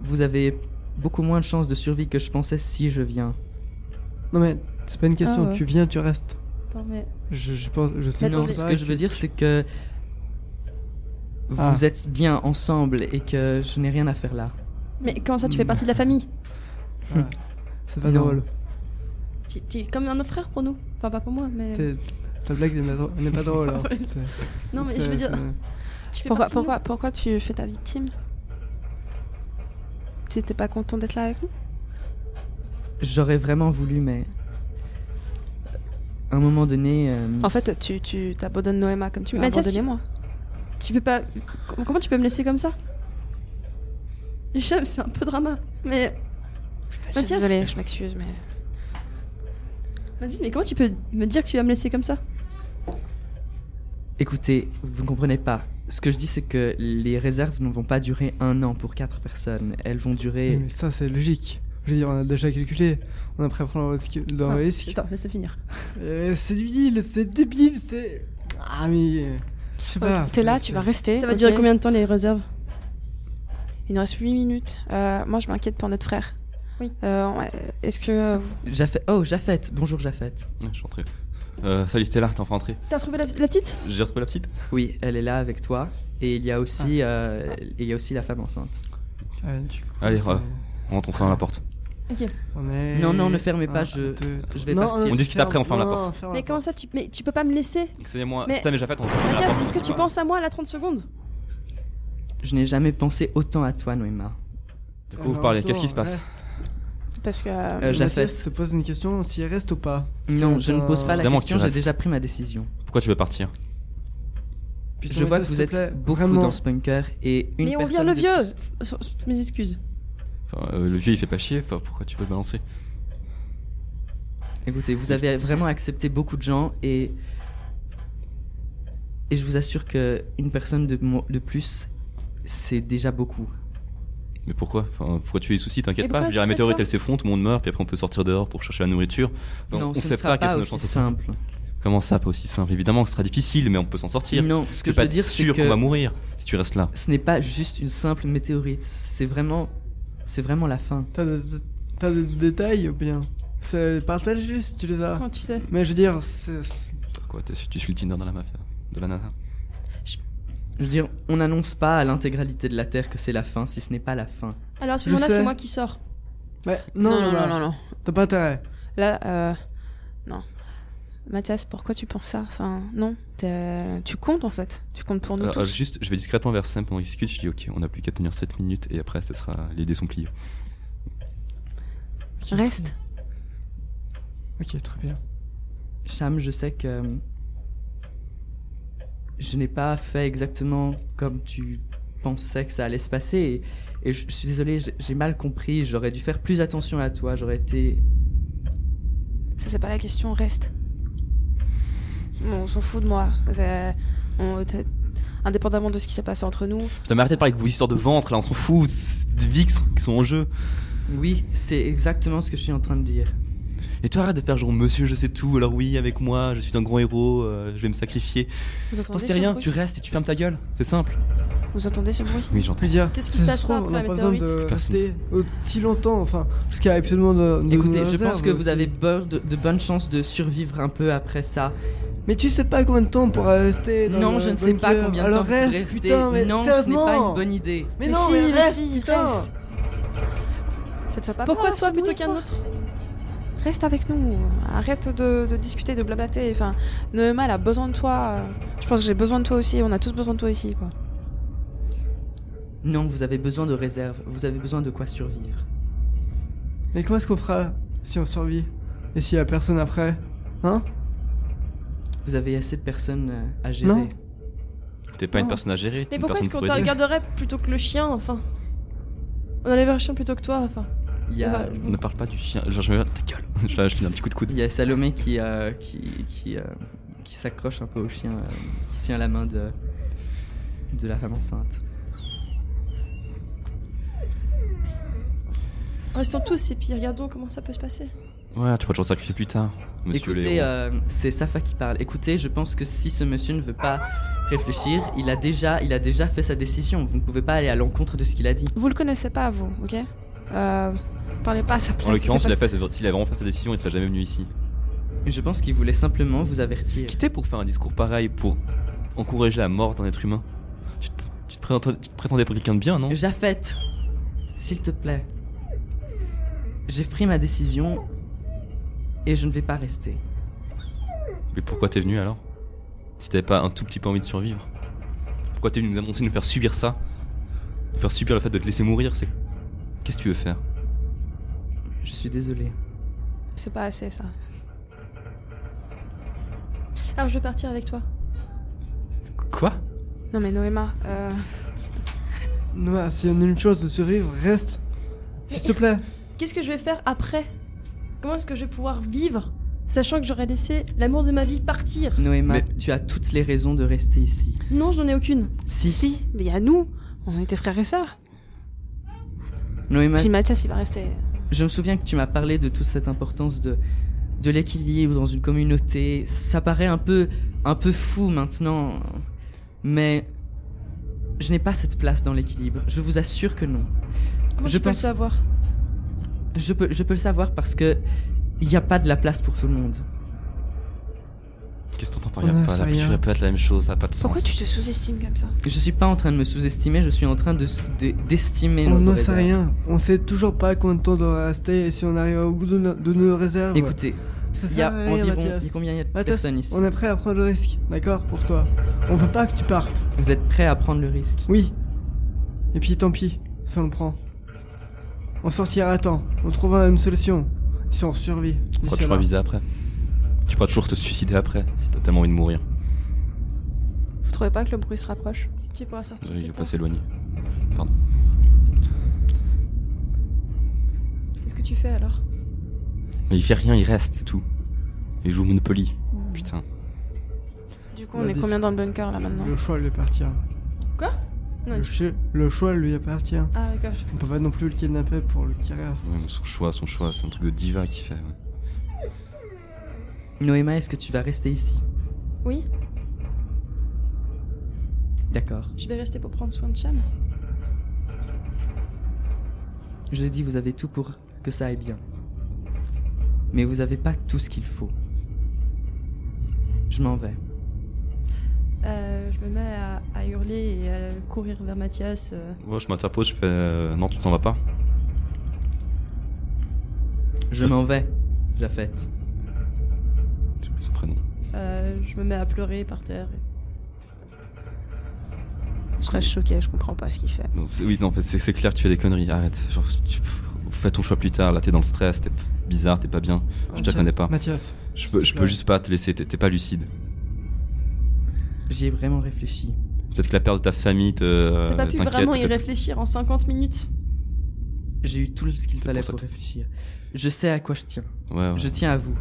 Speaker 1: vous avez beaucoup moins de chances de survie que je pensais si je viens.
Speaker 2: Non, mais c'est pas une question.
Speaker 4: Ah ouais.
Speaker 2: Tu viens, tu restes.
Speaker 4: Attends, mais.
Speaker 2: Je, je pense, je sais
Speaker 1: Non,
Speaker 4: attendez.
Speaker 1: ce
Speaker 2: pas
Speaker 1: que je veux dire, c'est que vous
Speaker 2: Ah.
Speaker 1: êtes bien ensemble et que je n'ai rien à faire là.
Speaker 4: Mais comment ça, tu fais partie de la famille
Speaker 2: Ah, c'est pas
Speaker 1: Non.
Speaker 2: drôle.
Speaker 4: Tu tu es comme un autre frère pour nous. Enfin, pas pour moi, mais.
Speaker 2: C'est- Ta blague n'est pas drôle- n'est pas drôle. hein. C'est-
Speaker 4: Non, mais
Speaker 2: c'est-
Speaker 4: je veux dire,
Speaker 2: c'est-
Speaker 4: tu fais
Speaker 5: pourquoi,
Speaker 4: partie de nous.
Speaker 5: pourquoi, pourquoi tu fais ta victime Tu n'étais pas content d'être là avec nous
Speaker 1: J'aurais vraiment voulu, mais à un moment donné, euh,
Speaker 4: Ah.
Speaker 5: En fait, tu tu t'abandonnes Noéma comme tu m'as
Speaker 4: Mathias,
Speaker 5: abandonné moi.
Speaker 4: Tu peux pas. com- Comment tu peux me laisser comme ça Hicham, c'est un peu drama. Mais.
Speaker 5: Je suis
Speaker 4: Mathias
Speaker 5: désolée, je m'excuse, mais
Speaker 4: Mathias, mais comment tu peux me dire que tu vas me laisser comme ça
Speaker 1: écoutez, vous ne comprenez pas. Ce que je dis, c'est que les réserves ne vont pas durer un an pour quatre personnes. Elles vont durer.
Speaker 2: Mais ça, c'est logique. Je veux dire, on a déjà calculé. On a pris à prendre le risque. le
Speaker 4: Ah,
Speaker 2: Bah, risque.
Speaker 4: Attends, laisse-le finir.
Speaker 2: Euh, c'est débile, c'est débile, c'est. Ah, mais. euh, Je sais pas.
Speaker 5: Ok,
Speaker 2: c'est-
Speaker 5: t'es là, tu vas rester.
Speaker 4: Ça va
Speaker 5: ok.
Speaker 4: durer combien de temps les réserves
Speaker 5: Il nous reste 8 minutes. Euh, moi, je m'inquiète pour notre frère.
Speaker 4: Oui.
Speaker 5: Euh, on- euh, Est-ce que
Speaker 1: Jafet. Oh, Jafet. Bonjour, Jafet.
Speaker 3: Je suis rentré. Euh, salut, t'es là, t'es enfin rentré.
Speaker 4: T'as retrouvé la, la petite
Speaker 3: J'ai retrouvé la petite
Speaker 1: Oui, elle est là avec toi. Et il y a aussi, euh, il y a aussi la femme enceinte.
Speaker 2: Ah, du coup,
Speaker 3: Allez,
Speaker 2: c'est-
Speaker 3: ouais. On rentre, on ferme la porte.
Speaker 2: on est-
Speaker 1: Non, non, ne fermez pas,
Speaker 2: Un,
Speaker 1: je-
Speaker 2: deux,
Speaker 1: je vais
Speaker 2: Non,
Speaker 1: partir.
Speaker 3: On discute
Speaker 2: ferme-
Speaker 3: après, on ferme la
Speaker 2: non,
Speaker 3: porte.
Speaker 2: on ferme la
Speaker 4: Mais comment
Speaker 2: porte.
Speaker 4: ça, tu, mais tu peux pas me laisser
Speaker 3: Excusez-moi,
Speaker 4: Mais-
Speaker 3: ça, mais Jafet, on ferme la
Speaker 4: Mathias,
Speaker 3: porte.
Speaker 4: est-ce que tu penses à moi là 30 secondes
Speaker 1: Je n'ai jamais pensé autant à toi, Noéma.
Speaker 3: De quoi vous
Speaker 2: Alors,
Speaker 3: parlez
Speaker 2: justement,
Speaker 3: Qu'est-ce qui se passe
Speaker 2: reste.
Speaker 5: parce que
Speaker 1: Euh,
Speaker 5: euh,
Speaker 1: Jafet.
Speaker 2: Mathias se pose une question s'il reste ou pas.
Speaker 1: Non,
Speaker 2: C'est
Speaker 1: je ne
Speaker 2: un-
Speaker 1: pose pas la
Speaker 3: Évidemment que
Speaker 1: question.
Speaker 3: tu
Speaker 1: J'ai
Speaker 3: restes.
Speaker 1: déjà pris ma décision.
Speaker 3: Pourquoi tu veux partir
Speaker 2: Putain,
Speaker 1: Je vois que
Speaker 2: Mathias,
Speaker 1: vous
Speaker 2: s'il te plaît,
Speaker 1: êtes beaucoup
Speaker 2: vraiment.
Speaker 1: dans ce bunker et une
Speaker 4: Mais on
Speaker 1: personne
Speaker 4: vient le
Speaker 1: de
Speaker 4: vieux
Speaker 1: plus.
Speaker 4: So- so- Mes excuses.
Speaker 3: Enfin, euh, Le vieux, il fait pas chier. Enfin, pourquoi tu veux le balancer
Speaker 1: Écoutez, vous avez vraiment accepté beaucoup de gens et et je vous assure que une personne de, mo- de plus, c'est déjà beaucoup.
Speaker 3: Mais pourquoi enfin, Pourquoi tu as des soucis
Speaker 4: Et
Speaker 3: T'inquiète pas. Je
Speaker 4: pourquoi
Speaker 3: veux dire, la
Speaker 4: ce serait
Speaker 3: météorite,
Speaker 4: toi
Speaker 3: elle s'effondre, tout le monde meurt, puis après on peut sortir dehors pour chercher la nourriture. Enfin,
Speaker 1: non,
Speaker 3: on
Speaker 1: ce
Speaker 3: sait
Speaker 1: ne sera
Speaker 3: quelles
Speaker 1: pas
Speaker 3: sont nos
Speaker 1: aussi
Speaker 3: chances.
Speaker 1: simple.
Speaker 3: Comment ça, pas aussi simple Évidemment que ce sera difficile, mais on peut s'en sortir.
Speaker 1: Non, ce
Speaker 3: Tu
Speaker 1: que
Speaker 3: peux
Speaker 1: je
Speaker 3: pas
Speaker 1: veux dire,
Speaker 3: être
Speaker 1: c'est
Speaker 3: sûr qu'on va
Speaker 1: que
Speaker 3: mourir si tu restes là.
Speaker 1: ce n'est pas juste une simple météorite. C'est vraiment, c'est vraiment la fin.
Speaker 2: T'as des t'as des détails ou bien C'est- Partage juste, tu les as.
Speaker 4: Comment tu sais
Speaker 2: Mais je veux dire, c'est- c'est-
Speaker 3: Quoi t'es- Tu suis le Tinder de la mafia De la NASA
Speaker 1: Je veux dire, on n'annonce pas à l'intégralité de la Terre que c'est la fin, si ce n'est pas la fin.
Speaker 4: Alors à ce
Speaker 2: Je
Speaker 4: moment-là,
Speaker 2: sais.
Speaker 4: c'est moi qui sors.
Speaker 2: Ouais,
Speaker 5: non,
Speaker 2: non,
Speaker 5: non, non,
Speaker 2: bah,
Speaker 5: non, non.
Speaker 2: T'as pas intérêt.
Speaker 5: Là, euh, non. Mathias, pourquoi tu penses ça Enfin, non. t'es- Tu comptes en fait. Tu comptes pour nous
Speaker 3: Alors, euh,
Speaker 5: tous.
Speaker 3: Juste, je vais discrètement vers Sam pendant qu'il discute. Je dis, ok, on n'a plus qu'à tenir 7 minutes et après, ce sera les dés sont pliés.
Speaker 5: Reste.
Speaker 2: Ok, très bien.
Speaker 1: Cham, je sais que euh, je n'ai pas fait exactement comme tu pensais que ça allait se passer. Et, et je, je suis désolé, j'ai- j'ai mal compris. J'aurais dû faire plus attention à toi. J'aurais été.
Speaker 5: Ça, c'est pas la question. Reste. Bon, on s'en fout de moi. C'est- on- t'es- Indépendamment de ce qui s'est passé entre nous,
Speaker 3: Putain, mais arrêtez de parler de vos histoires de ventre, là, on s'en fout. C'est des vies qui sont, qui sont en jeu.
Speaker 1: Oui, c'est exactement ce que je suis en train de dire.
Speaker 3: Et toi, arrête de faire genre, monsieur, je sais tout, alors oui, avec moi, je suis un grand héros, euh, je vais me sacrifier.
Speaker 5: vous
Speaker 3: T'en
Speaker 5: entendez
Speaker 3: sais
Speaker 5: ce
Speaker 3: rien,
Speaker 5: bruit
Speaker 3: tu restes et tu fermes ta gueule. C'est simple.
Speaker 5: Vous entendez ce bruit
Speaker 3: Oui, j'entends.
Speaker 2: Lydia,
Speaker 4: Qu'est-ce qui
Speaker 2: si
Speaker 4: se
Speaker 2: ça
Speaker 4: passera
Speaker 2: trouve,
Speaker 4: après la
Speaker 2: On n'a pas
Speaker 4: météorite
Speaker 2: besoin de
Speaker 3: Personne
Speaker 2: rester aussi longtemps, enfin, parce qu'il y a absolument de, de
Speaker 1: Écoutez,
Speaker 2: nos
Speaker 1: je pense
Speaker 2: réserves
Speaker 1: que vous
Speaker 2: aussi.
Speaker 1: avez peur de, de bonnes chances de survivre un peu après ça.
Speaker 2: Mais tu sais pas combien de temps on pourra rester dans
Speaker 1: non,
Speaker 2: la
Speaker 1: je ne sais
Speaker 2: bonne
Speaker 1: pas
Speaker 2: guerre.
Speaker 1: combien de
Speaker 2: Alors
Speaker 1: temps vous
Speaker 2: reste,
Speaker 1: pourrez rester.
Speaker 2: putain, mais
Speaker 1: non, ce n'est pas
Speaker 2: sérieusement.
Speaker 1: une bonne idée.
Speaker 2: Mais,
Speaker 5: Mais
Speaker 2: non,
Speaker 5: si,
Speaker 2: mais
Speaker 5: mais
Speaker 2: reste,
Speaker 5: si,
Speaker 2: putain
Speaker 5: reste. Ça te fait pas
Speaker 4: Pourquoi
Speaker 5: peur,
Speaker 4: toi
Speaker 5: ce
Speaker 4: plutôt
Speaker 5: bruit,
Speaker 4: qu'un
Speaker 5: toi
Speaker 4: autre
Speaker 5: Reste avec nous. Arrête de, de discuter, de blablater. Enfin, Noema, elle a besoin de toi. Je pense que j'ai besoin de toi aussi. On a tous besoin de toi ici, quoi.
Speaker 1: Non, vous avez besoin de réserve. Vous avez besoin de quoi survivre.
Speaker 2: Mais comment est-ce qu'on fera si on survit Et s'il y a personne après Hein
Speaker 1: Vous avez assez de personnes euh, à gérer.
Speaker 2: Non.
Speaker 3: T'es pas une
Speaker 2: Non.
Speaker 3: personne à gérer. t'es
Speaker 4: Mais
Speaker 3: une
Speaker 4: pourquoi
Speaker 3: personne
Speaker 4: est-ce qu'on
Speaker 3: pour
Speaker 4: te
Speaker 3: aider.
Speaker 4: regarderait plutôt que le chien, enfin On allait vers le chien plutôt que toi, enfin. Eh ben,
Speaker 1: Il y a,
Speaker 3: Ne parle pas du chien. Genre, je me ta gueule. je, la- je lui donne un petit coup de coude.
Speaker 1: il y a Salomé qui, euh, qui, qui, euh, qui s'accroche un peu au chien, euh, qui tient la main de, de la femme enceinte.
Speaker 4: Restons tous et puis regardons comment ça peut se passer.
Speaker 3: Ouais, tu pourras toujours te sacrifier plus tard, monsieur
Speaker 1: Écoutez,
Speaker 3: Léon.
Speaker 1: euh, c'est Safa qui parle. Écoutez, je pense que si ce monsieur ne veut pas réfléchir, il a déjà, il a déjà fait sa décision. Vous ne pouvez pas aller à l'encontre de ce qu'il a dit.
Speaker 5: Vous le connaissez pas, vous, ok euh, Parlez pas à sa place.
Speaker 3: En l'occurrence,
Speaker 5: c'est
Speaker 3: il a
Speaker 5: pas-
Speaker 3: fait- s'il avait vraiment fait sa décision, il serait jamais venu ici.
Speaker 1: Je pense qu'il voulait simplement vous avertir.
Speaker 3: Qui t'es pour faire un discours pareil, pour encourager la mort d'un être humain tu te, tu te prétendais, tu te prétendais pour quelqu'un de bien, non
Speaker 1: Jafet, s'il te plaît. J'ai pris ma décision et je ne vais pas rester.
Speaker 3: Mais pourquoi t'es venu alors Si t'avais pas un tout petit peu envie de survivre Pourquoi t'es venu nous annoncer, nous faire subir ça Nous faire subir le fait de te laisser mourir, c'est. Qu'est-ce que tu veux faire
Speaker 1: Je suis désolé.
Speaker 5: C'est pas assez, ça.
Speaker 4: Alors je vais partir avec toi.
Speaker 3: Quoi
Speaker 5: Non, mais Noéma, euh,
Speaker 2: Noah, si on ah, a une chose de survivre, reste. S'il te plaît.
Speaker 4: Qu'est-ce que je vais faire après Comment est-ce que je vais pouvoir vivre Sachant que j'aurais laissé l'amour de ma vie partir.
Speaker 1: Noéma,
Speaker 3: Mais-
Speaker 1: tu as toutes les raisons de rester ici.
Speaker 4: Non, je n'en ai aucune.
Speaker 1: Si,
Speaker 5: si, mais il y a nous. On était frères et sœurs.
Speaker 1: Noéma,
Speaker 5: Puis Mathias, il va rester.
Speaker 1: je me souviens que tu m'as parlé de toute cette importance de, de l'équilibre dans une communauté. Ça paraît un peu, un peu fou maintenant, mais je n'ai pas cette place dans l'équilibre. Je vous assure que non.
Speaker 4: Comment
Speaker 1: Je
Speaker 4: je peux
Speaker 1: pense-
Speaker 4: le savoir
Speaker 1: Je peux, je peux le savoir parce que il n'y a pas de la place pour tout le monde.
Speaker 3: Qu'est-ce que t'entends par
Speaker 2: On
Speaker 3: regarde
Speaker 2: a
Speaker 3: pas
Speaker 2: ça,
Speaker 3: La
Speaker 2: rien.
Speaker 3: tu répètes la même chose, ça a pas de sens.
Speaker 5: Pourquoi tu te sous-estimes comme ça
Speaker 1: Je suis pas en train de me sous-estimer, je suis en train de de- d'estimer.
Speaker 2: On
Speaker 1: notre
Speaker 2: n'en sait
Speaker 1: réserve.
Speaker 2: rien. On sait toujours pas combien de temps on doit rester et si on arrive au bout de, no- de nos réserves.
Speaker 1: Écoutez,
Speaker 2: Ça
Speaker 1: il y a
Speaker 2: sert à rien,
Speaker 1: environ
Speaker 2: Mathias.
Speaker 1: il y a combien de
Speaker 2: Mathias,
Speaker 1: personnes ici
Speaker 2: On est prêt à prendre le risque, d'accord, pour toi. On veut pas que tu partes.
Speaker 1: Vous êtes prêts à prendre le risque
Speaker 2: Oui. Et puis tant pis, si on le prend. On sortira à temps. On trouvera une solution. Si on survit.
Speaker 3: Tu pourras
Speaker 2: d'ici
Speaker 3: toujours
Speaker 2: là.
Speaker 3: aviser après. Tu pourras toujours te suicider après, si t'as tellement envie de mourir.
Speaker 5: Vous trouvez pas que le bruit se rapproche
Speaker 4: Si tu pourras sortir.
Speaker 3: Il
Speaker 4: plus
Speaker 3: veut
Speaker 4: tard.
Speaker 3: pas s'éloigner. Pardon.
Speaker 4: Qu'est-ce que tu fais alors
Speaker 3: Mais il fait rien, il reste, c'est tout. Il joue au Monopoly.
Speaker 5: Mm.
Speaker 3: Putain.
Speaker 5: Du coup, on
Speaker 2: Bah,
Speaker 5: est
Speaker 2: dis-
Speaker 5: combien dans le bunker là maintenant
Speaker 2: Le choix lui appartient.
Speaker 4: Non,
Speaker 2: Le,
Speaker 4: tu-
Speaker 2: chi- le choix lui appartient.
Speaker 4: Ah d'accord.
Speaker 2: On peut pas non plus le kidnapper pour le tirer à
Speaker 3: Ouais, mais son choix, son choix, c'est un truc de diva qu'il fait. ouais.
Speaker 1: Noéma, est-ce que tu vas rester ici
Speaker 4: Oui,
Speaker 1: D'accord.
Speaker 4: je vais rester pour prendre soin de Cham.
Speaker 1: Je l'ai dit, vous avez tout pour que ça aille bien. Mais vous avez pas tout ce qu'il faut. Je m'en vais.
Speaker 4: Euh, je me mets à, à hurler et à courir vers Mathias. euh.
Speaker 3: Moi, je m'interpose, je fais. euh, non, tu t'en vas pas.
Speaker 1: Je m'en vais. La fête.
Speaker 3: J'ai oublié son prénom.
Speaker 4: Euh, je me mets à pleurer par terre.
Speaker 5: Je serais choquée, je comprends pas ce qu'il fait.
Speaker 3: Non, c'est- oui, non, c'est c'est clair, tu fais des conneries, arrête. Genre, tu- fais ton choix plus tard, là t'es dans le stress, t'es bizarre, t'es pas bien. Je te connais pas.
Speaker 2: Mathias.
Speaker 3: Je
Speaker 2: S'il
Speaker 3: peux,
Speaker 2: te
Speaker 3: je peux
Speaker 2: plaît.
Speaker 3: juste pas te laisser, t'es t'es pas lucide.
Speaker 1: J'y ai vraiment réfléchi.
Speaker 3: Peut-être que la perte de ta famille te.
Speaker 5: Euh,
Speaker 4: T'as pas pu
Speaker 3: t'inquiète,
Speaker 4: vraiment y
Speaker 3: t'as fait-
Speaker 4: réfléchir en 50 minutes.
Speaker 1: J'ai eu tout ce qu'il
Speaker 3: C'est
Speaker 1: fallait
Speaker 3: pour ça
Speaker 1: pour
Speaker 3: que-
Speaker 1: réfléchir. Je sais à quoi je tiens.
Speaker 3: Ouais, ouais.
Speaker 1: Je tiens à vous.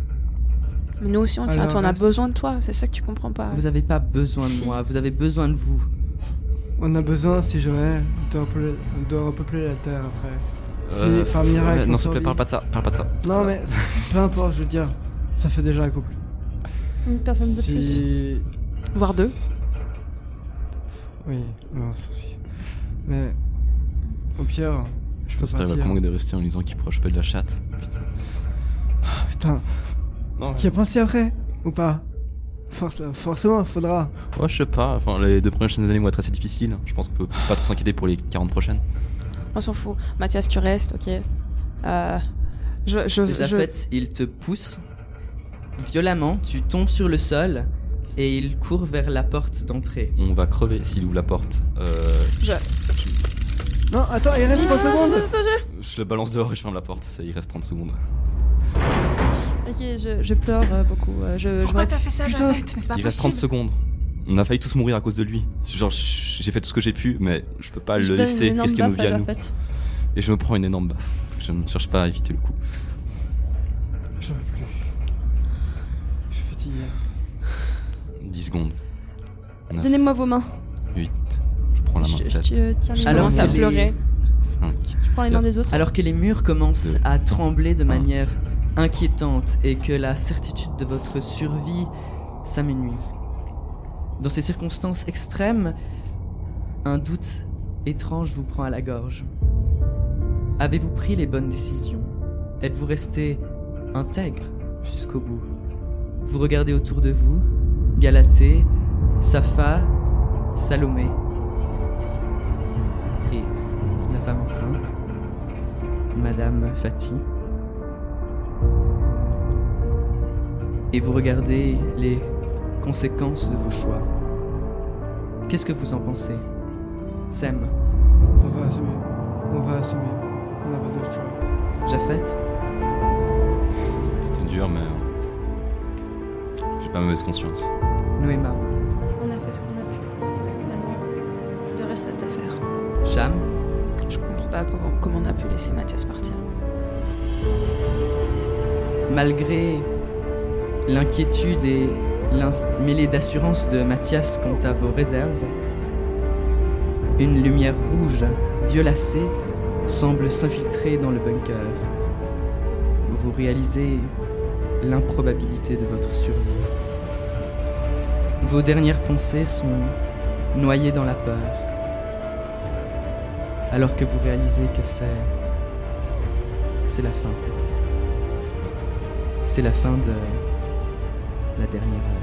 Speaker 5: Mais nous aussi, on le sait,
Speaker 2: Alors,
Speaker 5: toi, on a
Speaker 2: reste.
Speaker 5: besoin de toi. C'est ça que tu comprends pas.
Speaker 1: Vous avez pas besoin de
Speaker 5: Si.
Speaker 1: moi, vous avez besoin de vous.
Speaker 2: On a besoin, si jamais, de repeupler, de repeupler la Terre après.
Speaker 3: Euh,
Speaker 2: si par miracle.
Speaker 3: ouais,
Speaker 2: on
Speaker 3: non, s'il te plaît,
Speaker 2: survit-
Speaker 3: parle pas de ça, parle pas de ça.
Speaker 2: Non, mais peu importe, je veux dire, ça fait déjà un couple.
Speaker 4: Une personne de plus.
Speaker 2: Si.
Speaker 5: Voire deux.
Speaker 2: Oui, non, Sophie. Mais au pire, je peux
Speaker 3: Ça t'arrive à
Speaker 2: partir.
Speaker 3: convaincre de rester en lui disant qu'il proche pas de la chatte.
Speaker 2: Ah, putain,
Speaker 3: Non,
Speaker 2: t'y as pensé après ou pas Force- Forcément, faudra.
Speaker 3: ouais, je sais pas. Enfin, les deux prochaines années vont être assez difficiles. Je pense qu'on peut pas trop s'inquiéter pour les 40 prochaines.
Speaker 5: On s'en fout. Mathias, tu restes, ok. Euh, je, je,
Speaker 1: Déjà
Speaker 5: je-
Speaker 1: fait, il te pousse violemment, tu tombes sur le sol et il court vers la porte d'entrée.
Speaker 3: On va crever s'il ouvre la porte. Euh,
Speaker 2: Non, attends, il reste 3 secondes
Speaker 3: je le balance dehors et je ferme la porte. Ça, il reste 30 secondes.
Speaker 4: Ok, je, je pleure euh, beaucoup. euh, je,
Speaker 5: Pourquoi
Speaker 4: je-
Speaker 5: t'as fait ça,
Speaker 4: plutôt-
Speaker 5: Javette Mais c'est pas
Speaker 3: Il reste 30
Speaker 5: possible.
Speaker 3: secondes. On a failli tous mourir à cause de lui. Genre, j'ai fait tout ce que j'ai pu, mais je peux pas
Speaker 4: je
Speaker 3: le
Speaker 4: donne une
Speaker 3: laisser
Speaker 4: énorme
Speaker 3: risquer nos
Speaker 4: baffe
Speaker 3: vies à
Speaker 4: à
Speaker 3: nous.
Speaker 4: Japheth.
Speaker 3: Et je me prends une énorme baffe. Je ne cherche pas à éviter le coup.
Speaker 2: J'en peux plus. Je suis fatigué.
Speaker 3: 10 secondes. Neuf.
Speaker 4: Donnez-moi vos mains.
Speaker 3: 8. Je prends la main.
Speaker 4: Je- je-
Speaker 3: 7.
Speaker 4: je tiens les
Speaker 1: Alors,
Speaker 4: mains.
Speaker 5: Commence à
Speaker 1: les-
Speaker 5: pleurer.
Speaker 3: 5.
Speaker 4: Je prends les mains des autres.
Speaker 1: Alors que les murs commencent
Speaker 3: Deux.
Speaker 1: à trembler de
Speaker 3: Un.
Speaker 1: manière inquiétante et que la certitude de votre survie s'amenuise. Dans ces circonstances extrêmes, un doute étrange vous prend à la gorge. Avez-vous pris les bonnes décisions Êtes-vous resté intègre jusqu'au bout Vous regardez autour de vous, Galatée, Safa, Salomé et la femme enceinte. Madame Fatih. Et vous regardez les conséquences de vos choix. Qu'est-ce que vous en pensez Sam,
Speaker 2: On va assumer. On va assumer. On n'a pas d'autre choix.
Speaker 1: Jafet,
Speaker 3: C'était dur, mais. euh, J'ai pas mauvaise conscience.
Speaker 1: Noéma,
Speaker 4: On a fait ce qu'on a pu. Maintenant, le reste est à faire.
Speaker 1: Cham,
Speaker 5: Je comprends pas comment, comment on a pu laisser Mathias partir.
Speaker 1: malgré l'inquiétude et l'ins- mêlée d'assurance de Mathias quant à vos réserves, une lumière rouge violacée semble s'infiltrer dans le bunker. Vous réalisez l'improbabilité de votre survie. Vos dernières pensées sont noyées dans la peur, alors que vous réalisez que c'est c'est la fin. C'est la fin de la dernière heure.